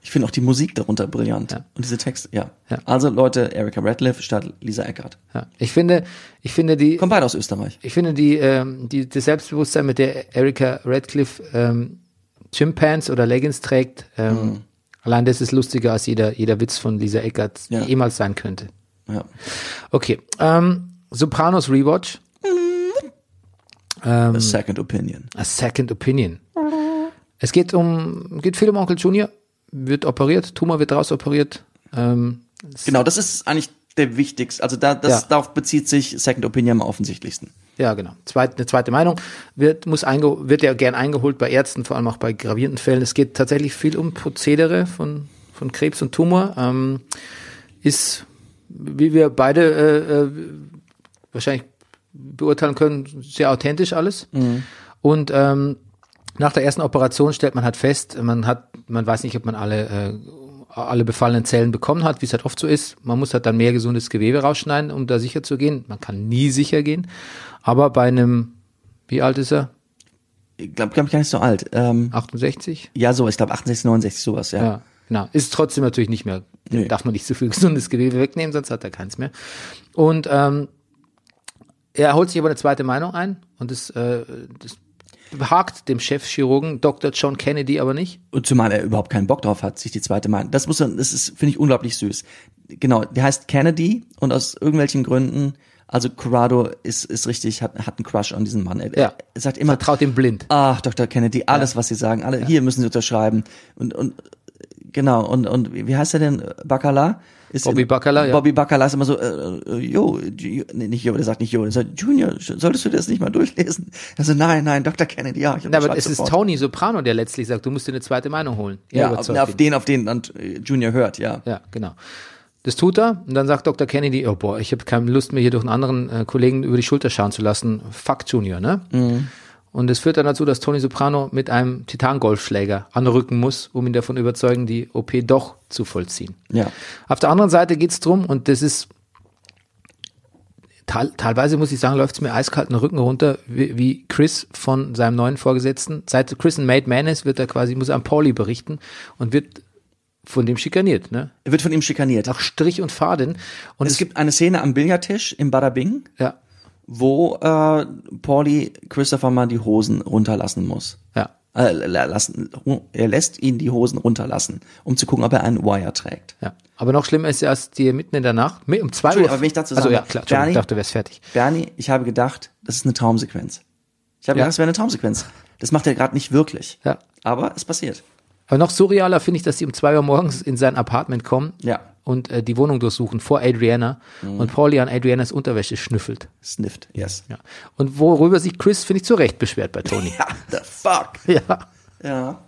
S2: ich finde auch die Musik darunter brillant.
S1: Ja.
S2: Und diese Texte, ja.
S1: Ja.
S2: Also Leute, Erika Radcliffe statt Lisa Eckert.
S1: Ja. Ich finde, ich finde die,
S2: Kommen beide aus Österreich.
S1: ich finde die, ähm, die, das Selbstbewusstsein, mit der Erika Radcliffe ähm, Chimpans oder Leggings trägt, ähm, allein das ist lustiger als jeder, jeder Witz von Lisa Eckert
S2: Ja.
S1: jemals sein könnte.
S2: Ja.
S1: Okay, ähm, Sopranos Rewatch, Mhm.
S2: A second opinion.
S1: A Second Opinion. Es geht um, geht viel um Onkel Junior, wird operiert, Tumor wird rausoperiert. Ähm,
S2: Genau, das ist eigentlich der wichtigste. Also da, das,
S1: Ja.
S2: darauf bezieht sich Second Opinion am offensichtlichsten.
S1: ja, genau. Zweit, eine zweite Meinung wird, muss einge, wird ja gern eingeholt bei Ärzten, vor allem auch bei gravierenden Fällen. Es geht tatsächlich viel um Prozedere von, von Krebs und Tumor. Ähm, ist, wie wir beide äh, äh, wahrscheinlich beurteilen können, sehr authentisch alles. Und ähm, nach der ersten Operation stellt man halt fest, man hat, man weiß nicht, ob man alle äh, alle befallenen Zellen bekommen hat, wie es halt oft so ist. Man muss halt dann mehr gesundes Gewebe rausschneiden, um da sicher zu gehen. Man kann nie sicher gehen. Aber bei einem, wie alt ist er?
S2: Ich glaube, glaub ich gar nicht so alt. Ähm,
S1: 68?
S2: ja, so, ich glaube 68, 69, sowas, ja.
S1: Ja, genau. Ist trotzdem natürlich nicht mehr,
S2: Nee.
S1: darf man nicht so viel gesundes Gewebe wegnehmen, sonst hat er keins mehr. Und ähm, er holt sich aber eine zweite Meinung ein und das, äh, das hakt dem Chefchirurgen Dr. John Kennedy aber nicht.
S2: Und zumal er überhaupt keinen Bock drauf hat, sich die zweite Meinung. Das muss man, das ist, finde ich, unglaublich süß. Genau, der heißt Kennedy und aus irgendwelchen Gründen, also Corrado ist, ist richtig, hat, hat einen Crush an diesen Mann. Er,
S1: Ja.
S2: er sagt immer,
S1: Vertraut ihm blind.
S2: ach, Dr. Kennedy, alles, was Sie sagen, alle, hier müssen Sie unterschreiben. Und, und, genau, und, und, wie wie heißt er denn? Bacala? Ist
S1: Bobby Bacala, ja.
S2: Bobby Bacala ist immer so, äh, äh, jo, Ju- nee, nicht jo, der sagt nicht jo, der sagt, Junior, solltest du das nicht mal durchlesen? Also, nein, nein, Dr. Kennedy, ja, ich
S1: Na, aber es ist
S2: sofort.
S1: Tony Soprano, der letztlich sagt, du musst dir eine zweite Meinung holen. Er
S2: Ja, auf,
S1: überzeugt
S2: auf
S1: ihn.
S2: den, auf den dann äh, Junior hört, ja.
S1: Ja, genau. Das tut er und dann sagt Dr. Kennedy, oh boah, ich habe keine Lust mehr hier durch einen anderen äh, Kollegen über die Schulter schauen zu lassen. Fuck Junior, ne?
S2: Mhm.
S1: Und das führt dann dazu, dass Tony Soprano mit einem Titan-Golfschläger anrücken muss, um ihn davon überzeugen, die OP doch zu vollziehen.
S2: Ja.
S1: Auf der anderen Seite geht's drum und das ist teil- teilweise muss ich sagen, läuft's mir eiskalt den Rücken runter, wie, wie Chris von seinem neuen Vorgesetzten. Seit Chris ein Made Man ist, wird er quasi, muss er an Pauli berichten und wird von dem schikaniert, ne?
S2: Er wird von ihm schikaniert.
S1: nach Strich und Faden. Und
S2: Es gibt eine Szene am Billardtisch im Bada Bing,
S1: ja,
S2: wo äh, Pauli Christopher mal die Hosen runterlassen muss.
S1: ja,
S2: Äh, la- lassen, er lässt ihn die Hosen runterlassen, um zu gucken, ob er einen Wire trägt.
S1: ja. Aber noch schlimmer ist ja, dass dir mitten in der Nacht, mi- um zwei Uhr.
S2: Entschuldigung, aber wenn ich dazu
S1: also
S2: sagen
S1: ja,
S2: darf,
S1: klar, Entschuldigung, ich
S2: Bernie-
S1: dachte, du wärst fertig.
S2: Bernie, ich habe gedacht, das ist eine Traumsequenz. Ich habe
S1: Ja.
S2: gedacht, es wäre eine Traumsequenz. Das macht er gerade nicht wirklich.
S1: Ja.
S2: Aber es passiert.
S1: Aber noch surrealer finde ich, dass sie um zwei Uhr morgens in sein Apartment kommen
S2: Ja.
S1: und äh, die Wohnung durchsuchen vor Adriana und Pauli an Adrianas Unterwäsche schnüffelt.
S2: Sniffed, yes.
S1: Ja. Und worüber sich Chris, finde ich, zu Recht beschwert bei Tony.
S2: Ja, the fuck.
S1: ja,
S2: Ja.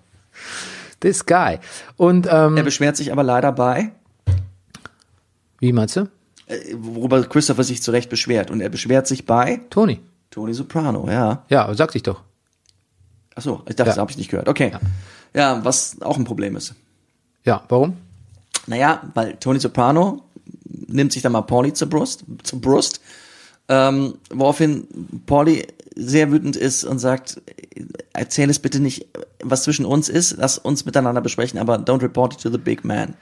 S1: this guy. Und
S2: Er
S1: ähm,
S2: beschwert sich aber leider bei
S1: wie meinst du?
S2: äh, worüber Christopher sich zu Recht beschwert. Und er beschwert sich bei
S1: Tony.
S2: Tony Soprano, ja.
S1: Ja, aber sag ich doch.
S2: Ach so, ich dachte,
S1: Ja.
S2: das habe ich nicht gehört. Okay. Ja. was auch ein Problem ist.
S1: Ja, warum?
S2: Naja, weil Tony Soprano nimmt sich dann mal Pauli zur Brust, zur Brust ähm, woraufhin Pauli sehr wütend ist und sagt, äh, erzähl es bitte nicht, was zwischen uns ist, lass uns miteinander besprechen, aber don't report it to the big man.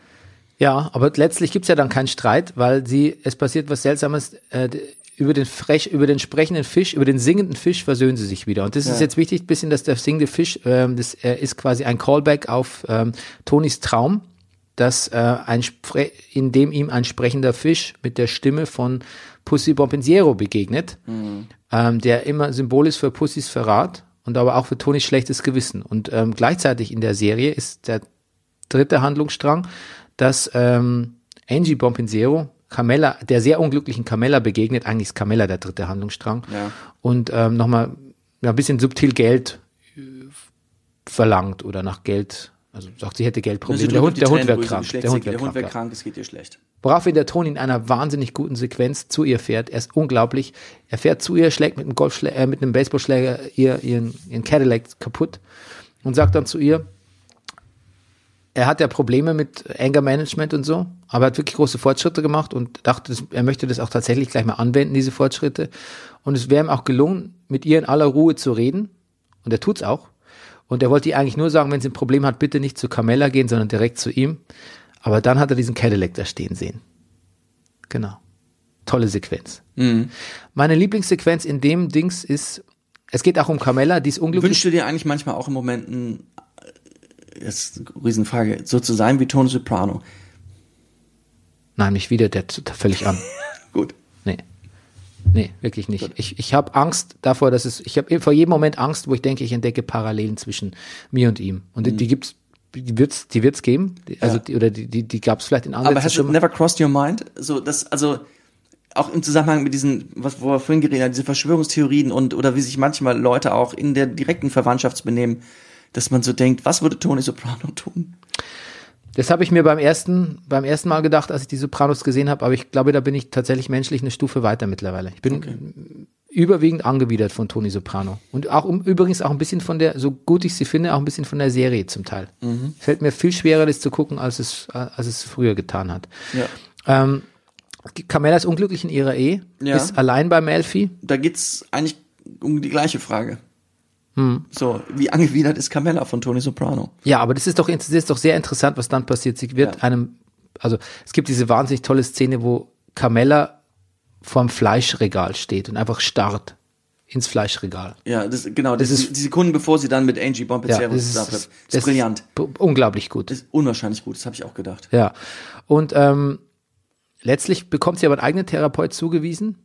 S1: Ja, aber letztlich gibt's ja dann keinen Streit, weil sie, es passiert was Seltsames, äh, d- über den frech, über den sprechenden Fisch, über den singenden Fisch versöhnen sie sich wieder. Und das ist jetzt wichtig, bisschen, dass der singende Fisch, ähm, das äh, ist quasi ein Callback auf ähm, Tonis Traum, dass äh, ein Spre in dem ihm ein sprechender Fisch mit der Stimme von Pussy Bompensiero begegnet, ähm, der immer Symbol ist für Pussys Verrat und aber auch für Tonis schlechtes Gewissen. Und ähm, gleichzeitig in der Serie ist der dritte Handlungsstrang, dass ähm, Angie Bompinsero Carmella, der sehr unglücklichen Carmella begegnet. Eigentlich ist Carmella der dritte Handlungsstrang. Und ähm, nochmal ja, ein bisschen subtil Geld äh, verlangt oder nach Geld, also sagt, sie hätte Geldprobleme. Der Hund, der Hund wird krank.
S2: Der Hund wird krank, es geht ihr schlecht.
S1: Woraufhin der Ton in einer wahnsinnig guten Sequenz zu ihr fährt. Er ist unglaublich. Er fährt zu ihr, schlägt mit einem, Golfschlä äh, mit einem Baseballschläger ihr, ihren, ihren Cadillac kaputt und sagt dann zu ihr, er hat ja Probleme mit Anger Management und so, aber er hat wirklich große Fortschritte gemacht und dachte, das- er möchte das auch tatsächlich gleich mal anwenden, diese Fortschritte. Und es wäre ihm auch gelungen, mit ihr in aller Ruhe zu reden. Und er tut's auch. Und er wollte ihr eigentlich nur sagen, wenn sie ein Problem hat, bitte nicht zu Carmella gehen, sondern direkt zu ihm. Aber dann hat er diesen Cadillac da stehen sehen. Genau. Tolle Sequenz. Meine Lieblingssequenz in dem Dings ist, es geht auch um Carmella, die ist unglücklich.
S2: Wünschst du dir eigentlich manchmal auch im Momenten, äh, das ist eine Riesenfrage, so zu sein wie Tony Soprano?
S1: Nein, mich wieder, der tut völlig an.
S2: Gut.
S1: Nee. Nee, wirklich nicht. Ich, ich habe Angst davor, dass es, ich habe vor jedem Moment Angst, wo ich denke, ich entdecke Parallelen zwischen mir und ihm. Und die, die gibt's, die wird's, die wird's geben. Die, also die, oder die, die, die gab's vielleicht in anderen
S2: Aber has it never crossed your mind? So, das, also, auch im Zusammenhang mit diesen, was, wo wir vorhin geredet haben, diese Verschwörungstheorien und, oder wie sich manchmal Leute auch in der direkten Verwandtschaft benehmen, dass man so denkt, was würde Tony Soprano tun?
S1: Das habe ich mir beim ersten, beim ersten Mal gedacht, als ich die Sopranos gesehen habe, aber ich glaube, da bin ich tatsächlich menschlich eine Stufe weiter mittlerweile. Ich bin überwiegend angewidert von Tony Soprano. Und auch um, übrigens auch ein bisschen von der, so gut ich sie finde, auch ein bisschen von der Serie zum Teil. Fällt mir viel schwerer, das zu gucken, als es, äh, als es früher getan hat. Ähm, Carmela ist unglücklich in ihrer Ehe,
S2: Ja.
S1: ist allein bei Melfi.
S2: Da geht's eigentlich um die gleiche Frage.
S1: Hm.
S2: So, wie angewidert ist Carmella von Tony Soprano?
S1: Ja, aber das ist doch, das ist doch sehr interessant, was dann passiert. Sie wird
S2: Ja.
S1: einem, also es gibt diese wahnsinnig tolle Szene, wo Carmella vorm Fleischregal steht und einfach starrt ins Fleischregal.
S2: Ja, das, genau, das,
S1: Das ist-
S2: ist die Sekunden bevor sie dann mit Angie Bompezero
S1: das ist,
S2: zusammenbleibt. Ist,
S1: das ist
S2: brillant.
S1: bu- unglaublich gut.
S2: Das ist unwahrscheinlich gut, das habe ich auch gedacht.
S1: Ja. Und ähm, letztlich bekommt sie aber einen eigenen Therapeut zugewiesen.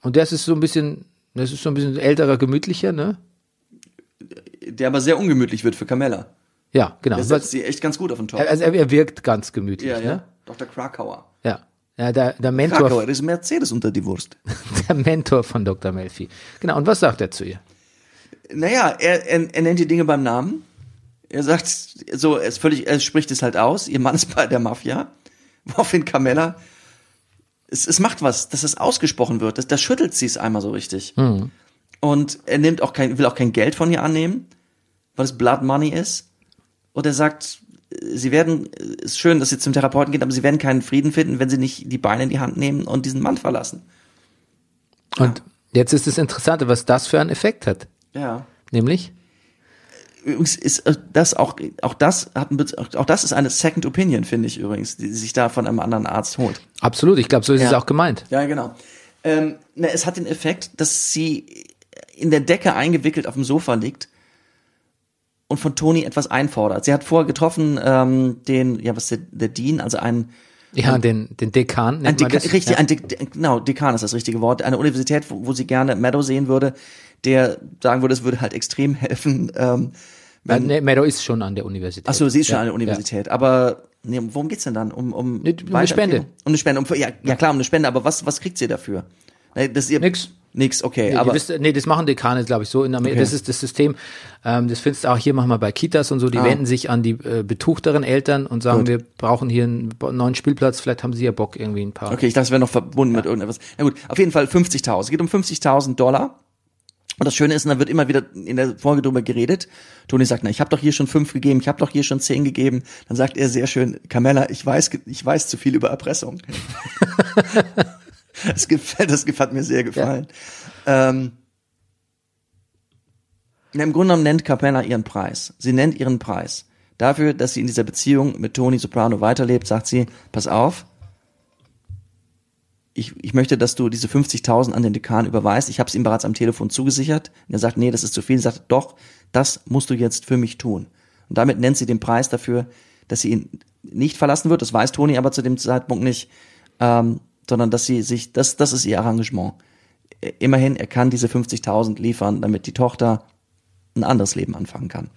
S1: Und das ist so ein bisschen, das ist so ein bisschen älterer, gemütlicher, ne?
S2: Der aber sehr ungemütlich wird für Carmella.
S1: Ja, genau.
S2: Der setzt sie echt ganz gut auf den Top.
S1: Also er, er wirkt ganz gemütlich,
S2: ja,
S1: ne?
S2: ja. Dr. Krakauer.
S1: Ja. Ja, der, der Mentor
S2: Krakauer, das ist Mercedes unter die Wurst.
S1: der Mentor von Dr. Melfi. Genau, und was sagt er zu ihr?
S2: Naja, er, er, er nennt die Dinge beim Namen. Er sagt, so, er ist völlig, er spricht es halt aus. Ihr Mann ist bei der Mafia. Woraufhin Carmella, es, es macht was, dass es ausgesprochen wird. Das, da schüttelt sie es einmal so richtig. Und er nimmt auch kein, will auch kein Geld von ihr annehmen, weil es Blood Money ist. Und er sagt, sie werden, es ist schön, dass sie zum Therapeuten geht, aber sie werden keinen Frieden finden, wenn sie nicht die Beine in die Hand nehmen und diesen Mann verlassen.
S1: Und jetzt ist das Interessante, was das für einen Effekt hat.
S2: Ja.
S1: Nämlich,
S2: Übrigens ist äh, das auch, auch das hat ein Bez- auch auch das ist eine Second Opinion, finde ich übrigens, die sich da von einem anderen Arzt holt.
S1: absolut, ich glaube, so ist es
S2: Ja.
S1: auch gemeint.
S2: Ja, genau. Ähm, na, es hat den Effekt, dass sie in der Decke eingewickelt auf dem Sofa liegt und von Toni etwas einfordert. Sie hat vorher getroffen ähm, den, ja, was ist der, der Dean, also einen
S1: Ja, den, den Dekan
S2: ein
S1: nennt man
S2: Deka
S1: das.
S2: richtig,
S1: ja.
S2: ein De De- genau, Dekan ist das richtige Wort. Eine Universität, wo, wo sie gerne Meadow sehen würde, der sagen würde, es würde halt extrem helfen. Ähm,
S1: Äh, nee, Meadow ist schon an der Universität.
S2: Ach so, sie ist schon
S1: Ja,
S2: an der Universität, aber nee, um- worum geht's denn dann? Um, um,
S1: Ne, um eine Spende.
S2: Weiterempfehlung? Um eine Spende, um, ja, ja klar, um eine Spende, aber was, was kriegt sie dafür? Ne, das ist ihr,
S1: Nix.
S2: Nix, okay,
S1: Nee, die
S2: aber
S1: wisst- nee, das machen Dekane, glaube ich, so in Amerika.
S2: Okay.
S1: Das ist das System. Ähm, das findest du auch hier manchmal bei Kitas und so.
S2: Ah.
S1: Die wenden sich an die äh, betuchteren Eltern und sagen, wir brauchen hier einen bo- neuen Spielplatz. Vielleicht haben sie ja Bock irgendwie ein paar.
S2: okay, ich dachte, es wäre noch verbunden mit irgendetwas. Na gut, auf jeden Fall 50.000. Es geht um 50.000 Dollar. Und das Schöne ist, und da wird immer wieder in der Folge drüber geredet. Toni sagt, na, ich habe doch hier schon fünf gegeben, ich habe doch hier schon zehn gegeben. Dann sagt er sehr schön, Carmella, ich weiß, ge- ich weiß zu viel über Erpressung. das, gefällt, das hat mir sehr gefallen. Ähm, na, Im Grunde genommen nennt Carmella ihren Preis. Sie nennt ihren Preis. Dafür, dass sie in dieser Beziehung mit Tony Soprano weiterlebt, sagt sie, pass auf, ich, ich möchte, dass du diese 50.000 an den Dekan überweist. Ich habe es ihm bereits am Telefon zugesichert. Und er sagt, nee, das ist zu viel. Er sagt, doch, das musst du jetzt für mich tun. Und damit nennt sie den Preis dafür, dass sie ihn nicht verlassen wird. Das weiß Toni aber zu dem Zeitpunkt nicht, ähm, sondern dass sie sich, das, das ist ihr Arrangement. Äh, Immerhin, er kann diese 50.000 liefern, damit die Tochter ein anderes Leben anfangen kann.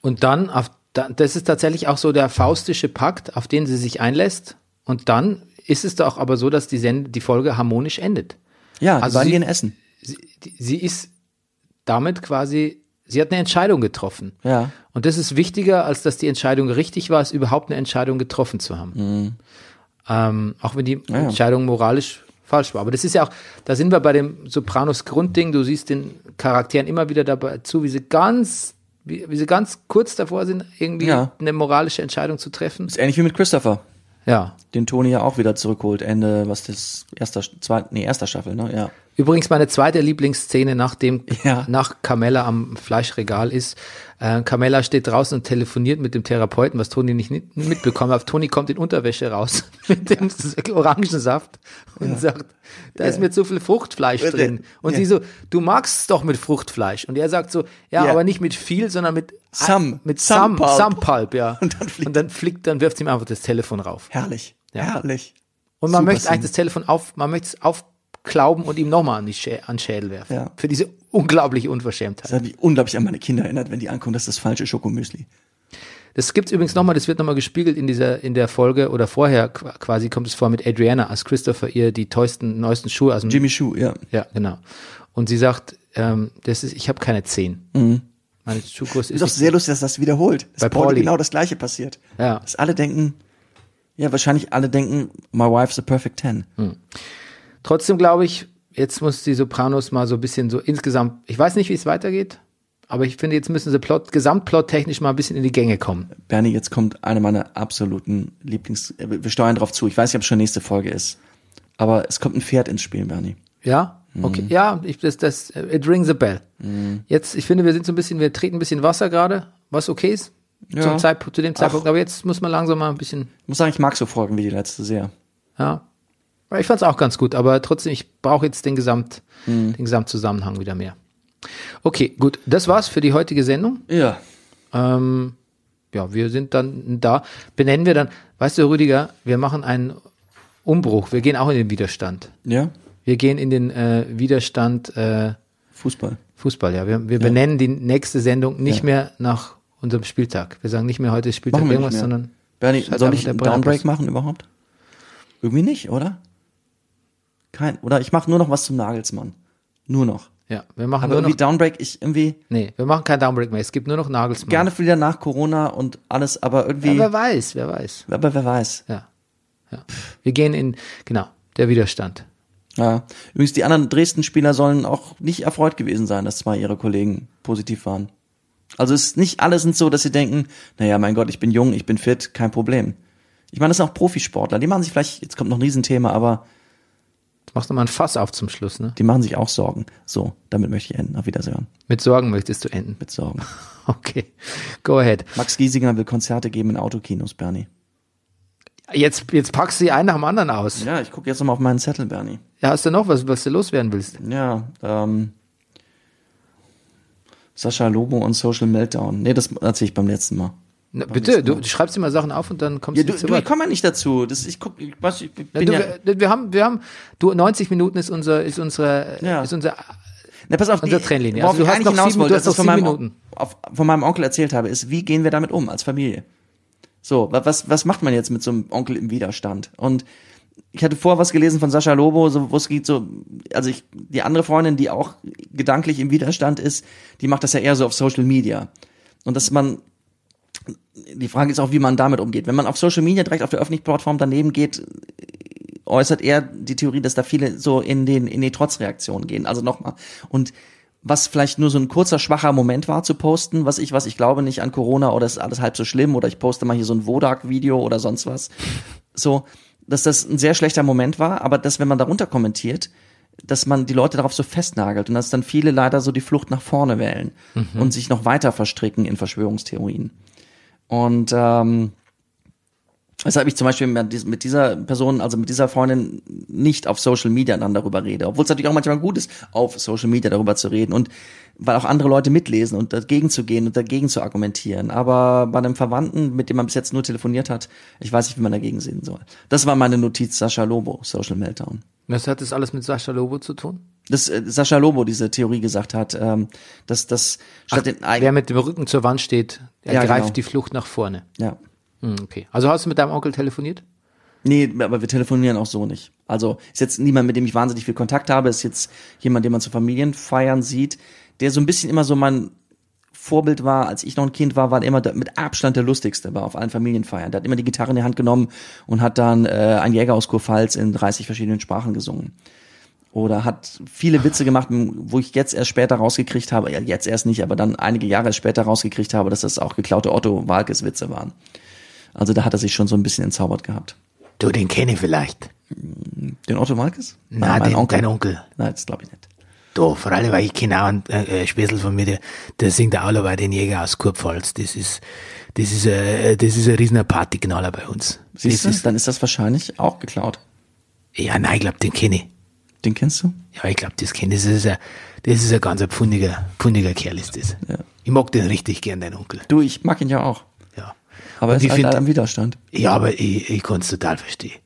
S1: Und dann, auf, da- das ist tatsächlich auch so der faustische Pakt, auf den sie sich einlässt. Und dann ist es doch aber so, dass die, Send die Folge harmonisch endet.
S2: Ja,
S1: Also
S2: die beiden
S1: sie-
S2: gehen essen.
S1: Sie, die- sie ist damit quasi, sie hat eine Entscheidung getroffen.
S2: Ja.
S1: Und das ist wichtiger, als dass die Entscheidung richtig war, ist überhaupt eine Entscheidung getroffen zu haben. Ähm, auch wenn die
S2: Mhm. ja.
S1: Entscheidung moralisch falsch war. Aber das ist ja auch, da sind wir bei dem Sopranos Grundding, du siehst den Charakteren immer wieder dabei zu, wie sie ganz, wie, wie sie ganz kurz davor sind, irgendwie
S2: Ja.
S1: eine moralische Entscheidung zu treffen.
S2: Ist ähnlich wie mit Christopher,
S1: Ja.
S2: den Toni ja auch wieder zurückholt. Ende, was das, erster, zweiter, nee, erster Staffel, ne? Ja.
S1: Übrigens meine zweite Lieblingsszene nach dem
S2: Ja.
S1: nach Carmella am Fleischregal ist, äh, Carmella steht draußen und telefoniert mit dem Therapeuten, was Toni nicht ni- mitbekommen hat. Toni kommt in Unterwäsche raus mit dem Orangensaft und sagt, da ist mir zu viel Fruchtfleisch
S2: Ja.
S1: drin. Und
S2: Ja.
S1: sie so, du magst es doch mit Fruchtfleisch. Und er sagt so, ja,
S2: Ja.
S1: aber nicht mit viel, sondern mit
S2: Some.
S1: mit some,
S2: Some pulp.
S1: some pulp, ja.
S2: Und dann fliegt-
S1: und dann fliegt, dann wirft sie ihm einfach das Telefon rauf.
S2: Herrlich.
S1: Ja.
S2: Herrlich.
S1: Und man
S2: Super
S1: möchte
S2: Szene.
S1: eigentlich das Telefon auf, man möchte es aufklauben und ihm nochmal an, die Schä an den Schädel werfen.
S2: Ja.
S1: Für diese unglaubliche Unverschämtheit.
S2: Das hat mich unglaublich an meine Kinder erinnert, wenn die ankommen, das ist das falsche Schokomüsli.
S1: Das gibt's übrigens nochmal, das wird nochmal gespiegelt in dieser, in der Folge oder vorher qu- quasi kommt es vor mit Adriana, als Christopher ihr die teuersten, neuesten Schuhe aus dem
S2: Jimmy Schuh, ja.
S1: Ja, genau. Und sie sagt, ähm, das ist, ich habe keine zehn. Meine Schuhgröße ist.
S2: Mhm. Ist doch sehr lustig, dass das wiederholt. Dass
S1: Bei
S2: Pauli,
S1: Pauli.
S2: genau das gleiche passiert.
S1: Ja.
S2: Dass alle denken, ja, wahrscheinlich alle denken, my wife's a perfect ten.
S1: Hm. Trotzdem glaube ich, jetzt muss die Sopranos mal so ein bisschen so insgesamt, ich weiß nicht, wie es weitergeht, aber ich finde, jetzt müssen sie plot, gesamtplottechnisch mal ein bisschen in die Gänge kommen.
S2: Bernie, jetzt kommt eine meiner absoluten Lieblings, äh, wir steuern drauf zu. Ich weiß nicht, ob es schon nächste Folge ist. Aber es kommt ein Pferd ins Spiel, Bernie.
S1: Ja, okay. Ja, ich, das, das, äh, it rings a bell. Jetzt, ich finde, wir sind so ein bisschen, wir treten ein bisschen Wasser gerade, was okay ist.
S2: Ja.
S1: Zum Zeitpunkt, zu dem Zeitpunkt. Aber jetzt muss man langsam mal ein bisschen,
S2: Ich muss sagen, ich mag so Folgen wie die letzte sehr.
S1: ja. Weil Ich fand's auch ganz gut, aber trotzdem, ich brauche jetzt den Gesamt, den Gesamtzusammenhang wieder mehr. Okay, gut. Das war's für die heutige Sendung.
S2: Ja.
S1: Ähm, ja, wir sind dann da. Benennen wir dann, weißt du, Rüdiger, wir machen einen Umbruch. Wir gehen auch in den Widerstand.
S2: Ja?
S1: Wir gehen in den äh, Widerstand, äh,
S2: Fußball.
S1: Fußball, ja. Wir, wir benennen die nächste Sendung nicht
S2: Ja.
S1: mehr nach unserem Spieltag. Wir sagen nicht mehr heute ist Spieltag
S2: Machen wir
S1: irgendwas,
S2: nicht mehr.
S1: sondern
S2: Bernie,
S1: Schalt
S2: soll
S1: einfach
S2: ich
S1: der
S2: einen
S1: Brenner
S2: Downbreak
S1: bloß.
S2: machen überhaupt? Irgendwie nicht, oder? Kein, oder ich mache nur noch was zum Nagelsmann. Nur noch.
S1: ja, wir machen
S2: Aber
S1: nur
S2: irgendwie
S1: noch,
S2: Downbreak, ich irgendwie
S1: nee, wir machen kein Downbreak mehr. Es gibt nur noch Nagelsmann.
S2: gerne wieder nach Corona und alles, aber
S1: ja,
S2: irgendwie,
S1: wer weiß, wer weiß.
S2: aber wer weiß.
S1: Ja. ja. Wir gehen in, genau, der Widerstand.
S2: Ja. Übrigens, die anderen Dresden-Spieler sollen auch nicht erfreut gewesen sein, dass zwei ihrer Kollegen positiv waren. Also es ist nicht alle sind so, dass sie denken, naja, mein Gott, ich bin jung, ich bin fit, kein Problem. Ich meine, das sind auch Profisportler, die machen sich vielleicht, jetzt kommt noch ein Riesenthema, aber
S1: Jetzt machst du mal ein Fass auf zum Schluss, ne?
S2: die machen sich auch Sorgen. So, damit möchte ich enden. Auf Wiedersehen.
S1: Mit Sorgen möchtest du enden.
S2: Mit Sorgen.
S1: Okay. Go ahead.
S2: Max Giesinger will Konzerte geben in Autokinos, Bernie.
S1: Jetzt, jetzt packst du die einen nach dem anderen aus.
S2: Ja, ich gucke jetzt nochmal auf meinen Zettel, Bernie.
S1: Ja, hast du noch was, was du loswerden willst?
S2: Ja, ähm. Sascha Lobo und Social Meltdown. Nee, das erzähle ich beim letzten Mal.
S1: Na, bitte, du, du schreibst immer Sachen auf und dann kommst
S2: ne? Ja,
S1: du
S2: du,
S1: zu
S2: du, ich
S1: Wort.
S2: komme ja nicht dazu. Das, ich guck, ich, weiß, ich bin
S1: Ja, du, äh,
S2: ja,
S1: wir, wir haben, wir haben, du, 90 Minuten ist unser, ist unsere,
S2: Ja.
S1: ist unser,
S2: Na, pass auf,
S1: unsere
S2: die-
S1: Trennlinie.
S2: worauf
S1: Also du
S2: ich
S1: hast
S2: eigentlich
S1: noch
S2: hinaus
S1: sieben-
S2: wollte,
S1: du hast
S2: das
S1: noch
S2: von meinem,
S1: sieben
S2: On-
S1: Minuten.
S2: Auf, von meinem Onkel erzählt habe, ist, wie gehen wir damit um als Familie? So, wa- was, was macht man jetzt mit so einem Onkel im Widerstand? Und ich hatte vor was gelesen von Sascha Lobo, so, wo es geht so, also ich, die andere Freundin, die auch gedanklich im Widerstand ist, die macht das ja eher so auf Social Media. Und dass man die Frage ist auch, wie man damit umgeht. Wenn man auf Social Media direkt auf der öffentlichen Plattform daneben geht, äh, äußert er die Theorie, dass da viele so in den in die Trotzreaktion gehen. Also nochmal. Und was vielleicht nur so ein kurzer schwacher Moment war zu posten, was ich was ich glaube nicht an Corona oder es ist alles halb so schlimm oder ich poste mal hier so ein Wodak Video oder sonst was. So, dass das ein sehr schlechter Moment war, aber dass wenn man darunter kommentiert, dass man die Leute darauf so festnagelt und dass dann viele leider so die Flucht nach vorne wählen und sich noch weiter verstricken in Verschwörungstheorien. Und ähm, weshalb ich zum Beispiel mit dies- mit dieser Person, also mit dieser Freundin, nicht auf Social Media dann darüber rede. Obwohl es natürlich auch manchmal gut ist, auf Social Media darüber zu reden und weil auch andere Leute mitlesen und dagegen zu gehen und dagegen zu argumentieren. Aber bei einem Verwandten, mit dem man bis jetzt nur telefoniert hat, ich weiß nicht, wie man dagegen sehen soll. Das war meine Notiz, Sascha Lobo, Social Meltdown.
S5: Was hat das alles mit Sascha Lobo zu tun?
S2: Dass äh, Sascha Lobo diese Theorie gesagt hat, ähm, dass das statt den
S5: Wer
S2: eigenen...
S5: mit dem Rücken zur Wand steht,
S2: Ja,
S5: ergreift
S2: genau.
S5: die Flucht nach vorne.
S2: Ja.
S5: Hm, okay. Also hast du mit deinem Onkel telefoniert?
S2: Nee, aber wir telefonieren auch so nicht. Also ist jetzt niemand, mit dem ich wahnsinnig viel Kontakt habe, ist jetzt jemand, den man zu Familienfeiern sieht, der so ein bisschen immer so mein Vorbild war, als ich noch ein Kind war, war er immer der, mit Abstand der lustigste war auf allen Familienfeiern. Der hat immer die Gitarre in die Hand genommen und hat dann äh, ein Jäger aus Kurpfalz in 30 verschiedenen Sprachen gesungen. Oder hat viele Witze gemacht, wo ich jetzt erst später rausgekriegt habe, ja jetzt erst nicht, aber dann einige Jahre erst später rausgekriegt habe, dass das auch geklaute Otto Walkes Witze waren. Also da hat er sich schon so ein bisschen entzaubert gehabt.
S5: Du, den kenne ich vielleicht.
S2: Den Otto Walkes?
S1: Na,
S2: Nein,
S1: den,
S2: mein
S1: dein Onkel.
S2: Nein, das glaube ich nicht.
S1: Da, vor allem, weil ich kenne auch einen äh, äh, Späßel von mir, der, der singt auch dabei den Jäger aus Kurpfalz. Das ist, das ist, äh, das ist ein riesener Partyknaller bei uns.
S2: Siehst
S1: das
S2: du? Dann ist das wahrscheinlich auch geklaut.
S1: Ist, ja, nein, ich glaube, den kenne ich.
S2: Den kennst du?
S1: Ja, ich glaube, das kenne ich. Das ist ein, das ist ein ganz ein pfundiger, pfundiger Kerl ist das.
S2: Ja.
S1: Ich mag den richtig gern, dein Onkel.
S2: Du, ich mag ihn ja auch.
S1: Ja.
S2: Aber
S1: Und
S2: er ist
S1: ich
S2: halt
S1: find-
S2: leider am Widerstand.
S1: Ja, aber ich, ich kann's total verstehen.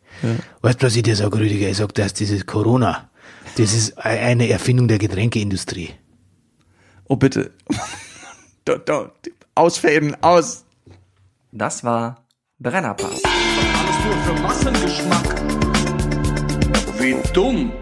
S1: Weißt du, was ich dir sage, Rüdiger? Ich sag, dass dieses Corona, das ist e-, eine Erfindung der Getränkeindustrie.
S2: Oh, bitte. Da, da, Ausfäden, aus.
S3: Das war Brennerpass.
S4: Alles nur für Massengeschmack. Wie dumm.